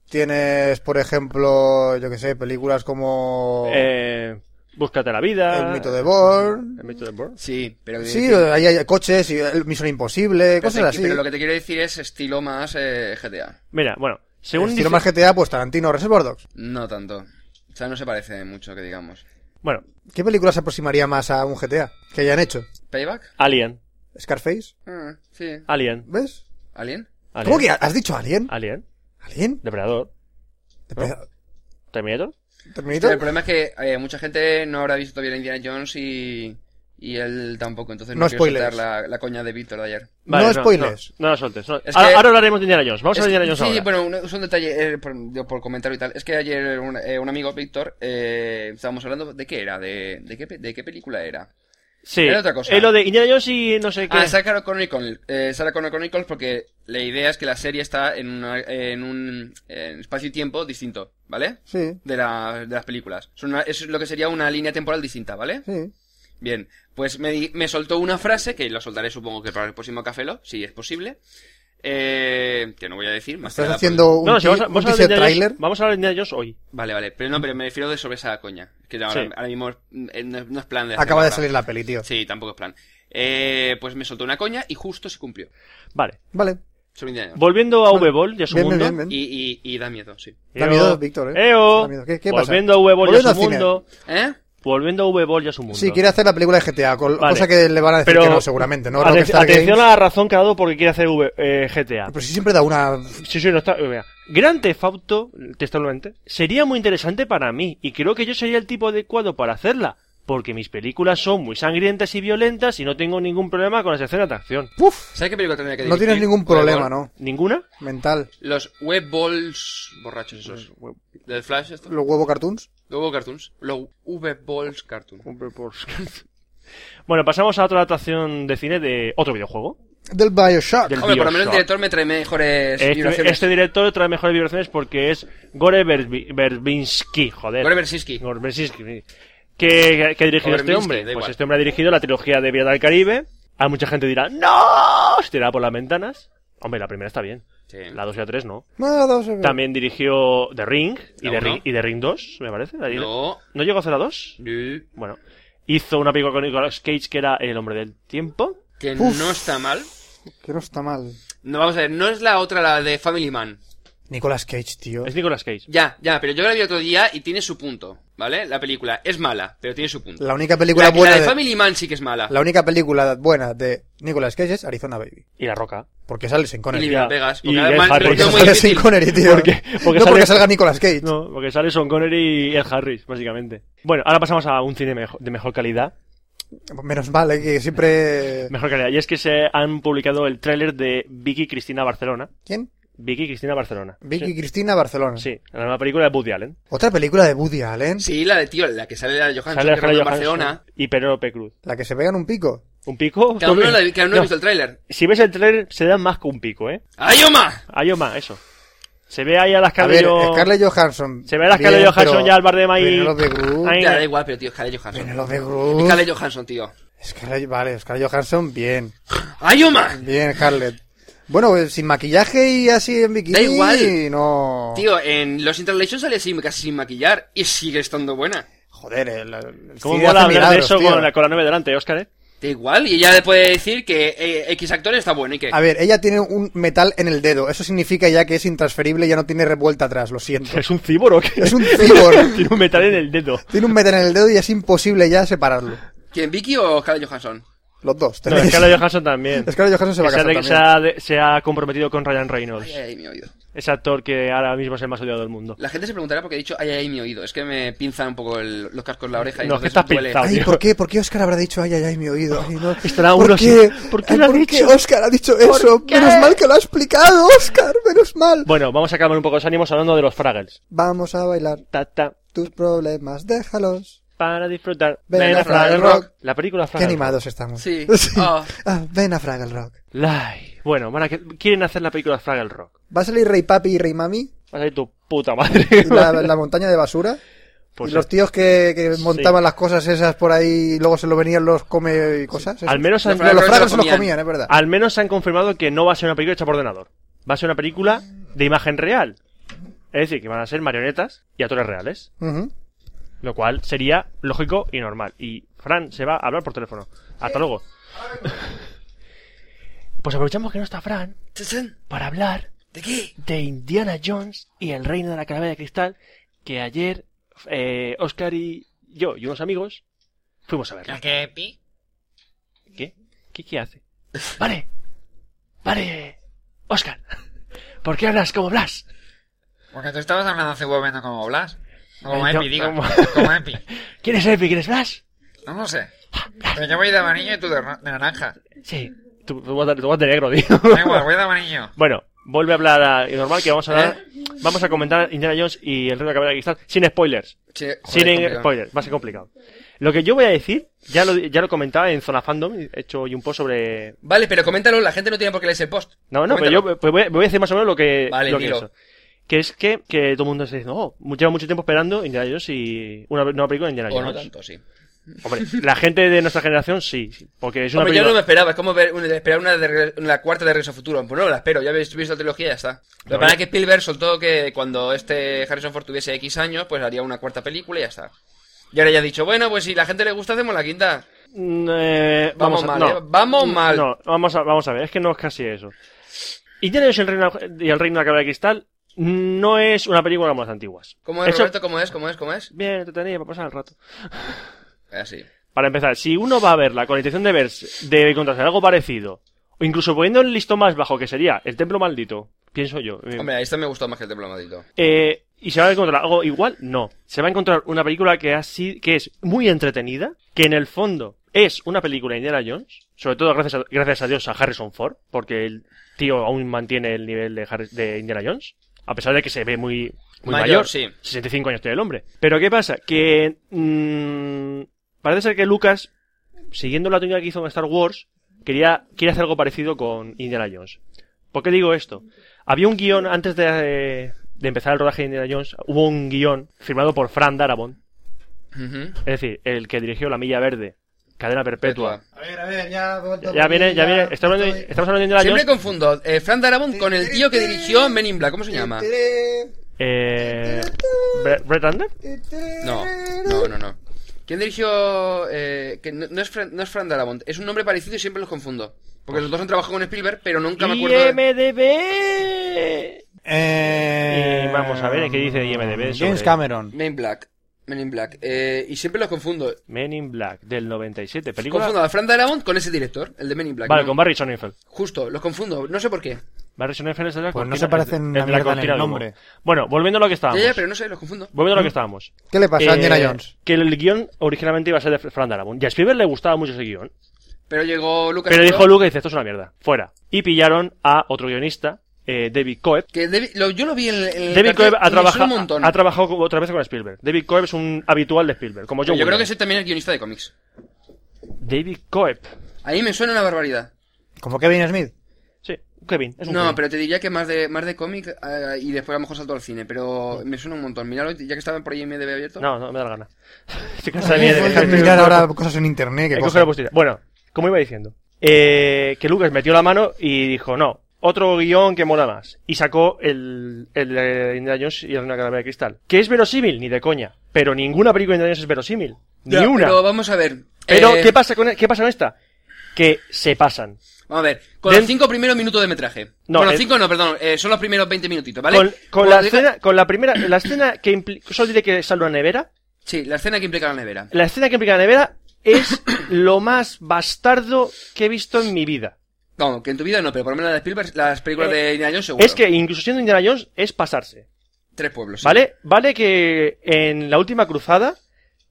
Speaker 1: Tienes, por ejemplo, yo que sé, películas como
Speaker 5: Eh, ah, búscate la vida.
Speaker 1: El mito de Bourne.
Speaker 5: El mito de Bourne.
Speaker 3: Sí, pero...
Speaker 1: Sí, ahí hay coches y el Misión Imposible,
Speaker 3: pero,
Speaker 1: cosas
Speaker 3: te-
Speaker 1: así.
Speaker 3: pero lo que te quiero decir es estilo más eh, GTA.
Speaker 5: Mira, bueno, según
Speaker 1: Estilo más
Speaker 5: dice-
Speaker 1: GTA, pues Tarantino, Reservoir Dogs.
Speaker 3: No tanto. O sea, no se parece mucho, que digamos.
Speaker 5: Bueno,
Speaker 1: ¿Qué película se aproximaría más a un GTA que hayan hecho?
Speaker 3: ¿Payback?
Speaker 5: Alien.
Speaker 1: ¿Scarface?
Speaker 3: Ah, sí.
Speaker 5: Alien.
Speaker 1: ¿Ves?
Speaker 3: ¿Alien?
Speaker 5: Alien.
Speaker 1: ¿Cómo que has dicho Alien?
Speaker 5: Alien.
Speaker 1: ¿Alien?
Speaker 5: Depredador.
Speaker 1: Depre-
Speaker 5: Terminator.
Speaker 3: Pero el
Speaker 1: ¿Terminator?
Speaker 3: problema es que eh, mucha gente no habrá visto todavía Indiana Jones y... Y él tampoco, entonces no,
Speaker 1: No
Speaker 3: quiero
Speaker 1: spoilers.
Speaker 3: soltar la, la coña de Víctor de ayer.
Speaker 5: Vale,
Speaker 1: no spoilers.
Speaker 5: No, no, lo soltes. no.
Speaker 3: Es
Speaker 5: Ahora,
Speaker 3: que-
Speaker 5: ahora hablaremos de Indiana Jones. Vamos a
Speaker 3: Es-
Speaker 5: hablar de Indiana Jones
Speaker 3: sí,
Speaker 5: ahora.
Speaker 3: bueno, un, es un detalle eh, por, yo por comentario y tal. Es que ayer un, eh, un amigo, Víctor, eh, estábamos hablando de qué era, de, de, qué, pe- de qué película era.
Speaker 5: sí.
Speaker 3: era otra cosa.
Speaker 5: Eh, lo de Indiana Jones y no sé qué.
Speaker 3: Ah, Sarah Connor Chronicles, eh, Sarah Connor Chronicles, porque la idea es que la serie está en, una- en un eh, espacio y tiempo distinto, ¿vale?
Speaker 1: Sí,
Speaker 3: De, la- de las películas. Es, una- es lo que sería una línea temporal distinta, ¿vale?
Speaker 1: sí.
Speaker 3: Bien, pues me, di- me soltó una frase, que la soltaré supongo que para el próximo Café Lock, si es posible, eh, que no voy a decir. Más que
Speaker 1: Estás
Speaker 3: nada por-
Speaker 1: haciendo un,
Speaker 5: No, no,
Speaker 1: ti-
Speaker 5: si vamos, a,
Speaker 1: un
Speaker 5: vamos a hablar de
Speaker 1: teaser
Speaker 5: Indiana Jones-
Speaker 1: trailer.
Speaker 5: vamos a hablar de Indiana Jones hoy.
Speaker 3: Vale, vale, pero no, pero me refiero de sobre esa coña. Que ahora,
Speaker 5: Sí.
Speaker 3: ahora mismo eh, no, no es plan de. hacer
Speaker 1: Acaba de
Speaker 3: ahora.
Speaker 1: salir la peli, tío.
Speaker 3: Sí, tampoco es plan. Eh, pues me soltó una coña y justo se cumplió.
Speaker 5: Vale.
Speaker 1: Vale.
Speaker 3: Sobre Indiana Jones.
Speaker 5: Volviendo a
Speaker 1: Ah. Bueno,
Speaker 5: V-Ball y a su
Speaker 1: Bien, bien,
Speaker 5: mundo.
Speaker 1: bien, bien.
Speaker 3: Y, y, y da miedo, sí.
Speaker 1: Da
Speaker 5: Eo.
Speaker 1: miedo, Víctor, ¿eh?
Speaker 5: Eo.
Speaker 1: Da miedo. ¿Qué- qué pasa?
Speaker 5: Volviendo a V-Ball y a
Speaker 1: Volviendo
Speaker 5: su
Speaker 1: al cine.
Speaker 5: mundo.
Speaker 3: ¿Eh?
Speaker 5: Volviendo a V-Ball y a su mundo.
Speaker 1: Sí, quiere hacer la película de GTA, col-
Speaker 5: Vale.
Speaker 1: cosa que le van a decir
Speaker 5: Pero
Speaker 1: que no, seguramente, ¿no?
Speaker 5: aten-
Speaker 1: Rockstar
Speaker 5: atención
Speaker 1: Games. Pues-
Speaker 5: a la razón que ha dado porque quiere hacer v, eh, GTA.
Speaker 1: Pero si siempre da una...
Speaker 5: Sí, sí, no está. mira. Gran Theft Auto, textualmente, sería muy interesante para mí y creo que yo sería el tipo adecuado para hacerla, porque mis películas son muy sangrientas y violentas y no tengo ningún problema con las escenas de acción.
Speaker 1: ¡Puf!
Speaker 3: ¿Sabes qué película tendría que
Speaker 1: No
Speaker 3: dirigir?
Speaker 1: tienes ningún
Speaker 3: Web
Speaker 1: problema,
Speaker 3: Ball.
Speaker 1: ¿no?
Speaker 5: ¿Ninguna?
Speaker 1: Mental.
Speaker 3: Los web balls borrachos esos. ¿Del Flash esto?
Speaker 1: Los huevos cartoons.
Speaker 3: Los web cartoons. Los web balls cartoons.
Speaker 5: [laughs] Bueno, pasamos a otra atracción de cine de otro videojuego.
Speaker 1: Del Bioshock.
Speaker 5: Del-
Speaker 3: Hombre, por lo menos el
Speaker 5: Bioshock.
Speaker 3: director me trae mejores
Speaker 5: Este,
Speaker 3: vibraciones.
Speaker 5: este director trae mejores vibraciones porque es Gore Verbi- Verbinski,
Speaker 1: este-
Speaker 5: joder.
Speaker 3: Gore Bersinski.
Speaker 5: Gore Verbinski. ¿Qué, qué ha dirigido
Speaker 3: Gore
Speaker 5: este
Speaker 3: Verbinski,
Speaker 5: hombre?
Speaker 3: da
Speaker 5: Pues
Speaker 3: igual.
Speaker 5: este hombre ha dirigido la trilogía de Vida del Caribe, A mucha gente dirá, ¡No! Se tirará por las ventanas. Hombre, la primera está bien.
Speaker 3: Sí.
Speaker 5: La 2 y la 3 no.
Speaker 1: No, no se ve.
Speaker 5: También dirigió The Ring y
Speaker 3: ¿La
Speaker 5: The
Speaker 3: uno?
Speaker 5: Ring, y The Ring 2, me parece. La-
Speaker 3: No.
Speaker 5: ¿No llegó a hacer la 2?
Speaker 3: Sí.
Speaker 5: Bueno. Hizo una película con Nicolas Cage que era El Hombre del Tiempo.
Speaker 3: Que
Speaker 1: Uf.
Speaker 3: no está mal.
Speaker 1: Que no está mal.
Speaker 3: No, vamos a ver, no es la otra, la de Family Man.
Speaker 1: Nicolas Cage, tío.
Speaker 5: Es Nicolas Cage.
Speaker 3: Ya, ya, pero yo la vi otro día y tiene su punto, ¿vale? La película es mala, pero tiene su punto.
Speaker 1: La única película
Speaker 3: La- la
Speaker 1: buena
Speaker 3: de,
Speaker 1: de-
Speaker 3: Family Man sí que es mala.
Speaker 1: La única película buena de Nicolas Cage es Arizona Baby.
Speaker 5: Y La Roca.
Speaker 1: Porque sale sin
Speaker 3: y
Speaker 1: Connery.
Speaker 3: Living
Speaker 5: ya.
Speaker 3: Las Vegas.
Speaker 5: Y
Speaker 3: Porque
Speaker 5: Guy
Speaker 3: además,
Speaker 5: Harris.
Speaker 3: porque es muy
Speaker 1: Porque sale sin
Speaker 3: difícil.
Speaker 1: Connery, tío.
Speaker 5: Porque- porque
Speaker 1: no
Speaker 5: sale-
Speaker 1: porque salga Nicolas Cage.
Speaker 5: No, porque sale Son Connery y el Harris, básicamente. Bueno, ahora pasamos a un cine mejo- de mejor calidad.
Speaker 1: Menos mal, eh, que siempre...
Speaker 5: Mejor calidad. Y es que se han publicado el tráiler de Vicky Cristina Barcelona.
Speaker 1: ¿Quién?
Speaker 5: Vicky Cristina Barcelona.
Speaker 1: Vicky
Speaker 5: Sí.
Speaker 1: Cristina Barcelona.
Speaker 5: Sí, la nueva película de Woody Allen.
Speaker 1: Otra película de Woody Allen.
Speaker 3: Sí, la de tío, la que sale la de Johansson,
Speaker 5: Sale
Speaker 3: que rompe en
Speaker 5: Scarlett
Speaker 3: Barcelona.
Speaker 5: Johansson y Penélope Cruz.
Speaker 1: La que se pegan un pico.
Speaker 5: ¿Un pico?
Speaker 3: Que aún no, la vi- que aún no he
Speaker 5: No.
Speaker 3: visto el tráiler.
Speaker 5: Si ves el tráiler, se da más que un pico, ¿eh?
Speaker 3: ¡Ay, Oma!
Speaker 5: Hay o más, eso. Se ve ahí a las
Speaker 1: A ver,
Speaker 5: cabellos...
Speaker 1: Scarlett Johansson.
Speaker 5: Se ve a las Scarlett
Speaker 1: bien,
Speaker 5: Johansson
Speaker 1: pero
Speaker 5: ya al bar de Maí.
Speaker 1: Penélope Cruz.
Speaker 5: Ahí.
Speaker 3: Ya, da igual, pero tío, Scarlett Johansson.
Speaker 1: Penélope Cruz.
Speaker 3: Scarlett Johansson, tío.
Speaker 1: Scarlett- Vale, Scarlett Johansson, bien.
Speaker 3: ¡Ay, Oma!
Speaker 1: Bien, Scarlett. Bueno, pues, sin maquillaje y así en bikini.
Speaker 3: Da igual.
Speaker 1: No.
Speaker 3: Tío, en Los Interrelations sale así, casi sin maquillar y sigue estando buena.
Speaker 1: Joder, el, el
Speaker 5: ¿Cómo
Speaker 1: cine hace
Speaker 5: mola hablar de
Speaker 1: milagros,
Speaker 5: eso
Speaker 1: tío.
Speaker 5: con la, con la novia delante, Óscar, eh?
Speaker 3: Da igual, y ella le puede decir que eh, X actor está bueno y que...
Speaker 1: A ver, ella tiene un metal en el dedo. Eso significa ya que es intransferible y ya no tiene revuelta atrás, lo
Speaker 5: [laughs]
Speaker 1: siento.
Speaker 5: ¿Es un cíboro o qué?
Speaker 1: Es un cíborg.
Speaker 5: [laughs] Tiene un metal en el dedo.
Speaker 1: tiene un metal en el dedo y es imposible ya separarlo.
Speaker 3: ¿Quién, Vicky o Scarlett Johansson?
Speaker 1: Los dos.
Speaker 5: No,
Speaker 1: tenéis. [laughs]
Speaker 5: Scarlett Johansson también.
Speaker 1: Scarlett Johansson se va a
Speaker 5: Que
Speaker 1: casar
Speaker 5: ha de- se
Speaker 1: también. eh.
Speaker 5: ha de- se ha comprometido con Ryan Reynolds.
Speaker 3: Ay, ay, ay, mi oído.
Speaker 5: Ese actor que ahora mismo es el más odiado del mundo.
Speaker 3: La gente se preguntará por qué he dicho ay, ay, mi oído. Es que me pinzan un poco el- los cascos en la oreja y
Speaker 5: No,
Speaker 3: entonces
Speaker 5: que estás
Speaker 3: duele.
Speaker 5: pinzado.
Speaker 1: Ay,
Speaker 5: tío.
Speaker 1: ¿por qué? ¿Por qué Oscar habrá dicho ay, ay, ay, mi oído? Ay, no.
Speaker 5: Oh, Estará
Speaker 1: ¿Por
Speaker 5: uno
Speaker 1: qué?
Speaker 5: así, ¿por qué
Speaker 1: Ay,
Speaker 5: lo ha
Speaker 1: ¿por
Speaker 5: dicho?
Speaker 1: qué Oscar ha dicho eso?
Speaker 5: qué?
Speaker 1: Menos mal que lo ha explicado, Oscar. Menos mal.
Speaker 5: Bueno, vamos a calmar un poco los ánimos hablando de los Fraggles.
Speaker 1: Vamos a bailar.
Speaker 5: Ta, ta,
Speaker 1: Tus problemas, déjalos.
Speaker 5: para disfrutar.
Speaker 1: Ven a Fraggle Rock.
Speaker 5: La película Fraggle
Speaker 1: Qué animados estamos.
Speaker 3: Sí.
Speaker 1: [laughs] Sí.
Speaker 3: Ah.
Speaker 1: Ah, ven a Fraggle Rock.
Speaker 5: Rock. Ay, bueno, van a que- quieren hacer la película Fraggle Rock.
Speaker 1: ¿Va a salir Rey Papi y Rey
Speaker 5: [laughs]
Speaker 1: Mami?
Speaker 5: Vas a ir tu puta madre.
Speaker 1: [laughs] Y La,
Speaker 5: [laughs]
Speaker 1: la montaña de basura.
Speaker 5: Pues
Speaker 1: y los tíos que, que montaban las cosas esas por ahí y luego se lo venían los come y cosas. eso.
Speaker 5: al, Ah. menos han,
Speaker 3: Los
Speaker 1: No, los
Speaker 3: Fraggles
Speaker 1: fragos
Speaker 3: se
Speaker 1: se
Speaker 3: lo
Speaker 1: los comían, es verdad.
Speaker 5: al menos han confirmado que no va a ser una película hecha por ordenador. Va a ser una película de imagen real. Es decir, que van a ser marionetas y actores reales.
Speaker 1: Ujú.
Speaker 5: Lo cual sería lógico y normal. Y Fran se va a hablar por teléfono. Hasta luego. [laughs] Pues aprovechamos que no está Fran
Speaker 3: Chachán,
Speaker 5: para hablar
Speaker 3: ¿De qué?
Speaker 5: de Indiana Jones y el reino de la calavera de cristal que ayer eh, Oscar y yo y unos amigos fuimos a verla.
Speaker 9: ¿Qué, pi?
Speaker 5: ¿Qué? ¿Qué, qué hace? [laughs] Vale, vale, Oscar, ¿por qué hablas como Blas?
Speaker 9: Porque tú estabas hablando hace un momento como Blas. O Como
Speaker 5: Eh, yo-
Speaker 9: Epi, digo.
Speaker 5: como-
Speaker 9: Como Epi.
Speaker 5: ¿Quién es Epi? ¿Quién es Blas?
Speaker 9: No lo sé. Pero yo voy de amarillo y tú de, ro- de naranja.
Speaker 5: Sí, tú, tú vas de- tú vas de negro, tío.
Speaker 9: Da igual, voy de amarillo.
Speaker 5: Bueno, vuelve a hablar a- normal que vamos
Speaker 3: ¿Eh?
Speaker 5: a hablar, vamos a comentar Indiana Jones y el reino de la calavera de cristal sin spoilers.
Speaker 3: Sí, joder,
Speaker 5: Sin
Speaker 3: complicado.
Speaker 5: spoilers, va a ser complicado. Lo que yo voy a decir, ya lo, ya lo comentaba en Zona Fandom, he hecho hoy un post sobre...
Speaker 3: Vale, pero coméntalo, la gente no tiene por qué leer el post.
Speaker 5: No, no, pero
Speaker 3: Coméntalo.
Speaker 5: yo pues voy, voy a decir más o menos lo que...
Speaker 3: Vale,
Speaker 5: lo que
Speaker 3: dilo.
Speaker 5: eso. Que es que, que todo el mundo está diciendo, oh, lleva mucho tiempo esperando Indiana Jones y una nueva película de Indiana
Speaker 3: O
Speaker 5: Jones.
Speaker 3: no tanto, sí.
Speaker 5: Hombre, la gente de nuestra generación sí, sí, porque es una
Speaker 3: Hombre, yo no me
Speaker 5: película...
Speaker 3: esperaba, es como ver, una- esperar una de Regre- la cuarta de Regreso al Futuro. Pues no, la espero, ya habéis visto la trilogía y ya está. Lo que
Speaker 5: No,
Speaker 3: pasa
Speaker 5: yo-
Speaker 3: es que Spielberg soltó que cuando este Harrison Ford tuviese X años, pues haría una cuarta película y ya está. Y ahora ya ha dicho, bueno, pues si la gente le gusta, hacemos la quinta.
Speaker 5: Mm, eh,
Speaker 3: Vamos
Speaker 5: vamos,
Speaker 3: mal,
Speaker 5: a- no. Mm,
Speaker 3: eh, vamos mal.
Speaker 5: No, vamos a, vamos a ver, es que no es casi eso. Indiana Jones y el reino, y el reino de la calavera de cristal no es una película como las antiguas.
Speaker 3: ¿Cómo es,
Speaker 5: Eso-
Speaker 3: Roberto? ¿Cómo es? ¿Cómo es? ¿Cómo es?
Speaker 5: Bien, entretenida, para pasar el rato.
Speaker 3: Así.
Speaker 5: Para empezar, si uno va a verla con la intención de ver, de encontrarse algo parecido, o incluso poniendo el listón más bajo, que sería el templo maldito, pienso yo. eh,
Speaker 3: Hombre, esta me gustó más que el templo maldito.
Speaker 5: eh, y se va a encontrar algo igual, no. Se va a encontrar una película que, ha si- que es muy entretenida, que en el fondo es una película de Indiana Jones, sobre todo gracias a, gracias a Dios a Harrison Ford, porque el tío aún mantiene el nivel de, Harri- de Indiana Jones, a pesar de que se ve muy, muy
Speaker 3: Mayor,
Speaker 5: mayor,
Speaker 3: sí.
Speaker 5: 65 años tiene el hombre. Pero ¿qué pasa? Que mm, parece ser que Lucas, siguiendo la técnica que hizo en Star Wars, quería, quiere hacer algo parecido con Indiana Jones. ¿Por qué digo esto? Había un guión antes de, eh, de empezar el rodaje de Indiana Jones, hubo un guión firmado por Fran Darabont,
Speaker 3: Ujú.
Speaker 5: es decir, el que dirigió La Milla Verde Cadena perpetua.
Speaker 3: Perpetua.
Speaker 10: A ver, a ver, ya ha vuelto.
Speaker 5: Ya viene, ya viene. Estamos hablando,
Speaker 10: estoy-
Speaker 5: estamos hablando de Indiana
Speaker 3: Siempre
Speaker 5: Jones.
Speaker 3: confundo eh, Fran Darabont con el tío que dirigió Men in Black. ¿Cómo se llama?
Speaker 10: Tiré,
Speaker 5: Eh, Bre- Brett Ratner?
Speaker 10: tiré.
Speaker 3: No, no, no, no. ¿Quién dirigió? eh, que no, no es Fran, no es Fran Darabont, es un nombre parecido y siempre los confundo. Porque los dos han trabajado con Spielberg, pero nunca me acuerdo. de-
Speaker 5: IMDB.
Speaker 1: Eh,
Speaker 5: Y vamos a ver, ¿qué dice IMDb sobre-
Speaker 1: James Cameron.
Speaker 3: Men in Black. Men in Black. Eh, y siempre los confundo.
Speaker 5: Men in Black del 97. Película.
Speaker 3: Confundo a Fran Darabont con ese director, el de Men in Black.
Speaker 5: Vale,
Speaker 3: ¿no?
Speaker 5: con Barry Sonnenfeld.
Speaker 3: Justo, los confundo, no sé por qué.
Speaker 5: Barry Sonnenfeld es el de la
Speaker 1: Pues no
Speaker 5: cortina-
Speaker 1: se parecen
Speaker 5: el-
Speaker 1: una
Speaker 5: el de la
Speaker 1: mierda en
Speaker 5: cortina
Speaker 1: el
Speaker 5: de humo.
Speaker 1: nombre.
Speaker 5: Bueno, volviendo a lo que estábamos.
Speaker 3: Ya, ya, pero no ¿Mm? sé, los confundo.
Speaker 5: Volviendo a lo que estábamos.
Speaker 1: ¿Qué le pasó a
Speaker 5: Eh,
Speaker 1: Indiana Jones?
Speaker 5: Que el guión originalmente iba a ser de Fran Darabont. Y a Spielberg le gustaba mucho ese guión.
Speaker 3: Pero llegó Lucas.
Speaker 5: Pero
Speaker 3: Pro,
Speaker 5: dijo Luke y dice, esto es una mierda. Fuera. Y pillaron a otro guionista, eh, David Coeb.
Speaker 3: Que David- lo- yo lo vi en el. en el
Speaker 5: David
Speaker 3: cartel
Speaker 5: Coeb
Speaker 3: y
Speaker 5: ha,
Speaker 3: Eh, me suena
Speaker 5: trabaja-
Speaker 3: un montón.
Speaker 5: ha trabajado co- otra vez con Spielberg. David Coeb es un habitual de Spielberg, como
Speaker 3: yo
Speaker 5: John
Speaker 3: creo que
Speaker 5: Williams.
Speaker 3: ese también es guionista de cómics.
Speaker 5: David Coeb.
Speaker 3: A mí me suena una barbaridad.
Speaker 1: Como Kevin Smith.
Speaker 5: Sí, Kevin. Es un
Speaker 3: No,
Speaker 5: Kevin.
Speaker 3: pero te diría que más de más de cómic eh, y después a lo mejor salto al cine, pero me suena un montón. Míralo, ya que estaba por ahí en MDB abierto.
Speaker 5: No, no me da la gana. [laughs] Estoy cansado de mierda.
Speaker 1: Puedes mirar ahora cosas en internet.
Speaker 5: Hay
Speaker 1: Que
Speaker 5: que coger
Speaker 1: cosas.
Speaker 5: la postilla. Bueno, como iba diciendo, eh, que Lucas metió la mano y dijo, no, otro guión que mola más. Y sacó el, el de Indiana Jones y una calavera de cristal. Que es verosímil, ni de coña. Pero ninguna película de Indiana Jones es verosímil. Ni
Speaker 3: Ya,
Speaker 5: una.
Speaker 3: Pero
Speaker 5: Pero,
Speaker 3: vamos a ver. eh,
Speaker 5: ¿qué, pasa con, e-, ¿qué pasa con esta? Que se pasan.
Speaker 3: Vamos a ver. Con
Speaker 5: Den-
Speaker 3: los cinco primeros minutos de metraje.
Speaker 5: No,
Speaker 3: con los
Speaker 5: el-
Speaker 3: cinco no, perdón. eh, son los primeros 20 minutitos, ¿vale?
Speaker 5: Con, con
Speaker 3: Cuando
Speaker 5: la
Speaker 3: diga-
Speaker 5: escena, con la primera, la escena que implica, solo diré que sale una nevera.
Speaker 3: Sí, la escena que implica la nevera.
Speaker 5: La escena que implica la nevera es lo más bastardo que he visto en mi vida.
Speaker 3: No, que en tu vida no, pero por lo menos la de Spielberg, las películas
Speaker 5: Eh,
Speaker 3: de Indiana Jones seguro.
Speaker 5: Es que incluso siendo Indiana Jones es pasarse.
Speaker 3: Tres pueblos. sí.
Speaker 5: ¿Vale? Vale que en la última cruzada,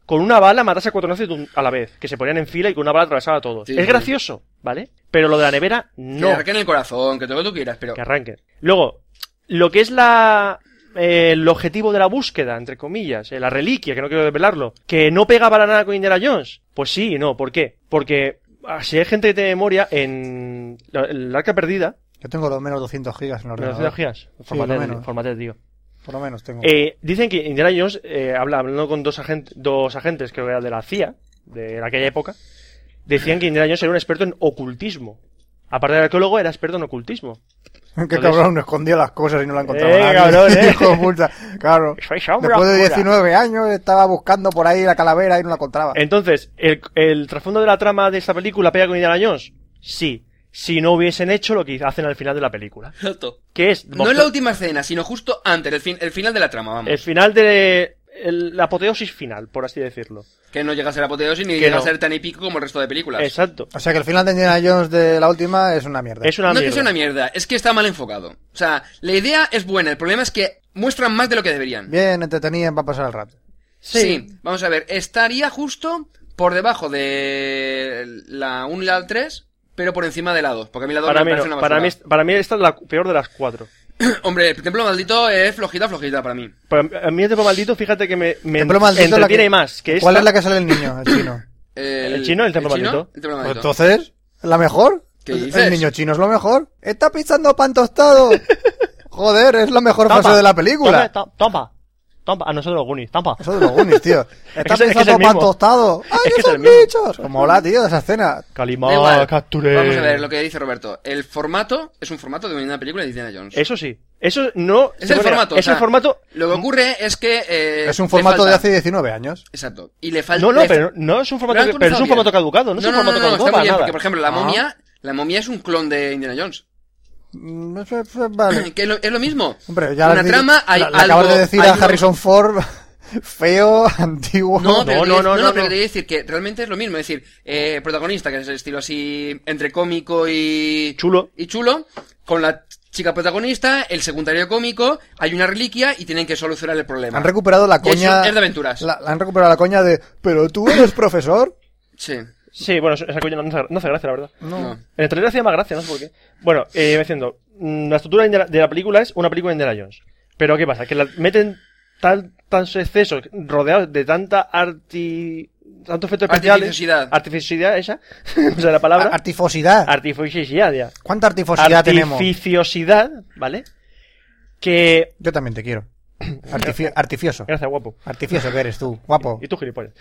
Speaker 5: con una bala matase a cuatro nazis de un- a la vez, que se ponían en fila y con una bala atravesaba a todos.
Speaker 3: Sí,
Speaker 5: es
Speaker 3: sí.
Speaker 5: gracioso, ¿vale? Pero lo de la nevera,
Speaker 3: Que
Speaker 5: no.
Speaker 3: arranquen el corazón, que todo lo que tú quieras, pero...
Speaker 5: Que arranquen. Luego, lo que es la. eh, el objetivo de la búsqueda, entre comillas, eh, la reliquia, que no quiero desvelarlo, que no pega para nada con Indiana Jones. Pues sí y no, ¿por qué? Porque ah, si hay gente que tiene memoria, en la- el arca perdida,
Speaker 1: Yo tengo lo menos 200 gigas en el
Speaker 5: ¿me lo
Speaker 1: ordenador.
Speaker 5: decías?
Speaker 1: Sí,
Speaker 5: Formatea,
Speaker 1: lo menos.
Speaker 5: formatea, tío.
Speaker 1: Por lo menos tengo.
Speaker 5: Eh, dicen que Indiana Jones eh, habla, hablando con dos, agent- dos agentes, creo que era de la CIA, de aquella época, decían que Indiana Jones era un experto en ocultismo. Aparte de arqueólogo, era experto en ocultismo.
Speaker 1: [laughs] Qué cabrón, no escondió las cosas y no la encontraba
Speaker 5: Eh,
Speaker 1: nadie.
Speaker 5: cabrón,
Speaker 1: [laughs]
Speaker 5: eh.
Speaker 1: Hijo de puta. Claro.
Speaker 5: Sois hombre
Speaker 1: Después de
Speaker 5: oscura.
Speaker 1: 19 años estaba buscando por ahí la calavera y no la
Speaker 3: Ah.
Speaker 1: encontraba.
Speaker 5: Eh. Entonces, ¿el, el trasfondo de la trama de esta película pega con Indiana Jones? Sí. Si no hubiesen hecho lo que hacen al final de la película.
Speaker 3: [laughs] Exacto.
Speaker 5: Que es...
Speaker 3: No es la última escena, sino justo antes, el, fin, el final de la trama, vamos.
Speaker 5: El final de... el- la apoteosis final, por así decirlo.
Speaker 3: Que no llega a ser apoteosis ni
Speaker 5: Que
Speaker 3: llega
Speaker 5: no.
Speaker 3: a ser tan épico como el resto de películas.
Speaker 5: Exacto.
Speaker 1: O sea que el final de Indiana Jones de la última es una mierda.
Speaker 5: Es una
Speaker 3: no es que
Speaker 5: mierda.
Speaker 3: sea una mierda, es que está mal enfocado. O sea, la idea es buena, el problema es que muestran más de lo que deberían.
Speaker 1: Bien entretenida va a pasar el rato.
Speaker 3: Sí. vamos a ver, estaría justo por debajo de la 1 y la 3, pero por encima de la 2, porque a mí la 2
Speaker 5: Para
Speaker 3: me
Speaker 5: mí,
Speaker 3: parece
Speaker 5: no,
Speaker 3: una
Speaker 5: para, mí,
Speaker 3: basura.
Speaker 5: para mí esta es la peor de las cuatro.
Speaker 3: Hombre, el templo maldito es flojita, flojita para mí.
Speaker 5: Para- a mí el tiempo maldito, fíjate que me, me
Speaker 1: Templo maldito es la
Speaker 5: entretiene
Speaker 1: que-
Speaker 5: más. Que
Speaker 1: ¿Cuál
Speaker 5: esta.
Speaker 1: es la que sale el niño, el chino?
Speaker 3: El,
Speaker 5: ¿El chino, el templo
Speaker 3: chino?
Speaker 5: maldito?
Speaker 3: El templo
Speaker 1: Pues
Speaker 3: maldito.
Speaker 1: entonces, ¿la mejor?
Speaker 3: ¿Qué
Speaker 1: El-
Speaker 3: dices?
Speaker 1: El niño chino es lo mejor. Está pisando pan
Speaker 3: [laughs]
Speaker 1: tostado. Joder, es la mejor
Speaker 5: Toma,
Speaker 1: fase de la película.
Speaker 5: Toma, to- toma, toma. A nosotros los Goonies, toma.
Speaker 1: Eso de los Goonies, tío. Está
Speaker 5: [laughs] es- es que es
Speaker 1: pisando
Speaker 5: el
Speaker 1: pan
Speaker 5: mismo.
Speaker 1: tostado. ¡Ay,
Speaker 5: Es que es el
Speaker 1: esos
Speaker 5: mismo.
Speaker 1: bichos! Como hola, tío, esa escena.
Speaker 3: Da
Speaker 5: Calimán,
Speaker 3: igual.
Speaker 5: ah, capturé.
Speaker 3: Vamos a ver lo que dice Roberto. El formato es un formato de una película de Indiana Jones.
Speaker 5: Eso sí. Eso no...
Speaker 3: Es
Speaker 5: se
Speaker 3: el
Speaker 5: puede-
Speaker 3: formato. o
Speaker 5: Es el
Speaker 3: sea,
Speaker 5: formato...
Speaker 3: Lo que ocurre es que. eh,
Speaker 1: Es un
Speaker 3: le
Speaker 1: formato de
Speaker 3: falta-
Speaker 1: hace 19 años.
Speaker 3: Exacto. Y le falta.
Speaker 5: No, no,
Speaker 3: le-
Speaker 5: pero no es un
Speaker 3: Lo
Speaker 5: formato...
Speaker 3: han
Speaker 5: que- Pero es
Speaker 3: actualizado
Speaker 5: un formato
Speaker 3: bien.
Speaker 5: caducado. No es un
Speaker 3: no, no,
Speaker 5: formato
Speaker 3: no,
Speaker 5: caducado
Speaker 3: está muy
Speaker 5: para
Speaker 3: bien,
Speaker 5: nada.
Speaker 3: porque por ejemplo, la
Speaker 1: Ah.
Speaker 3: momia. La momia es un clon de Indiana
Speaker 5: [clears throat]
Speaker 3: Jones.
Speaker 1: Mm, eso- eso-
Speaker 3: [clears throat]
Speaker 1: Vale.
Speaker 3: Que es lo, es lo mismo.
Speaker 1: Hombre, ya
Speaker 3: Una
Speaker 1: has dicho-
Speaker 3: trama, hay
Speaker 1: la- la
Speaker 3: algo.
Speaker 1: acabas de decir
Speaker 3: hay
Speaker 1: a
Speaker 3: un-
Speaker 1: Harrison Ford [laughs] feo, [laughs] antiguo.
Speaker 3: No, pero quiero
Speaker 5: No, no,
Speaker 3: decir- no,
Speaker 5: no, no,
Speaker 3: pero
Speaker 5: no.
Speaker 3: quería decir que realmente es lo mismo. Es decir, eh, protagonista, que es el estilo así entre cómico y.
Speaker 5: Chulo.
Speaker 3: Y chulo, con la chica protagonista, el secundario cómico, hay una reliquia y tienen que solucionar el problema.
Speaker 1: Han recuperado la
Speaker 3: Y es-
Speaker 1: coña.
Speaker 3: es de aventuras.
Speaker 1: La, la han recuperado la coña de. Pero tú eres profesor.
Speaker 3: Sí.
Speaker 5: Sí, bueno, esa coña no, hace- no hace gracia, la verdad.
Speaker 1: No.
Speaker 3: No.
Speaker 5: En el trailer hacía más gracia, no sé por qué. Bueno, eh, iba diciendo, mm, la estructura de Indiana- de la película es una película de Indiana Jones. Pero ¿qué pasa? Que la meten tal, tan excesos, rodeados de tanta arti... Tanto efectos especiales.
Speaker 3: Artificiosidad.
Speaker 5: Artificiosidad, esa. [laughs] o sea, la palabra.
Speaker 1: A- Artifosidad.
Speaker 5: artificiosidad, ya.
Speaker 1: ¿Cuánta artifosidad tenemos?
Speaker 5: Artificiosidad, ¿vale? Que [clears throat]
Speaker 1: Yo también te quiero. Artifi- artificioso.
Speaker 5: Gracias, guapo.
Speaker 1: Artificioso que eres tú, guapo.
Speaker 5: Y
Speaker 3: [laughs]
Speaker 5: tú, gilipollas.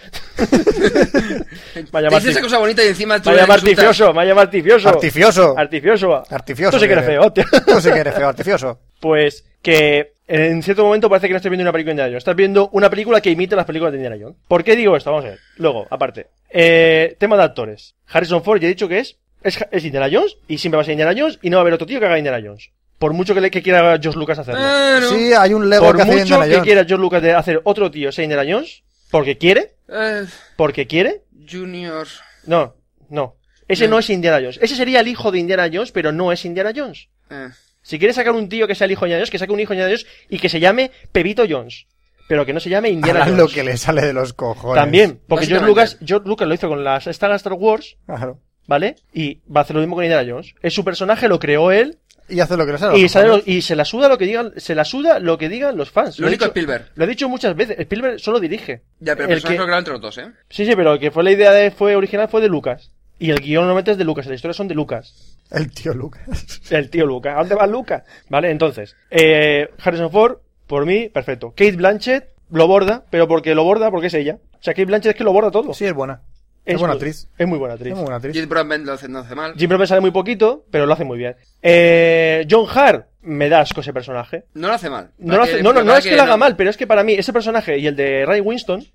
Speaker 5: Vaya
Speaker 3: Te dice esa cosa bonita y encima tú
Speaker 5: Vaya
Speaker 3: le insultas.
Speaker 5: artificioso, vaya artificioso.
Speaker 1: Artificioso.
Speaker 5: Artificioso.
Speaker 1: Artificioso.
Speaker 5: Tú sí que eres feo, hostia.
Speaker 1: Tú sí que eres feo, artificioso.
Speaker 5: [laughs] Pues que en cierto momento parece que no estás viendo una película de Indiana Jones, estás viendo una película que imita las películas de Indiana Jones. ¿Por qué digo esto? Vamos a ver. Luego, aparte, eh, tema de actores. Harrison Ford, ya he dicho que es, es, es Indiana Jones y siempre va a ser Indiana Jones y no va a haber otro tío que haga Indiana Jones. Por mucho que, le, que quiera George Lucas hacerlo.
Speaker 3: Claro.
Speaker 1: Sí, hay un Lego
Speaker 5: Por
Speaker 1: que hace
Speaker 5: mucho
Speaker 1: Indiana
Speaker 5: que
Speaker 1: Jones.
Speaker 5: quiera George Lucas de hacer otro tío sea Indiana Jones, porque quiere,
Speaker 3: Eh,
Speaker 5: porque quiere,
Speaker 3: junior.
Speaker 5: no, no. Ese no es Indiana Jones. Ese sería el hijo de Indiana Jones, pero no es Indiana Jones.
Speaker 3: Eh.
Speaker 5: Si quieres sacar un tío que sea el hijo de Indiana Jones, que saque un hijo de Indiana Jones y que se llame Pebito Jones. Pero que no se llame Indiana
Speaker 1: Harán lo
Speaker 5: Jones.
Speaker 1: que le sale de los cojones.
Speaker 5: También, porque George
Speaker 3: Básicamente.
Speaker 5: Lucas, George Lucas lo hizo con las Star Star Wars,
Speaker 1: Claro.
Speaker 5: ¿vale? Y va a hacer lo mismo con Indiana Jones. Es su personaje, lo creó él
Speaker 1: Y hace lo que le sale. a los
Speaker 5: y, sale
Speaker 1: cojones.
Speaker 5: lo- y se la suda lo que digan, se la suda lo que digan los fans.
Speaker 3: Lo
Speaker 5: he
Speaker 3: único es
Speaker 5: dicho-
Speaker 3: Spielberg.
Speaker 5: Lo he dicho muchas veces. Spielberg solo dirige.
Speaker 3: Ya, pero
Speaker 5: El
Speaker 3: personas
Speaker 5: que-
Speaker 3: lo graban entre los dos, ¿eh?
Speaker 5: Sí, sí, pero el que fue la idea de- fue original fue de Lucas. Y el guión normalmente es de Lucas, las historias son de Lucas.
Speaker 1: El tío Lucas.
Speaker 5: El tío Lucas. ¿A dónde va Lucas? Vale, entonces. eh, Harrison Ford, por mí, perfecto. Kate Blanchett lo borda, pero porque lo borda, porque es ella. O sea, Kate Blanchett es que lo borda todo.
Speaker 1: Sí, es buena. Es, buena
Speaker 5: muy-
Speaker 1: actriz.
Speaker 5: Es muy buena actriz.
Speaker 1: Es muy buena actriz.
Speaker 3: Jim Broadbent lo hace, no hace mal.
Speaker 5: Jim Broadbent sale muy poquito, pero lo hace muy bien. Eh, John Hart, me da asco ese personaje.
Speaker 3: No lo hace mal.
Speaker 5: No, lo hace- no, no, no es que lo haga mal, pero es que para mí ese personaje y el de Ray Winston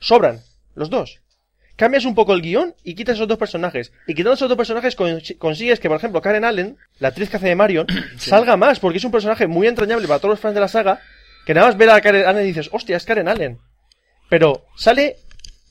Speaker 5: sobran, los dos. Cambias un poco el guión y quitas esos dos personajes. Y quitando esos dos personajes cons- consigues que, por ejemplo, Karen Allen, la actriz que hace de Marion, salga más, porque es un personaje muy entrañable para todos los fans de la saga, que nada más ver a Karen Allen y dices, hostia, es Karen Allen. Pero sale,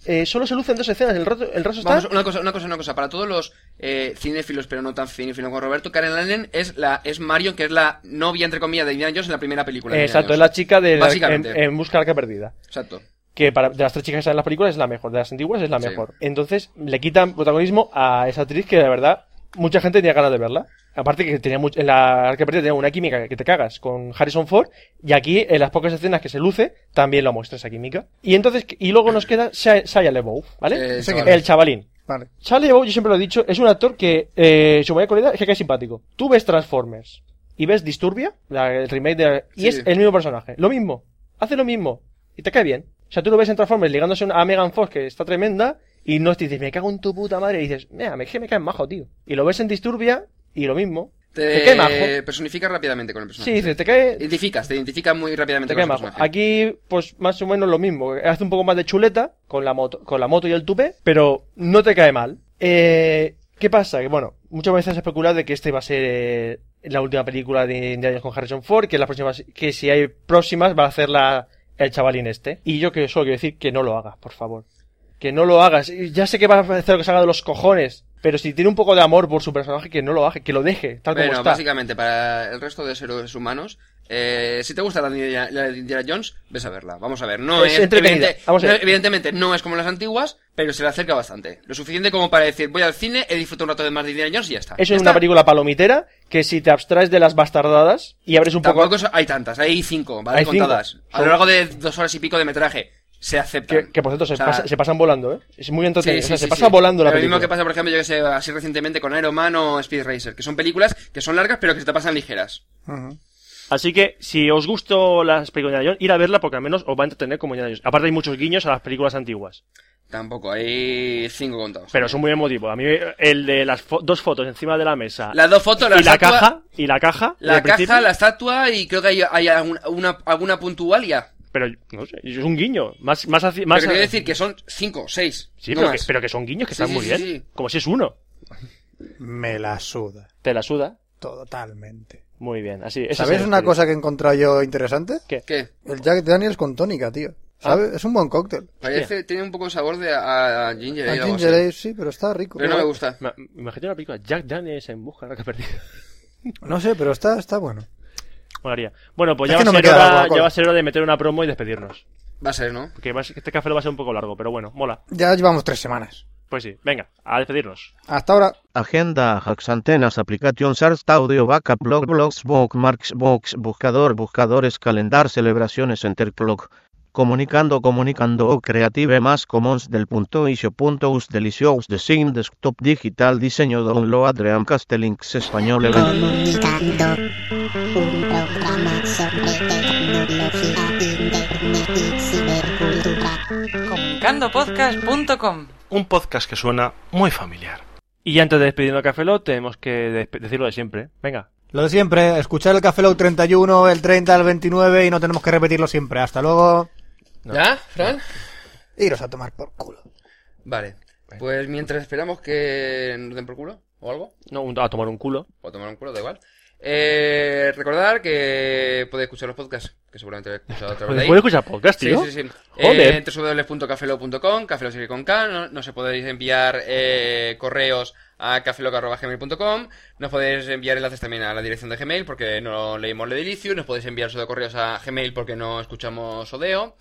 Speaker 5: eh, solo se lucen dos escenas, el, rato- el resto está...
Speaker 3: Vamos, una cosa, una cosa, una cosa. Para todos los eh, cinéfilos, pero no tan cinéfilos como Roberto, Karen Allen es la es Marion, que es la novia, entre comillas, de Indiana Jones en la primera película. de
Speaker 5: Exacto, es
Speaker 3: Indiana
Speaker 5: la chica de la- en,
Speaker 3: Básicamente.
Speaker 5: en Busca de la Arca Perdida.
Speaker 3: Jones. Exacto.
Speaker 5: que para, de las tres chicas que salen en las películas es la mejor, de las antiguas es la
Speaker 3: Sí.
Speaker 5: mejor. Entonces le quitan protagonismo a esa actriz que la verdad mucha gente tenía ganas de verla. Aparte que tenía much- en la Arca Perdida tenía una química que te cagas con Harrison Ford y aquí en las pocas escenas que se luce también lo muestra esa química. Y entonces y luego nos queda Shia Shia LaBeouf, ¿vale?
Speaker 3: Eh,
Speaker 1: Sé que
Speaker 3: chaval.
Speaker 5: El chavalín.
Speaker 1: Vale.
Speaker 5: Charlie Bow, yo siempre lo he dicho, es un actor que eh, su mayor cualidad es que es simpático. Tú ves Transformers y ves Disturbia, la- el remake de... Y
Speaker 3: Sí.
Speaker 5: es el mismo personaje. Lo mismo. Hace lo mismo. Y te cae bien. O sea, tú lo ves en Transformers ligándose a Megan Fox, que está tremenda, y no te dices, me cago en tu puta madre, y dices, mira, me, que me caes majo, tío. Y lo ves en Disturbia y lo mismo.
Speaker 3: Te,
Speaker 5: Te cae majo.
Speaker 3: personificas rápidamente con el personaje.
Speaker 5: Sí, dices, te cae...
Speaker 3: Identificas, te identificas muy rápidamente con
Speaker 5: Te cae
Speaker 3: el
Speaker 5: majo.
Speaker 3: personaje.
Speaker 5: Aquí, pues más o menos lo mismo. Hace un poco más de chuleta con la moto, con la moto y el tupé, pero no te cae mal. Eh, ¿Qué pasa? Que bueno, muchas veces se especula de que este va a ser eh, la última película de Indiana Jones con Harrison Ford, que las próximas, que si hay próximas va a hacerla el chavalín este. Y yo que solo quiero decir que no lo hagas, por favor. Que no lo hagas. Ya sé que va a hacer lo que salga de los cojones, pero si tiene un poco de amor por su personaje, que no lo haga, que lo deje, tal como
Speaker 3: Bueno,
Speaker 5: está.
Speaker 3: básicamente, para el resto de seres humanos, eh, si te gusta la de, Indiana- la de Indiana Jones, ves a verla. Vamos a ver. No
Speaker 5: Es
Speaker 3: es,
Speaker 5: entretenida. Vamos a
Speaker 3: no-
Speaker 5: ver.
Speaker 3: evidentemente no es como las antiguas, pero se le acerca bastante. Lo suficiente como para decir, voy al cine, he disfrutado un rato de más de Indiana Jones y ya está.
Speaker 5: Eso
Speaker 3: Ya
Speaker 5: es una
Speaker 3: está.
Speaker 5: película palomitera que si te abstraes de las bastardadas y abres un poco
Speaker 3: Tampoco es- hay tantas, hay cinco, ¿vale?
Speaker 5: Hay cinco.
Speaker 3: Contadas. A
Speaker 5: Son-
Speaker 3: lo largo de dos horas y pico de metraje, se aceptan.
Speaker 5: Que, que, por cierto, se,
Speaker 3: O sea,
Speaker 5: pasa- se pasan volando, ¿eh? Es muy
Speaker 3: sí,
Speaker 5: entretenido.
Speaker 3: sí,
Speaker 5: o sea,
Speaker 3: sí,
Speaker 5: se
Speaker 3: sí.
Speaker 5: pasa volando la
Speaker 3: Lo
Speaker 5: película.
Speaker 3: mismo que pasa, por ejemplo, yo que sé, así recientemente con Iron Man o Speed Racer, que son películas que son largas pero que se te pasan ligeras.
Speaker 1: Ujú.
Speaker 5: Así que, si os gustó las películas de Indiana Jones, ir a verla porque al menos os va a entretener como Indiana Jones. Aparte hay muchos guiños a las películas antiguas.
Speaker 3: Tampoco, hay cinco contados.
Speaker 5: Pero son muy emotivos. A mí el de las fo- dos fotos encima de la mesa
Speaker 3: Las dos fotos,
Speaker 5: Ah, y la
Speaker 3: estatua-
Speaker 5: caja, y la caja,
Speaker 3: La
Speaker 5: del
Speaker 3: caja,
Speaker 5: principio,
Speaker 3: la estatua y creo que hay, hay alguna, una- alguna puntual ya.
Speaker 5: Pero, no sé, es un guiño. Más, más, hacia-
Speaker 3: Pero
Speaker 5: más
Speaker 3: te quiero
Speaker 5: a-
Speaker 3: decir que son cinco, seis.
Speaker 5: Sí,
Speaker 3: no
Speaker 5: pero, que,
Speaker 3: más.
Speaker 5: pero que son guiños que
Speaker 3: Sí,
Speaker 5: están
Speaker 3: sí,
Speaker 5: muy
Speaker 3: sí,
Speaker 5: bien.
Speaker 3: sí.
Speaker 5: Como si es uno.
Speaker 1: Me la suda.
Speaker 5: Te la suda.
Speaker 1: Totalmente.
Speaker 5: Muy bien, así. esa
Speaker 1: ¿Sabes
Speaker 5: es
Speaker 1: una
Speaker 5: la
Speaker 1: cosa que he encontrado yo interesante?
Speaker 5: ¿Qué?
Speaker 3: ¿Qué?
Speaker 1: El Jack Daniels con tónica, tío.
Speaker 5: Ah.
Speaker 1: ¿Sabes? Es un buen cóctel.
Speaker 3: Parece, tiene un poco de sabor de a, a Ginger
Speaker 1: A
Speaker 3: Ale o algo
Speaker 1: Ginger
Speaker 3: así.
Speaker 1: Ale, sí, pero está rico.
Speaker 3: Pero no me gusta.
Speaker 5: Me me imagino la película Jack Daniels en busca de la que perdida.
Speaker 1: No sé, pero está, está bueno.
Speaker 5: [laughs] Molaría. Bueno, pues
Speaker 1: Es
Speaker 5: ya va,
Speaker 1: que no
Speaker 5: a
Speaker 1: me
Speaker 5: ser
Speaker 1: queda la
Speaker 5: hora,
Speaker 1: Coca-Cola.
Speaker 5: ya va a ser hora de meter una promo y despedirnos.
Speaker 3: Va a ser, ¿no?
Speaker 5: Porque va a ser- este café lo va a ser un poco largo, pero bueno, mola.
Speaker 1: Ya llevamos tres semanas.
Speaker 5: Pues sí, venga, a despedirnos.
Speaker 1: Hasta ahora.
Speaker 10: Agenda, hacks, antenas, aplicaciones, arts, audio, backup, blog, blogs, bookmarks, box, buscador, buscadores, calendar, celebraciones, enterclock. comunicando comunicando o creative más commons del punto isio punto us delicious design desktop digital diseño download Dreamcast links español
Speaker 11: Comunicando. Un programa sobre tecnología, internet y cibercultura.
Speaker 12: Comunicandopodcast.com
Speaker 13: Un podcast que suena muy familiar.
Speaker 5: Y ya antes de despedirnos a Café Lock, tenemos que despe- decir lo de siempre. Venga.
Speaker 1: Lo de siempre, escuchar el Café Lock 31, el 30, el 29 y no tenemos que repetirlo siempre. Hasta luego.
Speaker 3: ¿Ya, Fran?
Speaker 1: Iros a tomar por culo.
Speaker 3: Vale. Pues mientras esperamos que nos den por culo o algo,
Speaker 5: No, un- a tomar un culo.
Speaker 3: o tomar un culo, da igual. Eh, recordar que podéis escuchar los podcasts, que seguramente habéis escuchado otra vez.
Speaker 5: Pues
Speaker 3: ahí.
Speaker 5: puedes escuchar podcast, tío.
Speaker 3: Sí, sí, sí.
Speaker 5: Joder.
Speaker 3: Eh, www.cafelo.com, cafelo sigue con K. No, nos podéis enviar eh, correos a cafeloc.gmail.com. Nos podéis enviar enlaces también a la dirección de Gmail porque no leímos Ledelicious. Nos podéis enviar de correos a Gmail porque no escuchamos Odeo.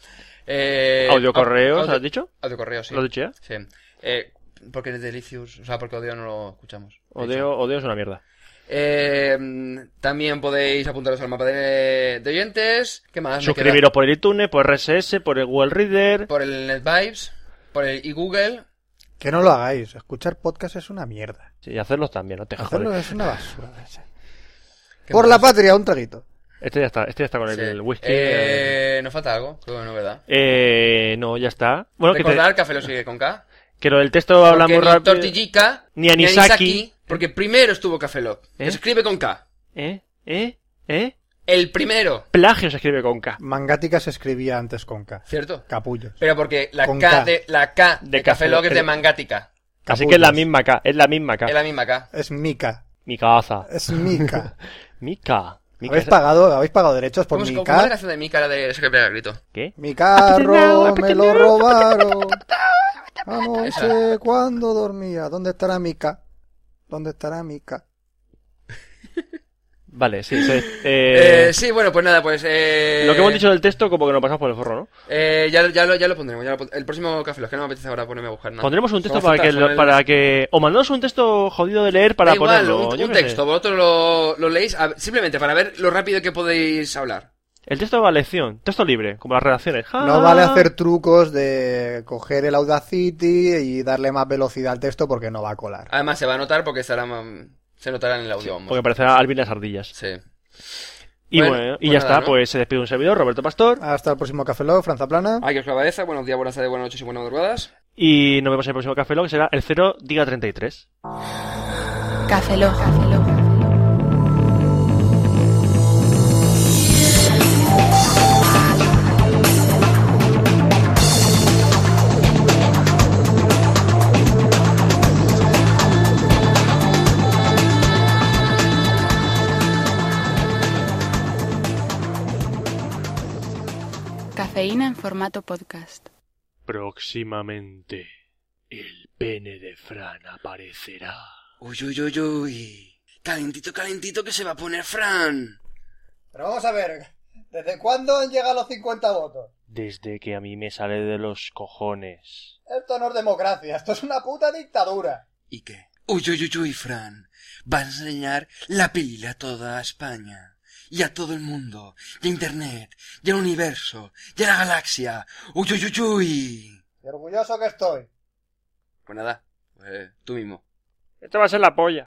Speaker 3: Eh,
Speaker 5: Audio correos,
Speaker 3: audio-
Speaker 5: ¿has dicho?
Speaker 3: Audio correos, sí.
Speaker 5: ¿Lo has dicho ya?
Speaker 3: Sí. Eh, porque es Delicious, o sea, porque Odeo no lo escuchamos.
Speaker 5: Odeo, odeo es una
Speaker 3: Ah,
Speaker 5: mierda.
Speaker 3: Eh, mm, también podéis apuntaros al mapa de, de oyentes. ¿Qué más? Me queda-
Speaker 5: Suscribiros por el iTunes, por RSS, por el Google Reader.
Speaker 3: Por el NetVibes, por el eGoogle.
Speaker 1: Que no lo hagáis. Escuchar podcast es una mierda.
Speaker 5: Sí, y hacerlos también, no te
Speaker 1: Hacerlo
Speaker 5: jodes.
Speaker 1: es una basura.
Speaker 3: ¿Qué
Speaker 1: Por
Speaker 3: más?
Speaker 1: la patria, un traguito.
Speaker 5: Este ya está, este ya está con el, el whisky. Eh...
Speaker 3: Eh, nos falta algo, creo que no, ¿verdad?
Speaker 5: no, ya está. Bueno, que, te-
Speaker 3: Recordar que Café lo sigue con K.
Speaker 5: que lo del texto habla
Speaker 3: Porque
Speaker 5: muy
Speaker 3: ni
Speaker 5: rápido.
Speaker 3: Tortillica,
Speaker 5: Ni Anisaki.
Speaker 3: Porque primero estuvo Café Lock. que
Speaker 5: ¿Eh?
Speaker 3: Se escribe con K.
Speaker 5: ¿Eh? ¿Eh? ¿Eh?
Speaker 3: El primero,
Speaker 5: Plagio se escribe con K.
Speaker 1: Mangática se escribía antes con K.
Speaker 3: ¿cierto?
Speaker 1: Capullos.
Speaker 3: Pero porque la
Speaker 1: Con
Speaker 3: K,
Speaker 1: K.
Speaker 3: de la K de,
Speaker 5: De
Speaker 3: Café
Speaker 5: Café
Speaker 3: Lock es
Speaker 5: Lock.
Speaker 3: de Mangática.
Speaker 5: Así que es la
Speaker 1: Capullos.
Speaker 5: misma K, es la misma K.
Speaker 3: Es la misma K.
Speaker 1: Es Mica.
Speaker 5: Mi caza.
Speaker 1: Es Mica.
Speaker 5: Mica. [laughs] Mica.
Speaker 1: ¿Habéis pagado, ¿Habéis pagado derechos por
Speaker 3: ¿Cómo
Speaker 1: mi
Speaker 3: es cómo es la
Speaker 1: K?
Speaker 3: canción de Mika, la de Secretaria del Grito?
Speaker 5: ¿Qué?
Speaker 1: Mi carro Ah, pues me lo robaron.
Speaker 3: Esa.
Speaker 1: Anoche cuando dormía. ¿Dónde estará Mica? ¿Dónde estará Mica?
Speaker 5: Vale, sí, sí. Eh,
Speaker 3: Eh, sí, bueno, pues nada, pues... Eh,
Speaker 5: Lo que hemos dicho del texto, como que nos pasamos por el forro, ¿no?
Speaker 3: Eh, ya, ya, lo, ya lo pondremos. ya lo pon- el próximo Café Lock, que no me apetece ahora ponerme a buscar nada.
Speaker 5: Pondremos un texto
Speaker 3: Son
Speaker 5: para que,
Speaker 3: faltas, son
Speaker 5: lo-
Speaker 3: el-
Speaker 5: para que. O mandaros un texto jodido de leer para
Speaker 3: Da igual,
Speaker 5: ponerlo.
Speaker 3: un,
Speaker 5: yo
Speaker 3: un
Speaker 5: qué sé.
Speaker 3: texto, vosotros lo, lo leéis a- simplemente para ver lo rápido que podéis hablar.
Speaker 5: El texto va a lección, texto libre, como las redacciones. ¡Ja!
Speaker 1: No vale hacer trucos de coger el Audacity y darle más velocidad al texto porque no va a colar.
Speaker 3: Además se va a notar porque estará, mm, se notará en el audio. vamos.
Speaker 5: Porque parecerá Alvin las ardillas.
Speaker 3: Sí.
Speaker 5: Y
Speaker 3: Bueno,
Speaker 5: bueno,
Speaker 3: pues
Speaker 5: y ya
Speaker 3: nada,
Speaker 5: está,
Speaker 3: ¿no?
Speaker 5: pues se despide un servidor, Roberto Pastor.
Speaker 1: Hasta el próximo Café Log, Franza Plana.
Speaker 3: Ay, que os la cabeza. Buenos días, buenas tardes, buenas noches y buenas madrugadas.
Speaker 5: Y nos vemos en el próximo café, Lock, que será el 0 Diga 33.
Speaker 7: Café Lock. Cafeína en formato podcast.
Speaker 5: Próximamente, el pene de Fran aparecerá.
Speaker 3: Uy, uy, uy, uy. Calentito, calentito que se va a poner Fran.
Speaker 1: Pero vamos a ver, ¿desde cuándo han llegado los 50 votos?
Speaker 5: Desde que a mí me sale de los cojones.
Speaker 1: Esto no es democracia, esto es una puta dictadura.
Speaker 3: ¿Y qué? Uy, uy, uy, uy, Fran. Va a enseñar la pila a toda España. Y a todo el mundo. Y a Internet. Y al universo. Y a la galaxia. Uy, uy, uy, uy.
Speaker 1: Y orgulloso que estoy.
Speaker 3: Pues nada, eh, tú mismo.
Speaker 5: Esto va a ser la polla.